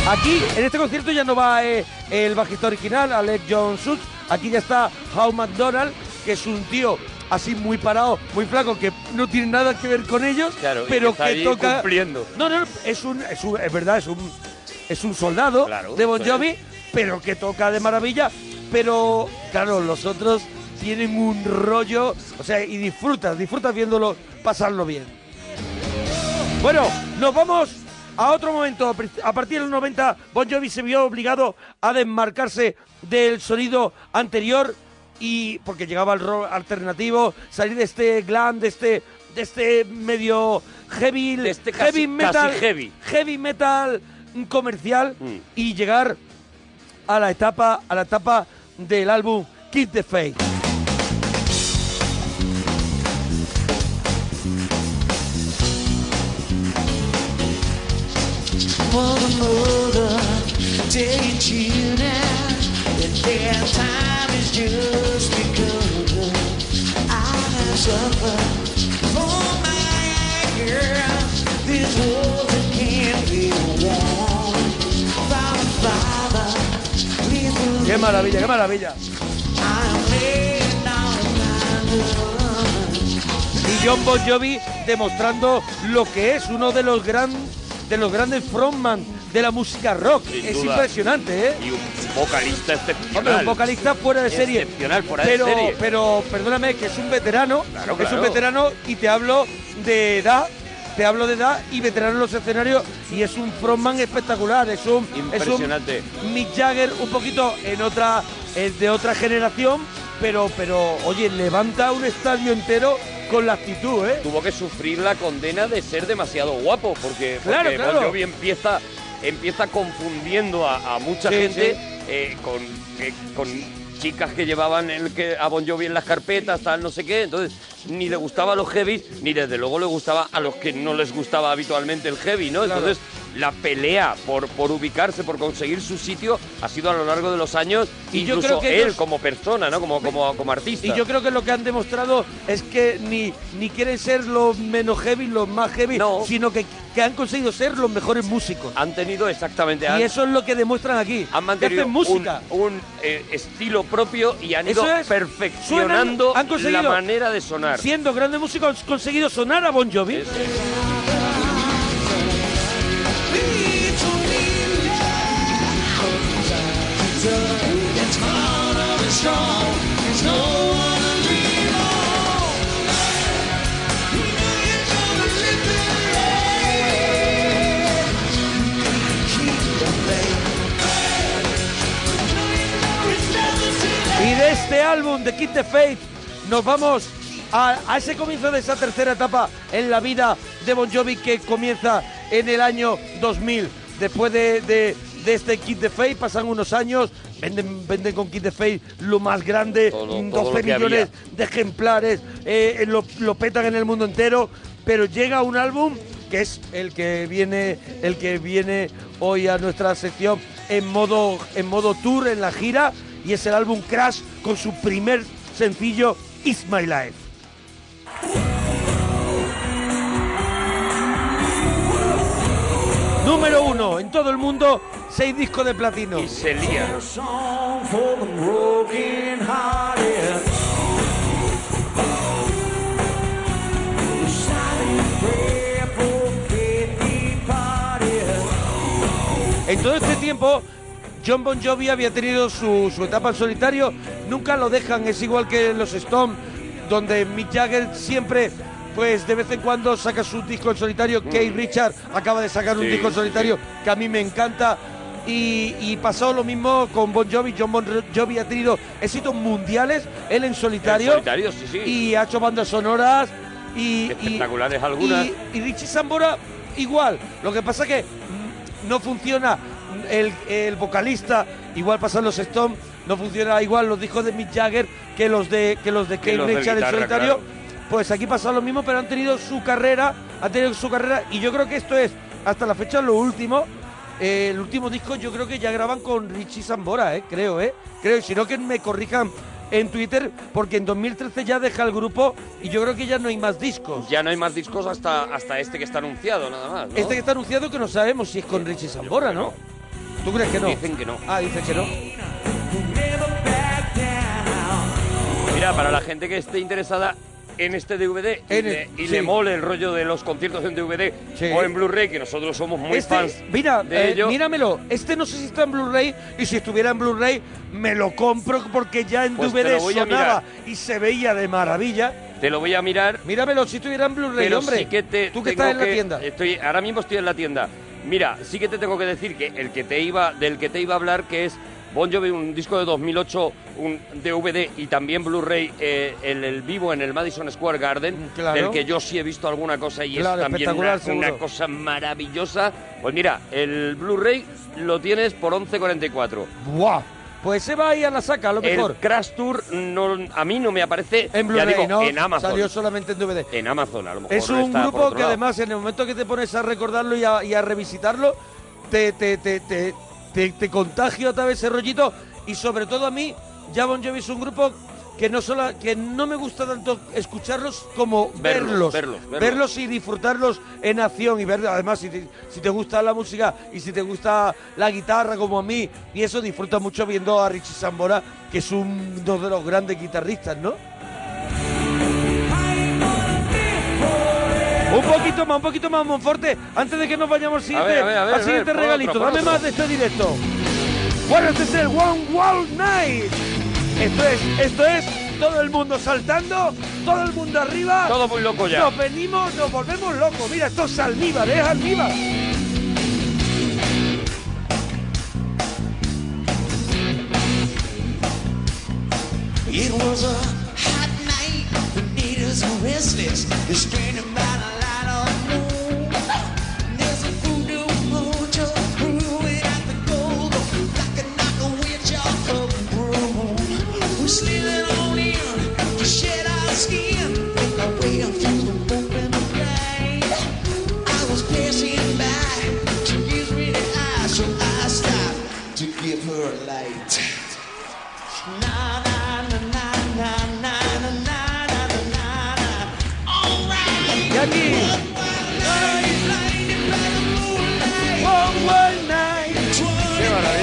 [SPEAKER 18] Aquí, en este concierto ya no va eh, el bajista original, Alex John Schultz. Aquí ya está How McDonald, que es un tío así muy parado, muy flaco, que no tiene nada que ver con ellos,
[SPEAKER 20] Claro, y
[SPEAKER 18] pero
[SPEAKER 20] que está
[SPEAKER 18] que
[SPEAKER 20] ahí
[SPEAKER 18] toca...
[SPEAKER 20] cumpliendo.
[SPEAKER 18] No, no, es un, es un- es verdad, es un, es un soldado de Bon
[SPEAKER 20] eso
[SPEAKER 18] Jovi, pero que toca de maravilla. Pero, claro, los otros tienen un rollo, o sea, y disfrutas, disfrutas viéndolo pasarlo bien. Bueno, nos vamos a otro momento. A partir de los 90, Bon Jovi se vio obligado a desmarcarse del sonido anterior y porque llegaba al rock alternativo, salir de este glam, de este, de este medio heavy,
[SPEAKER 20] este casi-
[SPEAKER 18] heavy metal,
[SPEAKER 20] casi heavy. Mm.
[SPEAKER 18] heavy metal comercial y llegar a la etapa, a la etapa del álbum Kiss the Face.
[SPEAKER 1] Mother, mother, take you now. The damn time is just begun. I have suffered for my girl. This war that can't be won. Father, father, please believe
[SPEAKER 18] Qué maravilla, qué maravilla.
[SPEAKER 1] I'm made on my own.
[SPEAKER 18] y John Bon Jovi demostrando lo que es uno de los gran de los grandes frontman de la música rock.
[SPEAKER 20] Sin
[SPEAKER 18] es
[SPEAKER 20] duda.
[SPEAKER 18] impresionante, ¿eh?
[SPEAKER 20] Y un vocalista excepcional.
[SPEAKER 18] Hombre, un vocalista fuera de serie.
[SPEAKER 20] Excepcional, fuera
[SPEAKER 18] pero,
[SPEAKER 20] de serie.
[SPEAKER 18] Pero perdóname, que es un veterano.
[SPEAKER 20] Claro,
[SPEAKER 18] es un
[SPEAKER 20] claro.
[SPEAKER 18] veterano y te hablo de edad. Te hablo de edad y veterano en los escenarios. Y es un frontman espectacular. Es un.
[SPEAKER 20] Impresionante.
[SPEAKER 18] Es un Mick Jagger un poquito en otra. es de otra generación. Pero, pero, oye, levanta un estadio entero con la actitud, ¿eh?
[SPEAKER 20] Tuvo que sufrir la condena de ser demasiado guapo, porque,
[SPEAKER 18] Claro,
[SPEAKER 20] porque Bon
[SPEAKER 18] claro.
[SPEAKER 20] Jovi empieza, empieza confundiendo a, a mucha
[SPEAKER 18] Sí,
[SPEAKER 20] gente
[SPEAKER 18] sí.
[SPEAKER 20] eh, con, eh, con chicas que llevaban el que, a Bon Jovi en las carpetas, tal, no sé qué. Entonces, ni le gustaba a los heavies, ni desde luego le gustaba a los que no les gustaba habitualmente el heavy, ¿no?
[SPEAKER 18] Claro.
[SPEAKER 20] Entonces, la pelea por, por ubicarse, por conseguir su sitio, ha sido a lo largo de los años,
[SPEAKER 18] Y yo
[SPEAKER 20] incluso
[SPEAKER 18] creo que
[SPEAKER 20] él
[SPEAKER 18] ellos-
[SPEAKER 20] como persona, ¿no? Como, como, como artista.
[SPEAKER 18] Y yo creo que lo que han demostrado es que ni, ni quieren ser los menos heavy, los más heavy, sino que, que han conseguido ser los mejores músicos.
[SPEAKER 20] Han tenido exactamente.
[SPEAKER 18] Y
[SPEAKER 20] han-
[SPEAKER 18] eso es lo que demuestran aquí.
[SPEAKER 20] han
[SPEAKER 18] que
[SPEAKER 20] mantenido
[SPEAKER 18] hacen música.
[SPEAKER 20] un, un, eh, estilo propio y han ido
[SPEAKER 18] Eso es.
[SPEAKER 20] perfeccionando
[SPEAKER 18] Suenan- han conseguido-
[SPEAKER 20] la manera de sonar.
[SPEAKER 18] Siendo grandes músicos, han conseguido sonar a Bon Jovi.
[SPEAKER 1] It's part of the show. There's no one to dream on. Millions on the
[SPEAKER 18] Y de este álbum de Kid the Faith nos vamos a, a ese comienzo de esa tercera etapa en la vida de Bon Jovi que comienza en el año 2000. Después de, de- de este Kid the Faith pasan unos años, venden, venden con Kid the Faith lo más grande,
[SPEAKER 20] Todo-
[SPEAKER 18] 12
[SPEAKER 20] todo lo que
[SPEAKER 18] millones
[SPEAKER 20] había.
[SPEAKER 18] de ejemplares, eh, eh, lo, lo petan en el mundo entero, pero llega un álbum que es el que viene, el que viene hoy a nuestra sección en modo, en modo tour, en la gira, y es el álbum Crash con su primer sencillo, It's My Life. Número uno en todo el mundo, seis discos de platino. Y se
[SPEAKER 20] lía.
[SPEAKER 18] En todo este tiempo, John Bon Jovi había tenido su, su etapa en solitario. Nunca lo dejan, es igual que los Stones, donde Mick Jagger siempre, pues de vez en cuando saca su disco en solitario. Keith Richard acaba de sacar un
[SPEAKER 20] Mm. Sí,
[SPEAKER 18] disco en
[SPEAKER 20] sí.
[SPEAKER 18] solitario que a mí me encanta. Y, y pasó lo mismo con Bon Jovi. John Bon Jovi ha tenido éxitos mundiales, él en solitario.
[SPEAKER 20] En solitario, sí, sí.
[SPEAKER 18] Y ha hecho bandas sonoras. Y, y-
[SPEAKER 20] Espectaculares algunas.
[SPEAKER 18] y, y Richie Sambora igual. Lo que pasa que mm, no funciona el, el vocalista, igual pasan los Stones, no funciona igual los discos de Mick Jagger que los de que los de
[SPEAKER 20] Que
[SPEAKER 18] Keith
[SPEAKER 20] los de
[SPEAKER 18] Richards en
[SPEAKER 20] guitarra,
[SPEAKER 18] solitario.
[SPEAKER 20] claro.
[SPEAKER 18] Pues aquí pasa lo mismo, pero han tenido su carrera, han tenido su carrera y yo creo que esto es hasta la fecha lo último. Eh, el último disco yo creo que ya graban con Richie Sambora, eh, creo, eh, creo. y Si no que me corrijan en Twitter, porque en 2013 ya deja el grupo y yo creo que ya no hay más discos.
[SPEAKER 20] Ya no hay más discos hasta, hasta este que está anunciado, nada más. ¿no?
[SPEAKER 18] Este que está anunciado que no sabemos si es con Richie Sambora, ¿no? ¿Tú crees que no?
[SPEAKER 20] Dicen que no.
[SPEAKER 18] Ah, dice que no.
[SPEAKER 20] Mira, para la gente que esté interesada en este DVD y,
[SPEAKER 18] En el-
[SPEAKER 20] le, y
[SPEAKER 18] sí.
[SPEAKER 20] le mole el rollo de los conciertos en DVD
[SPEAKER 18] Sí.
[SPEAKER 20] o en Blu-ray, que nosotros somos muy
[SPEAKER 18] Este-
[SPEAKER 20] fans
[SPEAKER 18] mira,
[SPEAKER 20] de
[SPEAKER 18] eh,
[SPEAKER 20] ello.
[SPEAKER 18] míramelo. Este no sé si está en Blu-ray y si estuviera en Blu-ray me lo compro porque ya en
[SPEAKER 20] Pues te
[SPEAKER 18] DVD
[SPEAKER 20] lo voy a
[SPEAKER 18] sonaba
[SPEAKER 20] mirar.
[SPEAKER 18] y se veía de maravilla.
[SPEAKER 20] Te lo voy a mirar.
[SPEAKER 18] Míramelo si estuviera en Blu-ray,
[SPEAKER 20] Pero
[SPEAKER 18] hombre.
[SPEAKER 20] sí que te
[SPEAKER 18] Tú que
[SPEAKER 20] tengo
[SPEAKER 18] estás en la tienda.
[SPEAKER 20] Estoy, ahora mismo estoy en la tienda. Mira, sí que te tengo que decir que el que te iba, del que te iba a hablar, que es Bon Jovi, un disco de 2008, un DVD y también Blu-ray, eh, el, el vivo en el Madison Square Garden,
[SPEAKER 18] Mm, claro.
[SPEAKER 20] del que yo sí he visto alguna cosa y
[SPEAKER 18] Claro,
[SPEAKER 20] es también
[SPEAKER 18] espectacular,
[SPEAKER 20] una, una
[SPEAKER 18] seguro.
[SPEAKER 20] cosa maravillosa. Pues mira, el Blu-ray lo tienes por 11.44.
[SPEAKER 18] ¡Buah! Pues se va ahí a la saca, a lo mejor.
[SPEAKER 20] El Crash Tour no, a mí no me aparece ya
[SPEAKER 18] En Blu-ray,
[SPEAKER 20] digo,
[SPEAKER 18] ¿no?
[SPEAKER 20] en Amazon.
[SPEAKER 18] Salió solamente en DVD.
[SPEAKER 20] En Amazon, a lo mejor.
[SPEAKER 18] Es un
[SPEAKER 20] está por
[SPEAKER 18] grupo
[SPEAKER 20] otro
[SPEAKER 18] que
[SPEAKER 20] lado.
[SPEAKER 18] además en el momento que te pones a recordarlo y a, y a revisitarlo, te, te, te, te, te- te contagia otra vez ese rollito. Y sobre todo a mí, ya Bon Jovi es un grupo que no solo que no me gusta tanto escucharlos como verlos,
[SPEAKER 20] Verlos, verlos, verlos.
[SPEAKER 18] y disfrutarlos en acción y ver además si te, si te gusta la música y si te gusta la guitarra como a mí y eso disfruta mucho viendo a Richie Sambora que es un- uno de los grandes guitarristas, ¿no? Un poquito más, un poquito más, Monforte, antes de que nos vayamos al siguiente,
[SPEAKER 20] A ver, a ver, a ver,
[SPEAKER 18] al siguiente
[SPEAKER 20] a ver, pon
[SPEAKER 18] regalito.
[SPEAKER 20] otro, pon
[SPEAKER 18] Dame
[SPEAKER 20] otro.
[SPEAKER 18] más de este directo. Bueno, este es el One Wall Night. Esto es, esto es todo el mundo saltando, todo el mundo arriba.
[SPEAKER 20] Todo muy loco ya.
[SPEAKER 18] Nos venimos, nos volvemos locos. Mira, esto es ¿eh, almíbar, es almíbar.
[SPEAKER 1] It was a hot night, the natives were restless, they're stranded by the light of moon. There's a voodoo mojo brewing at the gold, like a knock a witch off of the broom. We're slithering on in to shed our skin, make our way up through the open night. I was passing by, she gives me the eye, so I stopped to give her a light. Na na na na na na na na na na na na. All right.
[SPEAKER 18] One Wall Night.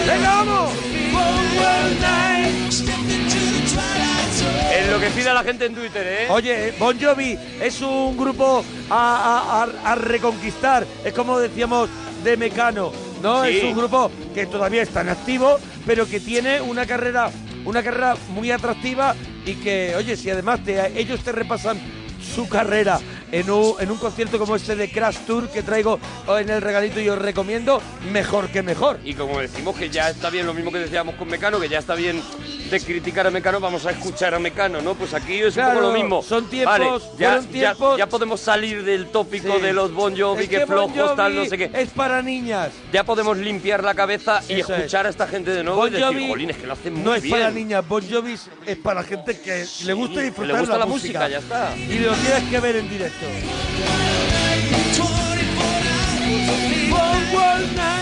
[SPEAKER 18] Venga, vamos. One Wall Night.
[SPEAKER 20] Enloquecida la gente en Twitter, ¿eh?
[SPEAKER 18] Oye, Bon Jovi es un grupo a, a- a- a reconquistar. Es como decíamos de Mecano, ¿no?
[SPEAKER 20] Sí.
[SPEAKER 18] Es un grupo que todavía está en activo, pero que tiene una carrera, una carrera muy atractiva y que, oye, si además te- ellos te repasan su carrera en un, en un concierto como este de Crash Tour que traigo en el regalito y os recomiendo, mejor que mejor.
[SPEAKER 20] Y como decimos que ya está bien lo mismo que decíamos con Mecano, que ya está bien de criticar a Mecano, vamos a escuchar a Mecano, ¿no? Pues aquí es
[SPEAKER 18] Claro,
[SPEAKER 20] un poco lo mismo.
[SPEAKER 18] son tiempos,
[SPEAKER 20] Vale, ya,
[SPEAKER 18] fueron
[SPEAKER 20] ya-
[SPEAKER 18] tiempos.
[SPEAKER 20] ya podemos salir del tópico
[SPEAKER 18] Sí.
[SPEAKER 20] de los Bon Jovi,
[SPEAKER 18] Es
[SPEAKER 20] que,
[SPEAKER 18] Bon
[SPEAKER 20] flojos, tal, no
[SPEAKER 18] Jovi
[SPEAKER 20] sé qué.
[SPEAKER 18] Es para niñas.
[SPEAKER 20] Ya podemos limpiar la cabeza y
[SPEAKER 18] Eso es.
[SPEAKER 20] escuchar a esta gente de nuevo
[SPEAKER 18] Bon
[SPEAKER 20] y decir,
[SPEAKER 18] Jovi
[SPEAKER 20] "Jolín, es que lo hacen muy
[SPEAKER 18] No es
[SPEAKER 20] bien.
[SPEAKER 18] para niñas, Bon Jovi es- es para gente que le gusta
[SPEAKER 20] que
[SPEAKER 18] disfrutar
[SPEAKER 20] le gusta la
[SPEAKER 18] música.
[SPEAKER 20] música, ya está.
[SPEAKER 18] Y lo tienes que ver en directo. One, one night.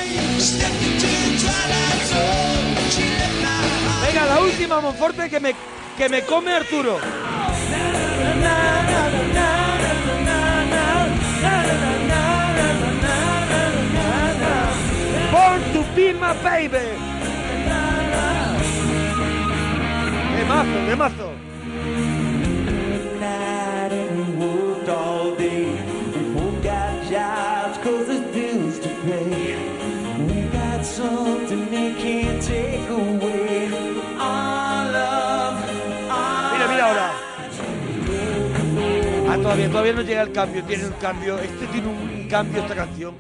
[SPEAKER 18] última Monforte que me, que me come Arturo. Born to be my baby. De mazo, de mazo. Mira, mira ahora. Ah, todavía, todavía no llega el cambio, tiene un cambio. Este tiene un cambio esta canción.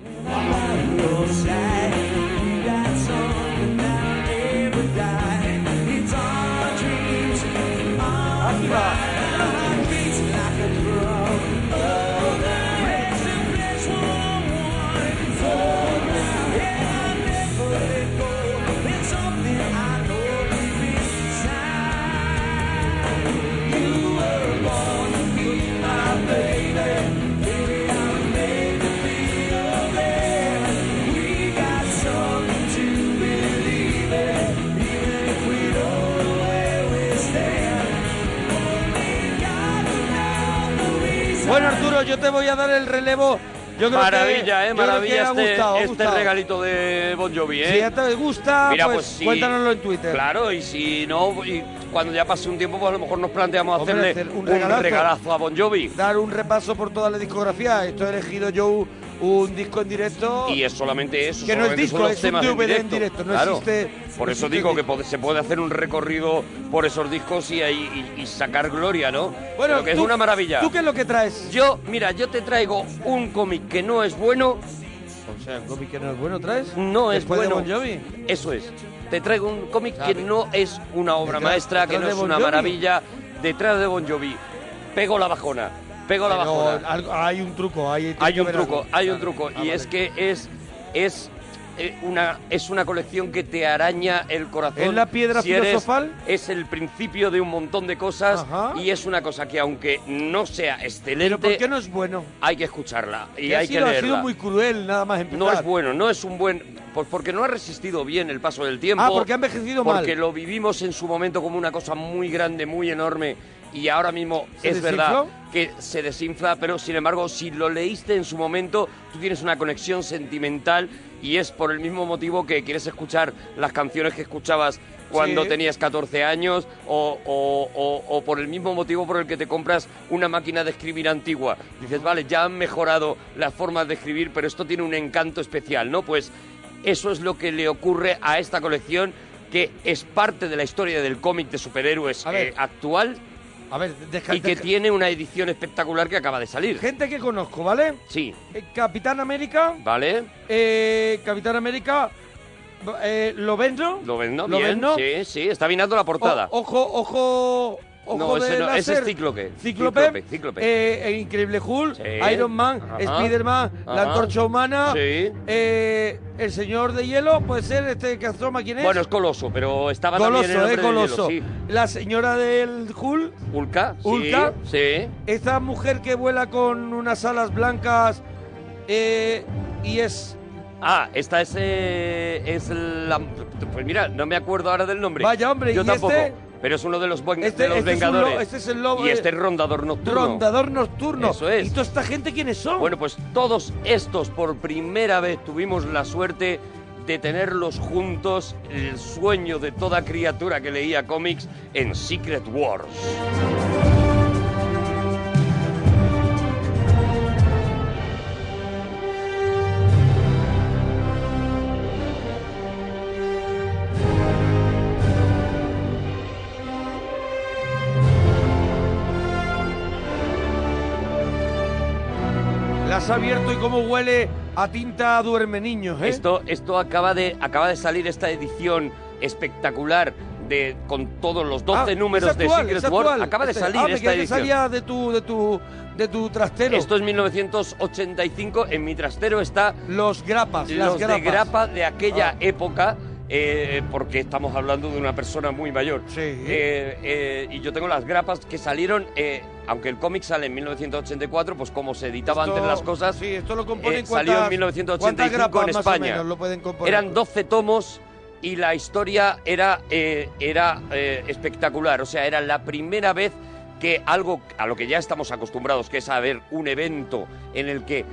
[SPEAKER 18] Bueno, Arturo, yo te voy a dar el relevo. Yo creo
[SPEAKER 20] maravilla,
[SPEAKER 18] que,
[SPEAKER 20] eh,
[SPEAKER 18] yo creo que
[SPEAKER 20] maravilla
[SPEAKER 18] ha
[SPEAKER 20] este,
[SPEAKER 18] gustado, ha
[SPEAKER 20] este
[SPEAKER 18] gustado.
[SPEAKER 20] regalito de Bon Jovi, eh.
[SPEAKER 18] Si ya te gusta,
[SPEAKER 20] Mira,
[SPEAKER 18] pues,
[SPEAKER 20] pues sí.
[SPEAKER 18] cuéntanoslo en Twitter.
[SPEAKER 20] Claro, y si no, y cuando ya pase un tiempo, pues a lo mejor nos planteamos
[SPEAKER 18] Hombre,
[SPEAKER 20] hacerle
[SPEAKER 18] hacer un
[SPEAKER 20] un regalazo.
[SPEAKER 18] regalazo.
[SPEAKER 20] a Bon Jovi.
[SPEAKER 18] Dar un repaso por toda la discografía. Esto he elegido yo un disco en directo.
[SPEAKER 20] Y es solamente eso.
[SPEAKER 18] Que no es
[SPEAKER 20] solamente
[SPEAKER 18] disco,
[SPEAKER 20] son los
[SPEAKER 18] es un
[SPEAKER 20] temas
[SPEAKER 18] DVD en directo, no
[SPEAKER 20] Claro.
[SPEAKER 18] existe-
[SPEAKER 20] Por
[SPEAKER 18] no
[SPEAKER 20] eso
[SPEAKER 18] existe
[SPEAKER 20] digo que pod- se puede hacer un recorrido por esos discos y, ahí- y- y sacar gloria, ¿no?
[SPEAKER 18] Bueno,
[SPEAKER 20] Pero que es
[SPEAKER 18] tú-
[SPEAKER 20] una maravilla.
[SPEAKER 18] ¿Tú qué es lo que traes?
[SPEAKER 20] Yo, mira, yo te traigo un cómic que no es bueno.
[SPEAKER 18] O sea, cómic que no es bueno traes.
[SPEAKER 20] No es
[SPEAKER 18] Después de
[SPEAKER 20] bueno.
[SPEAKER 18] Bon Jovi.
[SPEAKER 20] Eso es. Te traigo un cómic que no es una obra
[SPEAKER 18] Detrás-
[SPEAKER 20] maestra, que
[SPEAKER 18] detrás
[SPEAKER 20] no
[SPEAKER 18] de
[SPEAKER 20] es
[SPEAKER 18] Bon
[SPEAKER 20] una
[SPEAKER 18] Jovi.
[SPEAKER 20] maravilla. Detrás de Bon Jovi. Pego la bajona. Pego la
[SPEAKER 18] Pero
[SPEAKER 20] bajona.
[SPEAKER 18] algo- hay un truco, hay, tiene
[SPEAKER 20] Hay
[SPEAKER 18] que
[SPEAKER 20] un
[SPEAKER 18] haber
[SPEAKER 20] truco,
[SPEAKER 18] algo.
[SPEAKER 20] hay un
[SPEAKER 18] Claro.
[SPEAKER 20] truco.
[SPEAKER 18] Ah,
[SPEAKER 20] Y
[SPEAKER 18] vale.
[SPEAKER 20] es que es, es, eh, una, es una colección que te araña el corazón.
[SPEAKER 18] ¿Es la piedra
[SPEAKER 20] eres-
[SPEAKER 18] filosofal?
[SPEAKER 20] es el principio de un montón de cosas.
[SPEAKER 18] Ajá.
[SPEAKER 20] Y es una cosa que, aunque no sea excelente.
[SPEAKER 18] ¿Pero por qué no es bueno?
[SPEAKER 20] Hay que escucharla y
[SPEAKER 18] Que ha
[SPEAKER 20] hay que
[SPEAKER 18] sido- ha
[SPEAKER 20] leerla.
[SPEAKER 18] sido muy cruel, nada más empezar.
[SPEAKER 20] No es bueno, no es un buen. Pues porque no ha resistido bien el paso del tiempo.
[SPEAKER 18] Ah, porque ha envejecido mal.
[SPEAKER 20] Porque lo vivimos en su momento como una cosa muy grande, muy enorme. Y ahora mismo
[SPEAKER 18] ¿Se
[SPEAKER 20] es verdad
[SPEAKER 18] desinfló?
[SPEAKER 20] que se desinfla, pero sin embargo, si lo leíste en su momento, tú tienes una conexión sentimental y es por el mismo motivo que quieres escuchar las canciones que escuchabas cuando
[SPEAKER 18] Sí.
[SPEAKER 20] tenías 14 años o, o- o- o por el mismo motivo por el que te compras una máquina de escribir antigua. Dices, vale, ya han mejorado las formas de escribir, pero esto tiene un encanto especial, ¿no? Pues eso es lo que le ocurre a esta colección que es parte de la historia del cómic de superhéroes
[SPEAKER 18] ver.
[SPEAKER 20] eh, actual
[SPEAKER 18] A ver, deja,
[SPEAKER 20] y que
[SPEAKER 18] deja-
[SPEAKER 20] tiene una edición espectacular que acaba de salir.
[SPEAKER 18] Gente que conozco, ¿vale?
[SPEAKER 20] Sí,
[SPEAKER 18] Eh, Capitán América,
[SPEAKER 20] ¿vale?
[SPEAKER 18] eh, Capitán América, eh, lo vendo.
[SPEAKER 20] Lo vendo
[SPEAKER 18] ¿Lo
[SPEAKER 20] bien.
[SPEAKER 18] vendo?
[SPEAKER 20] Sí, sí, está vinando la portada.
[SPEAKER 18] O- ojo, ojo, ojo
[SPEAKER 20] no, ese,
[SPEAKER 18] de
[SPEAKER 20] no, ese es
[SPEAKER 18] láser.
[SPEAKER 20] Cíclope.
[SPEAKER 18] Cíclope,
[SPEAKER 20] Cíclope, Cíclope.
[SPEAKER 18] eh, eh, Increíble Hulk,
[SPEAKER 20] Sí.
[SPEAKER 18] Iron Man,
[SPEAKER 20] Ajá.
[SPEAKER 18] Spider-Man, la
[SPEAKER 20] Ajá.
[SPEAKER 18] antorcha humana,
[SPEAKER 20] Sí.
[SPEAKER 18] eh, el señor de hielo, puede ser este que asoma, ¿quién es?
[SPEAKER 20] Bueno, es Coloso, pero estaba también el
[SPEAKER 18] Goloso,
[SPEAKER 20] hombre
[SPEAKER 18] eh,
[SPEAKER 20] de
[SPEAKER 18] goloso.
[SPEAKER 20] hielo,
[SPEAKER 18] La señora del Hulk,
[SPEAKER 20] sí. Ulca, sí,
[SPEAKER 18] Ulca.
[SPEAKER 20] sí.
[SPEAKER 18] esta mujer que vuela con unas alas blancas eh, y es...
[SPEAKER 20] Ah, esta es, eh, es la... Pues mira, no me acuerdo ahora del nombre.
[SPEAKER 18] Vaya, hombre,
[SPEAKER 20] Yo
[SPEAKER 18] ¿y
[SPEAKER 20] tampoco.
[SPEAKER 18] este?
[SPEAKER 20] Pero es uno de los, buen-
[SPEAKER 18] Este-
[SPEAKER 20] de los
[SPEAKER 18] este es un lo-
[SPEAKER 20] Vengadores.
[SPEAKER 18] este es el lobo,
[SPEAKER 20] Y
[SPEAKER 18] eh,
[SPEAKER 20] este es Rondador Nocturno.
[SPEAKER 18] Rondador nocturno.
[SPEAKER 20] Eso es.
[SPEAKER 18] ¿Y toda esta gente quiénes son?
[SPEAKER 20] Bueno, pues todos estos por primera vez tuvimos la suerte de tenerlos juntos, el sueño de toda criatura que leía cómics en Secret Wars.
[SPEAKER 18] Las ha abierto y cómo huele a tinta duerme niños, ¿eh?
[SPEAKER 20] Esto, esto acaba, de, acaba de salir esta edición espectacular de, con todos los 12
[SPEAKER 18] Ah,
[SPEAKER 20] números
[SPEAKER 18] es actual,
[SPEAKER 20] de
[SPEAKER 18] es
[SPEAKER 20] Secret Wars.
[SPEAKER 18] actual.
[SPEAKER 20] Acaba de
[SPEAKER 18] Este-
[SPEAKER 20] salir
[SPEAKER 18] ah, me
[SPEAKER 20] esta
[SPEAKER 18] creía que
[SPEAKER 20] edición.
[SPEAKER 18] salía de tu, de tu, de tu trastero.
[SPEAKER 20] Esto es 1985. En mi trastero está
[SPEAKER 18] los grapas, las
[SPEAKER 20] los de
[SPEAKER 18] grapas.
[SPEAKER 20] grapa de aquella
[SPEAKER 18] Ah.
[SPEAKER 20] época. eh, porque estamos hablando de una persona muy mayor. Eh, eh, y yo tengo las grapas que salieron, eh, aunque el cómic sale en 1984, pues como se editaba
[SPEAKER 18] Esto-
[SPEAKER 20] antes las cosas,
[SPEAKER 18] Sí, esto lo
[SPEAKER 20] eh, salió
[SPEAKER 18] componen
[SPEAKER 20] en
[SPEAKER 18] cuántas- cuántas
[SPEAKER 20] 1985
[SPEAKER 18] grapas
[SPEAKER 20] en
[SPEAKER 18] más o
[SPEAKER 20] España.
[SPEAKER 18] menos lo pueden componer?
[SPEAKER 20] Eran 12 tomos y la historia era, eh, era eh, espectacular. O sea, era la primera vez que algo a lo que ya estamos acostumbrados, que es a ver un evento en el que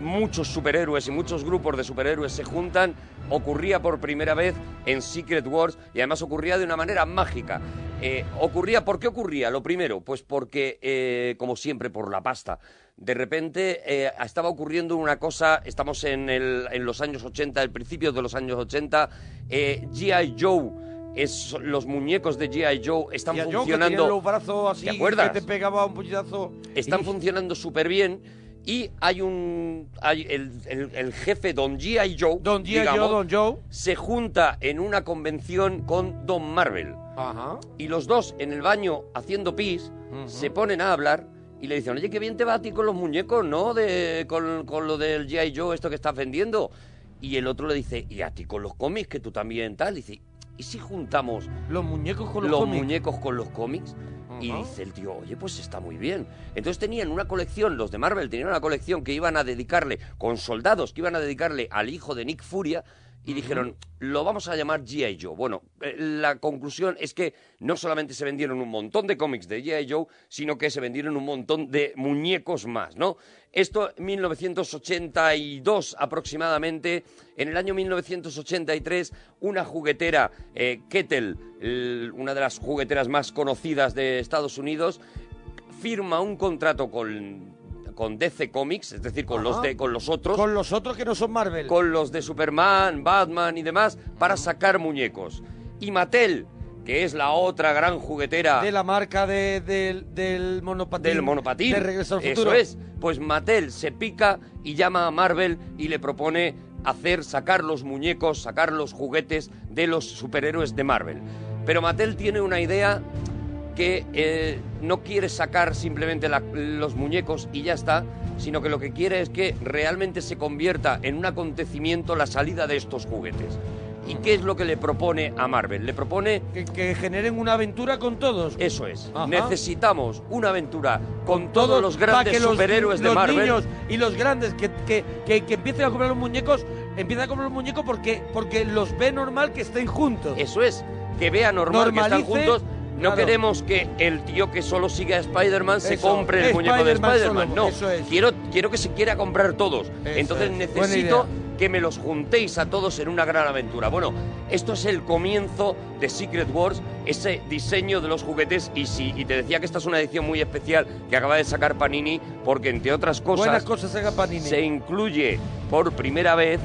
[SPEAKER 20] muchos superhéroes y muchos grupos de superhéroes se juntan, ocurría por primera vez en Secret Wars y además ocurría de una manera mágica. Eh, ocurría, ¿por qué ocurría? Lo primero, pues porque, eh, como siempre, por la pasta. De repente eh, estaba ocurriendo una cosa, estamos en, el- en los años 80, el principio de los años 80, eh, G.I. Joe. Es, los muñecos de G.I. Joe están
[SPEAKER 18] Y a Joe, que tenía
[SPEAKER 20] funcionando.
[SPEAKER 18] los brazos así,
[SPEAKER 20] ¿Te acuerdas?
[SPEAKER 18] que te pegaba un puñetazo.
[SPEAKER 20] están
[SPEAKER 18] Y-
[SPEAKER 20] funcionando súper bien y hay un hay el, el- el jefe Don G.I. Joe Don
[SPEAKER 18] G.I. Joe, Don Joe
[SPEAKER 20] se junta en una convención con Don Marvel
[SPEAKER 18] Ajá.
[SPEAKER 20] y los dos en el baño haciendo pis
[SPEAKER 6] Mm.
[SPEAKER 20] se ponen a hablar y le dicen, oye, qué bien te va a ti con los muñecos, ¿no? De, con, con lo del G.I. Joe, esto que estás vendiendo. Y el otro le dice, y a ti con los cómics, que tú también tal. Y dice, ¿y si juntamos
[SPEAKER 18] los muñecos con los cómics?
[SPEAKER 20] muñecos con los cómics? Y
[SPEAKER 18] Ajá.
[SPEAKER 20] dice el tío, oye, pues está muy bien. Entonces tenían una colección, los de Marvel tenían una colección que iban a dedicarle, con soldados que iban a dedicarle al hijo de Nick Furia, y dijeron, lo vamos a llamar G.I. Joe. Bueno, eh, la conclusión es que no solamente se vendieron un montón de cómics de G.I. Joe, sino que se vendieron un montón de muñecos más, ¿no? Esto en 1982 aproximadamente. En el año 1983, una juguetera, eh, Kettle, el- una de las jugueteras más conocidas de Estados Unidos, firma un contrato con, con DC Comics, es decir, con los,
[SPEAKER 18] Ajá.
[SPEAKER 20] de, con los otros
[SPEAKER 18] Con los otros que no son Marvel.
[SPEAKER 20] con los de Superman, Batman y demás para sacar muñecos. Y Mattel, que es la otra gran juguetera
[SPEAKER 18] De la marca de- del- del monopatín.
[SPEAKER 20] del monopatín.
[SPEAKER 18] De Regreso al Futuro.
[SPEAKER 20] Eso es. Pues Mattel se pica y llama a Marvel y le propone hacer sacar los muñecos, sacar los juguetes de los superhéroes de Marvel. Pero Mattel tiene una idea que eh, no quiere sacar simplemente la- los muñecos y ya está, sino que lo que quiere es que realmente se convierta en un acontecimiento la salida de estos juguetes. ¿Y qué es lo que le propone a Marvel? Le propone...
[SPEAKER 18] Que, que generen una aventura con todos.
[SPEAKER 20] Eso es.
[SPEAKER 18] Ajá.
[SPEAKER 20] Necesitamos una aventura con todos, los grandes
[SPEAKER 18] pa' que los-
[SPEAKER 20] superhéroes de
[SPEAKER 18] los
[SPEAKER 20] Marvel.
[SPEAKER 18] niños y los grandes que, que, que- que empiecen a comprar los muñecos, empiezan a comprar los muñecos porque, porque los ve normal que estén juntos.
[SPEAKER 20] Eso es, que vea normal que están juntos. No queremos que el tío que solo sigue a Spider-Man se
[SPEAKER 18] Eso,
[SPEAKER 20] compre el muñeco de
[SPEAKER 18] Spider-Man
[SPEAKER 20] Spider-Man.
[SPEAKER 18] solo,
[SPEAKER 20] No,
[SPEAKER 18] eso es.
[SPEAKER 20] quiero, quiero que se quiera comprar todos.
[SPEAKER 18] Eso
[SPEAKER 20] Entonces
[SPEAKER 18] es, buena
[SPEAKER 20] necesito que me los juntéis a todos en una gran aventura. Bueno, esto es el comienzo de Secret Wars, ese diseño de los juguetes. Y, si, y te decía que esta es una edición muy especial que acaba de sacar Panini, porque entre otras
[SPEAKER 18] Buenas
[SPEAKER 20] cosas,
[SPEAKER 18] cosas haga Panini.
[SPEAKER 20] se incluye por primera vez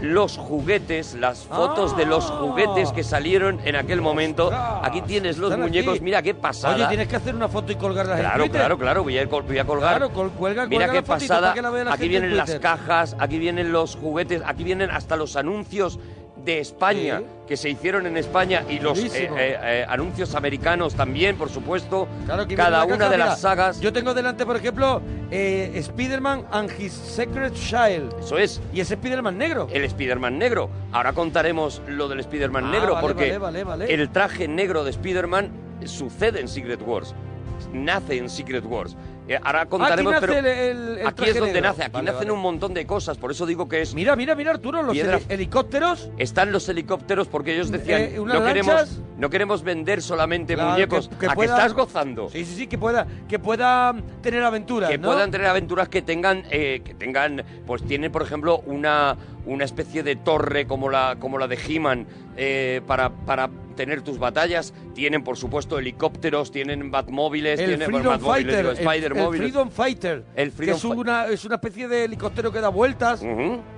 [SPEAKER 20] los juguetes, las fotos de
[SPEAKER 18] Ah.
[SPEAKER 20] los juguetes que salieron en aquel momento. Aquí tienes los
[SPEAKER 18] Están aquí.
[SPEAKER 20] muñecos, mira qué pasada.
[SPEAKER 18] Oye, tienes que hacer una foto y colgarla
[SPEAKER 20] Claro,
[SPEAKER 18] en Twitter.
[SPEAKER 20] claro, claro, voy a, col- voy a colgar.
[SPEAKER 18] Claro, col- cuelga-
[SPEAKER 20] Mira
[SPEAKER 18] cuelga
[SPEAKER 20] qué
[SPEAKER 18] la fotito
[SPEAKER 20] pasada.
[SPEAKER 18] para que la vea la
[SPEAKER 20] aquí
[SPEAKER 18] gente en
[SPEAKER 20] vienen las
[SPEAKER 18] Twitter.
[SPEAKER 20] cajas, aquí vienen los juguetes, aquí vienen hasta los anuncios de España
[SPEAKER 18] Sí.
[SPEAKER 20] que se hicieron en España y los eh,
[SPEAKER 18] Buenísimo.
[SPEAKER 20] eh, eh, anuncios americanos también, por supuesto.
[SPEAKER 18] Claro que
[SPEAKER 20] Cada
[SPEAKER 18] viene
[SPEAKER 20] una
[SPEAKER 18] la caja,
[SPEAKER 20] de
[SPEAKER 18] mira,
[SPEAKER 20] las sagas.
[SPEAKER 18] Yo tengo delante, por ejemplo, eh, Spider-Man and his Secret Child.
[SPEAKER 20] Eso es.
[SPEAKER 18] ¿Y ese Spider-Man negro?
[SPEAKER 20] El Spider-Man negro. Ahora contaremos lo del Spider-Man
[SPEAKER 18] Ah,
[SPEAKER 20] negro
[SPEAKER 18] vale,
[SPEAKER 20] porque
[SPEAKER 18] vale, vale, vale.
[SPEAKER 20] el traje negro de Spider-Man sucede en Secret Wars. Nace en Secret Wars. Eh, ahora contaremos,
[SPEAKER 18] nace
[SPEAKER 20] pero
[SPEAKER 18] el- el- el
[SPEAKER 20] aquí
[SPEAKER 18] traje
[SPEAKER 20] es donde
[SPEAKER 18] negro.
[SPEAKER 20] nace. Aquí
[SPEAKER 18] Vale,
[SPEAKER 20] nacen
[SPEAKER 18] vale.
[SPEAKER 20] un montón de cosas. Por eso digo que es.
[SPEAKER 18] Mira, mira, mira, Arturo, los
[SPEAKER 20] Piedra-
[SPEAKER 18] heli- helicópteros.
[SPEAKER 20] Están los helicópteros porque ellos decían
[SPEAKER 18] Eh, unas
[SPEAKER 20] no queremos
[SPEAKER 18] lanchas".
[SPEAKER 20] no queremos vender solamente
[SPEAKER 18] Claro,
[SPEAKER 20] muñecos.
[SPEAKER 18] que- que
[SPEAKER 20] a
[SPEAKER 18] pueda-
[SPEAKER 20] que estás gozando.
[SPEAKER 18] Sí, sí, sí, que pueda, que pueda mm, tener aventuras,
[SPEAKER 20] que
[SPEAKER 18] ¿no?
[SPEAKER 20] puedan tener aventuras que tengan eh, que tengan pues tienen por ejemplo una una especie de torre como la como la de He-Man eh, para para tener tus batallas tienen por supuesto helicópteros tienen batmóviles
[SPEAKER 18] el
[SPEAKER 20] tienen
[SPEAKER 18] Freedom
[SPEAKER 20] bueno, batmóviles,
[SPEAKER 18] Fighter,
[SPEAKER 20] digo,
[SPEAKER 18] el- el,
[SPEAKER 20] Spider-móviles.
[SPEAKER 18] Freedom Fighter,
[SPEAKER 20] El Freedom
[SPEAKER 18] que es
[SPEAKER 20] Fi-
[SPEAKER 18] una, es una especie de helicóptero que da vueltas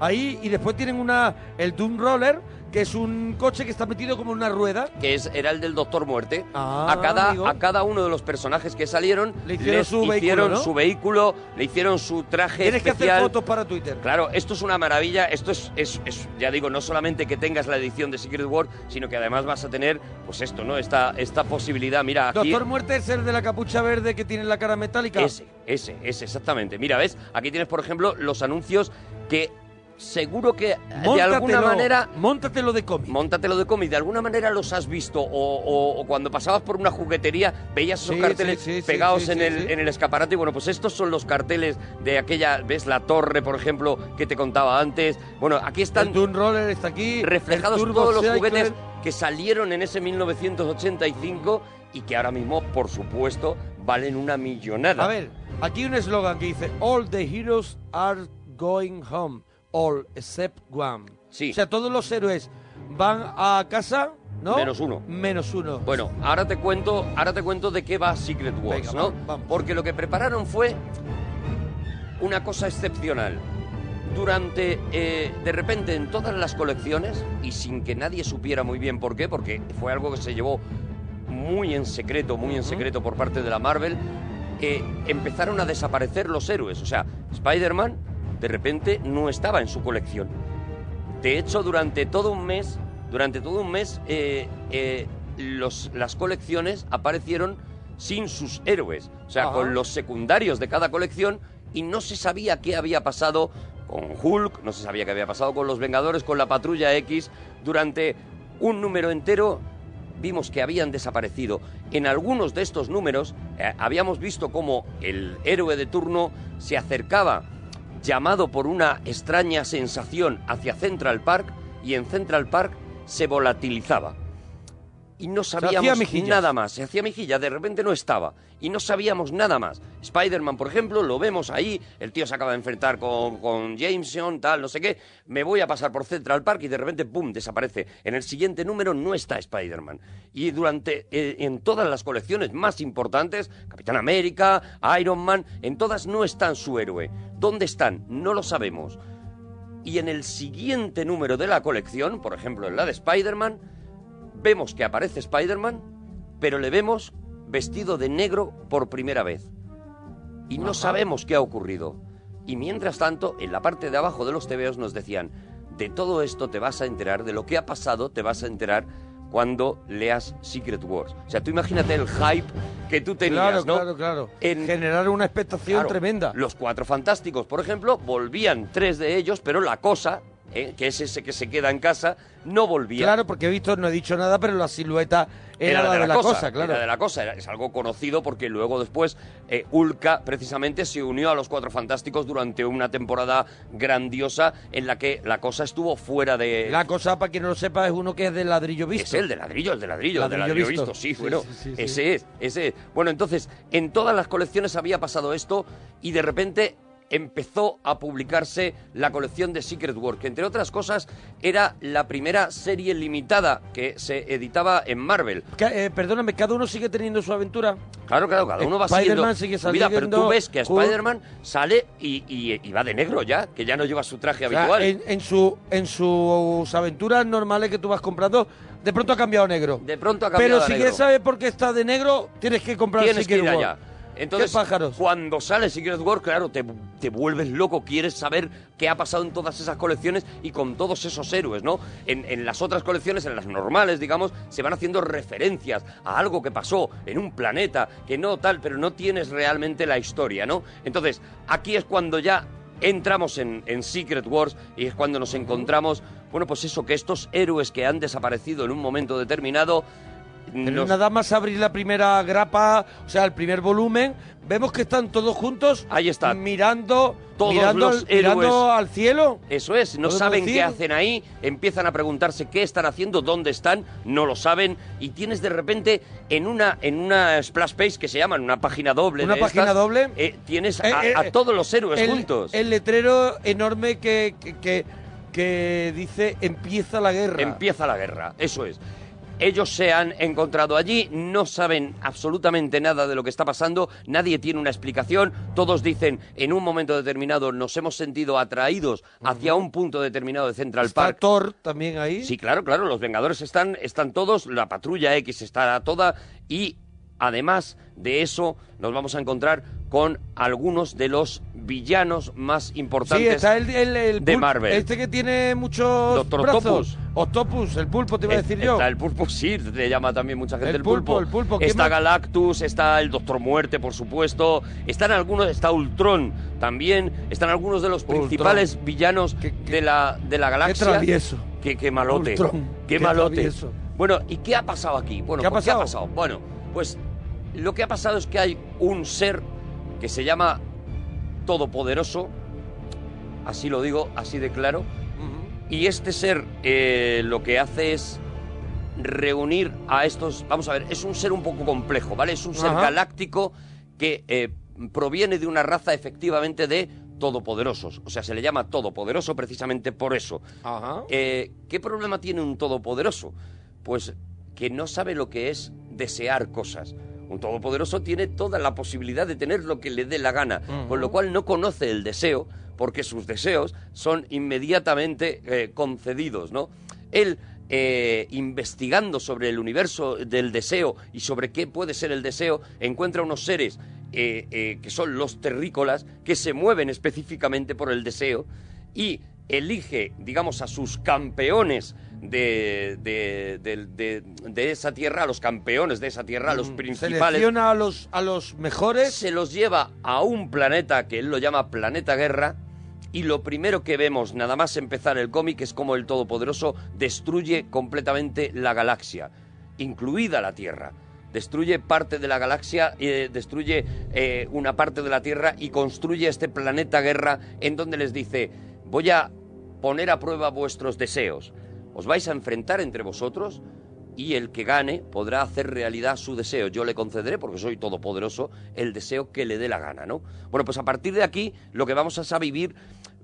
[SPEAKER 18] ahí y después tienen una el Doom Roller, que es un coche que está metido como en una rueda.
[SPEAKER 20] que es, era el del Doctor Muerte.
[SPEAKER 18] Ah,
[SPEAKER 20] a, cada,
[SPEAKER 18] amigo.
[SPEAKER 20] a cada uno de los personajes que salieron
[SPEAKER 18] Le hicieron
[SPEAKER 20] les
[SPEAKER 18] su vehículo,
[SPEAKER 20] hicieron
[SPEAKER 18] ¿no?
[SPEAKER 20] su vehículo, le hicieron su traje
[SPEAKER 18] Tienes que hacer
[SPEAKER 20] especial.
[SPEAKER 18] fotos para Twitter.
[SPEAKER 20] Claro, esto es una maravilla. Esto es, es- es, ya digo, no solamente que tengas la edición de Secret War, sino que además vas a tener, pues esto, ¿no? Esta, esta posibilidad. Mira, aquí.
[SPEAKER 18] Doctor Muerte es el de la capucha verde que tiene la cara metálica.
[SPEAKER 20] Ese, ese, ese, exactamente. Mira, ¿ves? Aquí tienes, por ejemplo, los anuncios que seguro que eh, de
[SPEAKER 18] Móntatelo,
[SPEAKER 20] alguna manera...
[SPEAKER 18] Móntatelo de cómic.
[SPEAKER 20] Móntatelo de cómic. De alguna manera los has visto o, o- o cuando pasabas por una juguetería veías esos
[SPEAKER 18] Sí,
[SPEAKER 20] carteles
[SPEAKER 18] sí, sí, sí,
[SPEAKER 20] pegados
[SPEAKER 18] sí, sí,
[SPEAKER 20] en, el,
[SPEAKER 18] sí.
[SPEAKER 20] en el escaparate. Y bueno, pues estos son los carteles de aquella... ¿Ves? La torre, por ejemplo, que te contaba antes. Bueno, aquí están...
[SPEAKER 18] El Dune Roller está aquí.
[SPEAKER 20] Reflejados
[SPEAKER 18] el Turbo
[SPEAKER 20] todos los
[SPEAKER 18] Cycler.
[SPEAKER 20] juguetes que salieron en ese 1985 y que ahora mismo, por supuesto, valen una millonada.
[SPEAKER 18] A ver, aquí un eslogan que dice All the heroes are going home, all except one. O sea, todos los héroes van a casa, ¿no?
[SPEAKER 20] Menos uno.
[SPEAKER 18] Menos uno.
[SPEAKER 20] Bueno, ahora te cuento, ahora te cuento de qué va Secret Wars,
[SPEAKER 18] Venga,
[SPEAKER 20] ¿no?
[SPEAKER 18] vamos,
[SPEAKER 20] Porque lo que prepararon fue una cosa excepcional. Durante, eh, de repente, en todas las colecciones, y sin que nadie supiera muy bien por qué, porque fue algo que se llevó muy en secreto, muy en secreto por parte de la Marvel, eh, empezaron a desaparecer los héroes. O sea, Spider-Man, de repente, no estaba en su colección. De hecho, durante todo un mes, durante todo un mes, eh, eh, los- las colecciones aparecieron sin sus héroes, o sea,
[SPEAKER 2] Ajá.
[SPEAKER 20] con los secundarios de cada colección y no se sabía qué había pasado con Hulk, no se sabía qué había pasado con los Vengadores, con la Patrulla X. Durante un número entero vimos que habían desaparecido. En algunos de estos números eh, habíamos visto cómo el héroe de turno se acercaba llamado por una extraña sensación hacia Central Park y en Central Park se volatilizaba. Y no
[SPEAKER 18] hacía
[SPEAKER 20] sabíamos
[SPEAKER 18] mejillas.
[SPEAKER 20] nada más. Se hacía mejilla, de repente no estaba. Y no sabíamos nada más. Spider-Man, por ejemplo, lo vemos ahí. El tío se acaba de enfrentar con, con Jameson, tal, no sé qué. Me voy a pasar por Central Park y de repente, ¡pum!, desaparece. En el siguiente número no está Spider-Man. Y durante, eh, en todas las colecciones más importantes, Capitán América, Iron Man, en todas no están su héroe. ¿Dónde están? No lo sabemos. Y en el siguiente número de la colección, por ejemplo en la de Spider-Man, vemos que aparece Spider-Man, pero le vemos vestido de negro por primera vez. Y no sabemos qué ha ocurrido. Y mientras tanto, en la parte de abajo de los tebeos nos decían, de todo esto te vas a enterar, de lo que ha pasado te vas a enterar cuando leas Secret Wars. O sea, tú imagínate el hype que tú tenías,
[SPEAKER 18] claro,
[SPEAKER 20] ¿no?
[SPEAKER 18] claro, claro. Generar una expectación
[SPEAKER 20] Claro,
[SPEAKER 18] tremenda.
[SPEAKER 20] Los cuatro fantásticos, por ejemplo, volvían tres de ellos, pero la cosa, eh, que es ese que se queda en casa, no volvía.
[SPEAKER 18] Claro, porque he visto, no he dicho nada, pero la silueta era, la de la, cosa, claro.
[SPEAKER 20] Era de la cosa, era- es algo conocido porque luego después eh, Ulca precisamente se unió a los Cuatro Fantásticos durante una temporada grandiosa en la que la cosa estuvo fuera de...
[SPEAKER 18] La cosa, para quien no lo sepa, es uno que es de ladrillo visto.
[SPEAKER 20] Es el de ladrillo, el de ladrillo, el de
[SPEAKER 18] Ladrillo
[SPEAKER 20] ladrillo
[SPEAKER 18] visto.
[SPEAKER 20] visto, sí, bueno,
[SPEAKER 18] sí, sí, sí.
[SPEAKER 20] ese es, ese es. Bueno, entonces, en todas las colecciones había pasado esto y de repente empezó a publicarse la colección de Secret War, que entre otras cosas era la primera serie limitada que se editaba en Marvel.
[SPEAKER 18] Ca- eh, perdóname, cada uno sigue teniendo su aventura.
[SPEAKER 20] Claro, claro, cada uno va
[SPEAKER 18] Eh, Spider-Man
[SPEAKER 20] siguiendo
[SPEAKER 18] sigue
[SPEAKER 20] su vida, pero tú
[SPEAKER 18] saliendo,
[SPEAKER 20] ves que a
[SPEAKER 18] Hulk.
[SPEAKER 20] Spider-Man sale y, y- y va de negro ya, que ya no lleva su traje
[SPEAKER 18] O sea,
[SPEAKER 20] habitual.
[SPEAKER 18] en, en su, en sus aventuras normales que tú vas comprando, de pronto ha cambiado a negro.
[SPEAKER 20] De pronto ha
[SPEAKER 18] Pero
[SPEAKER 20] cambiado a
[SPEAKER 18] si
[SPEAKER 20] negro.
[SPEAKER 18] quieres saber por qué está de negro, tienes que comprar
[SPEAKER 20] Tienes que
[SPEAKER 18] Secret
[SPEAKER 20] ir
[SPEAKER 18] War.
[SPEAKER 20] allá. Entonces, cuando sale Secret War, claro, te, te vuelves loco, quieres saber qué ha pasado en todas esas colecciones y con todos esos héroes, ¿no? En, en las otras colecciones, en las normales, digamos, se van haciendo referencias a algo que pasó en un planeta, que no tal, pero no tienes realmente la historia, ¿no? Entonces, aquí es cuando ya entramos en, en Secret Wars y es cuando nos encontramos, bueno, pues eso, que estos héroes que han desaparecido en un momento determinado...
[SPEAKER 18] Pero
[SPEAKER 20] nos-
[SPEAKER 18] nada más abrir la primera grapa, o sea, el primer volumen, vemos que están todos juntos. Ahí está. Mirando,
[SPEAKER 20] Todos
[SPEAKER 18] mirando,
[SPEAKER 20] los
[SPEAKER 18] al- mirando
[SPEAKER 20] héroes.
[SPEAKER 18] al cielo.
[SPEAKER 20] Eso es, no
[SPEAKER 18] ¿Podemos
[SPEAKER 20] saben
[SPEAKER 18] decir?
[SPEAKER 20] qué hacen ahí, empiezan a preguntarse qué están haciendo, dónde están, no lo saben y tienes de repente en una en una splash page que se llama, en una página doble,
[SPEAKER 18] Una
[SPEAKER 20] de
[SPEAKER 18] página
[SPEAKER 20] estas,
[SPEAKER 18] doble.
[SPEAKER 20] eh, tienes
[SPEAKER 18] Eh,
[SPEAKER 20] a,
[SPEAKER 18] eh,
[SPEAKER 20] a todos los héroes
[SPEAKER 18] el,
[SPEAKER 20] juntos.
[SPEAKER 18] El letrero enorme que, que, que- que dice empieza la guerra.
[SPEAKER 20] Empieza la guerra, eso es. Ellos se han encontrado allí, no saben absolutamente nada de lo que está pasando, nadie tiene una explicación, todos dicen en un momento determinado nos hemos sentido atraídos hacia un punto determinado de Central
[SPEAKER 18] Está
[SPEAKER 20] Park.
[SPEAKER 18] Thor también ahí.
[SPEAKER 20] Sí, claro, claro, los Vengadores están, están todos, la patrulla X está toda y además de eso nos vamos a encontrar con algunos de los villanos más importantes
[SPEAKER 18] sí, está el, el- el
[SPEAKER 20] de
[SPEAKER 18] pul-
[SPEAKER 20] Marvel.
[SPEAKER 18] Este que tiene muchos
[SPEAKER 20] Doctor
[SPEAKER 18] brazos.
[SPEAKER 20] Octopus.
[SPEAKER 18] Octopus, el pulpo te iba a
[SPEAKER 20] Es-
[SPEAKER 18] decir yo.
[SPEAKER 20] Está el pulpo, sí, le llama también mucha gente
[SPEAKER 18] El
[SPEAKER 20] el,
[SPEAKER 18] pulpo, el pulpo, ¿qué
[SPEAKER 20] Está
[SPEAKER 18] más?
[SPEAKER 20] Galactus, está el Doctor Muerte, por supuesto. Están algunos, está Ultron también. Están algunos de los principales villanos de, la, de la galaxia.
[SPEAKER 18] travieso.
[SPEAKER 20] Qué, qué malote.
[SPEAKER 18] Ultron,
[SPEAKER 20] qué,
[SPEAKER 18] qué
[SPEAKER 20] malote.
[SPEAKER 18] travieso.
[SPEAKER 20] Bueno, ¿y qué ha pasado aquí? Bueno,
[SPEAKER 18] ¿Qué ha
[SPEAKER 20] ¿por
[SPEAKER 18] pasado?
[SPEAKER 20] Bueno, pues lo que ha pasado es que hay un ser que se llama Todopoderoso, así lo digo, así de claro, y este ser eh, lo que hace es reunir a estos. Vamos a ver, es un ser un poco complejo, ¿vale? Es un ser
[SPEAKER 2] Ajá.
[SPEAKER 20] galáctico que eh, proviene de una raza efectivamente de todopoderosos. O sea, se le llama todopoderoso precisamente por eso.
[SPEAKER 18] Ajá.
[SPEAKER 20] Eh, ¿Qué problema tiene un todopoderoso? Pues que no sabe lo que es desear cosas. Un todopoderoso tiene toda la posibilidad de tener lo que le dé la gana, con lo cual no conoce el deseo, porque sus deseos son inmediatamente eh, concedidos, ¿no? Él, eh, investigando sobre el universo del deseo y sobre qué puede ser el deseo, encuentra unos seres eh, eh, que son los terrícolas, que se mueven específicamente por el deseo, y elige, digamos, a sus campeones de, de- de- de- de esa tierra, a los campeones de esa tierra, a los principales.
[SPEAKER 18] Mm, Selecciona a los, a los mejores.
[SPEAKER 20] Se los lleva a un planeta que él lo llama Planeta Guerra. Y lo primero que vemos, nada más empezar el cómic, es como el Todopoderoso destruye completamente la galaxia, incluida la Tierra. Destruye parte de la galaxia, eh, destruye eh, una parte de la Tierra y construye este planeta guerra en donde les dice, voy a poner a prueba vuestros deseos. Os vais a enfrentar entre vosotros y el que gane podrá hacer realidad su deseo. Yo le concederé, porque soy todopoderoso, el deseo que le dé la gana, ¿no? Bueno, pues a partir de aquí lo que vamos a sa- vivir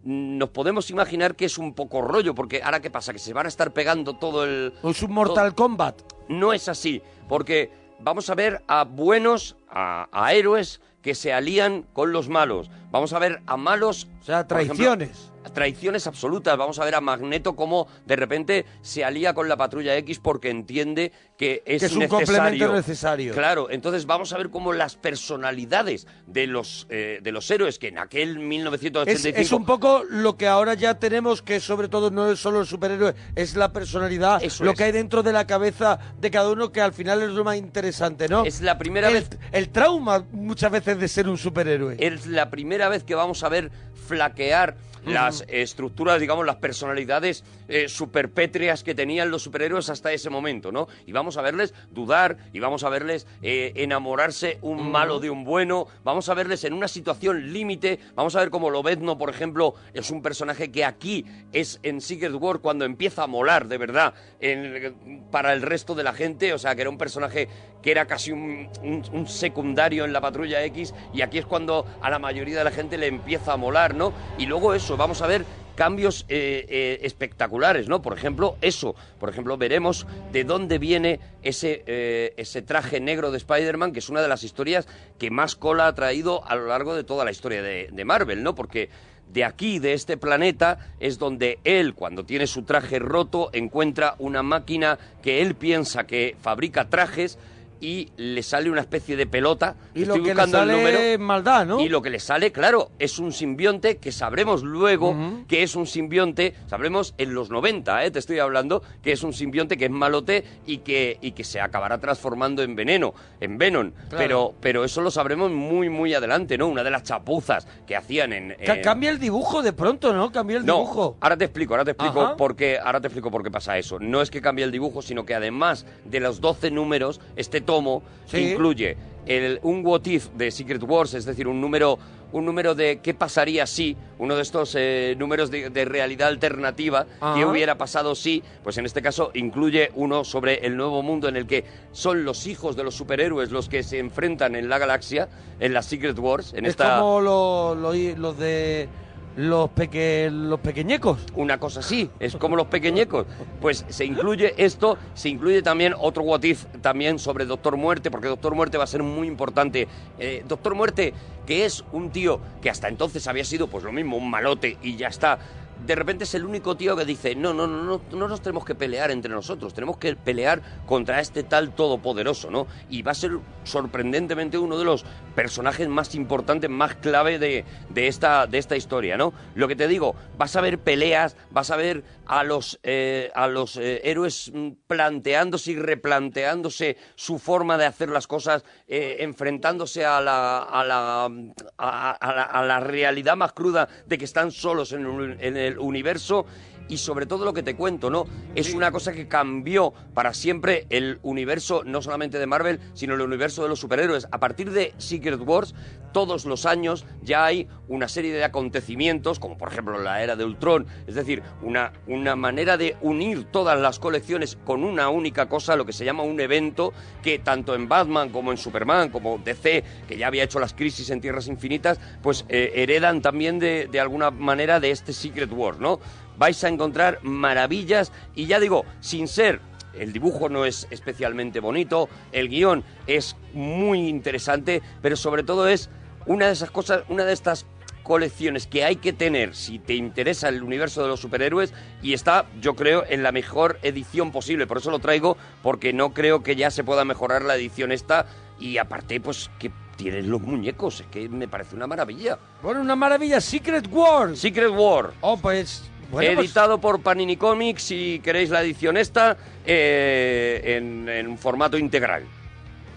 [SPEAKER 20] mm, nos podemos imaginar que es un poco rollo, porque ahora qué pasa, que se van a estar pegando todo el...
[SPEAKER 18] Es un Mortal Kombat.
[SPEAKER 20] No es así, porque vamos a ver a buenos, a, a héroes que se alían con los malos. Vamos a ver a malos... O sea,
[SPEAKER 18] traiciones.
[SPEAKER 20] traiciones absolutas. Vamos a ver a Magneto como de repente se alía con la patrulla X porque entiende que es,
[SPEAKER 18] Que es un complemento necesario.
[SPEAKER 20] Claro, entonces vamos a ver cómo las personalidades de los, eh, de los héroes que en aquel
[SPEAKER 18] Es,
[SPEAKER 20] 1985...
[SPEAKER 18] es un poco lo que ahora ya tenemos, que sobre todo no es solo el superhéroe, es la personalidad, lo que hay dentro de la cabeza de cada uno, que al final es lo más interesante, ¿no?
[SPEAKER 20] Es la primera
[SPEAKER 18] El-
[SPEAKER 20] vez- Eh,
[SPEAKER 18] El trauma muchas veces de ser un superhéroe.
[SPEAKER 20] Es la primera vez que vamos a ver flaquear las eh, estructuras, digamos, las personalidades eh, superpétreas que tenían los superhéroes hasta ese momento, ¿no? Y vamos a verles dudar, y vamos a verles eh, enamorarse un malo de un bueno, vamos a verles en una situación límite, vamos a ver cómo Lobezno, por ejemplo, es un personaje que aquí es en Secret War cuando empieza a molar, de verdad, en- para el resto de la gente, o sea, que era un personaje que era casi un, un- un secundario en la patrulla X, y aquí es cuando a la mayoría de la gente le empieza a molar, ¿no? Y luego eso, vamos a ver cambios eh, eh, espectaculares, ¿no? Por ejemplo, eso. Por ejemplo, veremos de dónde viene ese, eh, ese traje negro de Spider-Man, que es una de las historias que más cola ha traído a lo largo de toda la historia de, de Marvel, ¿no? Porque de aquí, de este planeta, es donde él, cuando tiene su traje roto, encuentra una máquina que él piensa que fabrica trajes y le sale una especie de pelota.
[SPEAKER 18] Y lo
[SPEAKER 20] Estoy
[SPEAKER 18] que le
[SPEAKER 20] buscando el
[SPEAKER 18] sale
[SPEAKER 20] número.
[SPEAKER 18] es maldad, ¿no?
[SPEAKER 20] Y lo que le sale, claro, es un simbionte que sabremos luego que es un simbionte, sabremos en los 90, ¿eh? te estoy hablando, que es un simbionte que es malote y que, y que se acabará transformando en veneno, en Venom.
[SPEAKER 18] Claro.
[SPEAKER 20] Pero, pero eso lo sabremos muy, muy adelante, ¿no? Una de las chapuzas que hacían en...
[SPEAKER 18] Ca-
[SPEAKER 20] en-
[SPEAKER 18] Cambia el dibujo de pronto, ¿no? Cambia el
[SPEAKER 20] no,
[SPEAKER 18] dibujo.
[SPEAKER 20] ahora te explico, ahora te explico
[SPEAKER 18] Ajá.
[SPEAKER 20] por qué, ahora te explico por qué pasa eso. No es que cambie el dibujo, sino que además de los 12 números, este tomo
[SPEAKER 18] Sí.
[SPEAKER 20] incluye el, un what if de Secret Wars, es decir, un número un número de qué pasaría si, uno de estos eh, números de, de realidad alternativa,
[SPEAKER 18] Ajá.
[SPEAKER 20] que hubiera pasado si, pues en este caso incluye uno sobre el nuevo mundo en el que son los hijos de los superhéroes los que se enfrentan en la galaxia, en la Secret Wars, en
[SPEAKER 18] es
[SPEAKER 20] esta...
[SPEAKER 18] como lo- lo- los de los, peque, los pequeñecos.
[SPEAKER 20] Una cosa así, es como los pequeñecos. Pues se incluye esto, se incluye también otro what if también sobre Doctor Muerte, porque Doctor Muerte va a ser muy importante. Eh, Doctor Muerte, que es un tío que hasta entonces había sido pues lo mismo, un malote y ya está. de repente es el único tío que dice, no, no, no, no, no nos tenemos que pelear entre nosotros, tenemos que pelear contra este tal todopoderoso, ¿no? Y va a ser sorprendentemente uno de los personajes más importantes, más clave de, de esta, de esta historia, ¿no? Lo que te digo, vas a ver peleas, vas a ver a los, eh, a los eh, héroes mm, planteándose y replanteándose su forma de hacer las cosas, eh, enfrentándose a la, a, la, a- a la- a la realidad más cruda de que están solos en el, en el universo. Y sobre todo lo que te cuento, ¿no? Es una cosa que cambió para siempre el universo, no solamente de Marvel, sino el universo de los superhéroes. A partir de Secret Wars, todos los años ya hay una serie de acontecimientos, como por ejemplo la era de Ultron, es decir, una, una manera de unir todas las colecciones con una única cosa, lo que se llama un evento, que tanto en Batman como en Superman, como DC, que ya había hecho las crisis en Tierras Infinitas, pues eh, heredan también de, de alguna manera de este Secret War, ¿no? Vais a encontrar maravillas y ya digo, sin ser el dibujo no es especialmente bonito, el guión es muy interesante, pero sobre todo es una de esas cosas, una de estas colecciones que hay que tener si te interesa el universo de los superhéroes y está, yo creo, en la mejor edición posible. Por eso lo traigo, porque no creo que ya se pueda mejorar la edición esta y aparte, pues que tienes los muñecos, es que me parece una maravilla.
[SPEAKER 18] Bueno, una maravilla, Secret War.
[SPEAKER 20] Secret War.
[SPEAKER 18] Oh, pues. Bueno, pues-
[SPEAKER 20] editado por Panini Comics, si queréis la edición esta, eh, en, en un formato integral.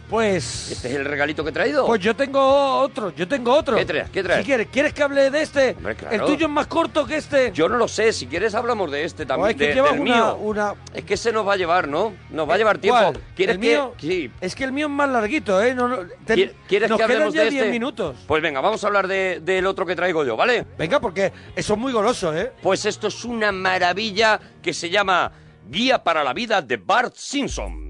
[SPEAKER 18] Pues.
[SPEAKER 20] ¿Este es el regalito que he traído?
[SPEAKER 18] Pues yo tengo otro, yo tengo otro.
[SPEAKER 20] ¿Qué traes? ¿Qué traes?
[SPEAKER 18] Si quieres, ¿quieres que hable de este?
[SPEAKER 20] Hombre, claro.
[SPEAKER 18] El tuyo es más corto que este.
[SPEAKER 20] Yo no lo sé, si quieres hablamos de este también,
[SPEAKER 18] Oh, es que
[SPEAKER 20] de-
[SPEAKER 18] lleva
[SPEAKER 20] del
[SPEAKER 18] una-
[SPEAKER 20] mío.
[SPEAKER 18] una-
[SPEAKER 20] Es que se nos va a llevar, ¿no? Nos va a llevar tiempo.
[SPEAKER 18] ¿Cuál?
[SPEAKER 20] ¿Quieres
[SPEAKER 18] ¿El
[SPEAKER 20] que...?
[SPEAKER 18] mío?
[SPEAKER 20] Sí.
[SPEAKER 18] Es que el mío es más larguito, ¿eh? No, no, te-
[SPEAKER 20] ¿Qui- ¿Quieres
[SPEAKER 18] nos
[SPEAKER 20] que
[SPEAKER 18] quedan
[SPEAKER 20] hablemos
[SPEAKER 18] ya
[SPEAKER 20] de
[SPEAKER 18] 10
[SPEAKER 20] este?
[SPEAKER 18] minutos.
[SPEAKER 20] Pues venga, vamos a hablar de- del otro que traigo yo, ¿vale?
[SPEAKER 18] Venga, porque eso es muy goloso, ¿eh?
[SPEAKER 20] Pues esto es una maravilla que se llama Guía para la Vida de Bart Simpson.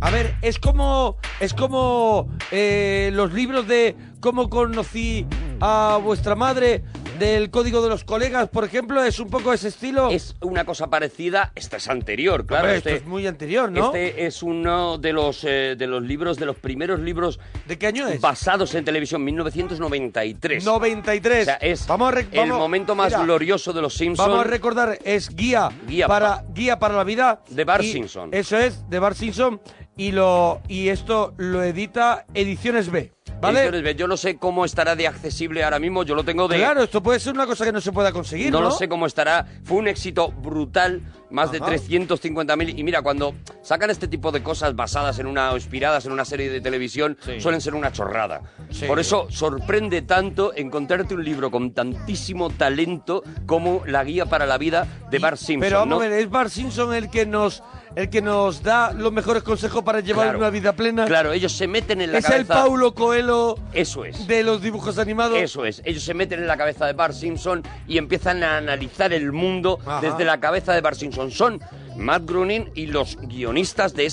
[SPEAKER 18] A ver, es como. Es como. eh, los libros de cómo conocí a vuestra madre, del código de los colegas, por ejemplo, es un poco ese estilo.
[SPEAKER 20] Es una cosa parecida, esta es anterior, claro.
[SPEAKER 18] Hombre,
[SPEAKER 20] este,
[SPEAKER 18] esto es muy anterior, ¿no?
[SPEAKER 20] Este es uno de los, eh, de los libros, de los primeros libros.
[SPEAKER 18] ¿De qué año es?
[SPEAKER 20] Basados en televisión, 1993.
[SPEAKER 18] 93.
[SPEAKER 20] O sea, es
[SPEAKER 18] Vamos a rec-
[SPEAKER 20] el
[SPEAKER 18] vamos-
[SPEAKER 20] momento más
[SPEAKER 18] mira,
[SPEAKER 20] glorioso de los Simpsons.
[SPEAKER 18] Vamos a recordar, es guía,
[SPEAKER 20] Guía
[SPEAKER 18] para guía para la vida
[SPEAKER 20] De Bart
[SPEAKER 18] y-
[SPEAKER 20] Simpson.
[SPEAKER 18] Eso es de Bart Simpson y lo y esto lo edita Ediciones B, ¿vale?
[SPEAKER 20] Ediciones B. Yo no sé cómo estará de accesible ahora mismo, yo lo tengo de...
[SPEAKER 18] Claro, esto puede ser una cosa que no se pueda conseguir, ¿no?
[SPEAKER 20] No lo sé cómo estará. Fue un éxito brutal, más
[SPEAKER 18] Ajá.
[SPEAKER 20] de 350.000. Y mira, cuando sacan este tipo de cosas basadas en una o inspiradas en una serie de televisión,
[SPEAKER 18] Sí.
[SPEAKER 20] suelen ser una chorrada.
[SPEAKER 18] Sí.
[SPEAKER 20] Por eso sorprende tanto encontrarte un libro con tantísimo talento como La Guía para la Vida de Bart Simpson.
[SPEAKER 18] Pero vamos
[SPEAKER 20] ¿no?
[SPEAKER 18] a ver, es Bart Simpson el que nos el que nos da los mejores consejos para llevar
[SPEAKER 20] Claro.
[SPEAKER 18] una vida plena.
[SPEAKER 20] Claro, ellos se meten en la
[SPEAKER 18] es el
[SPEAKER 20] cabeza.
[SPEAKER 18] Paulo Coelho
[SPEAKER 20] Eso es.
[SPEAKER 18] de los dibujos animados.
[SPEAKER 20] Eso es, ellos se meten en la cabeza de Bart Simpson y empiezan a analizar el mundo
[SPEAKER 18] Ajá.
[SPEAKER 20] desde la cabeza de Bart Simpson. Son Matt Groening y los guionistas de esa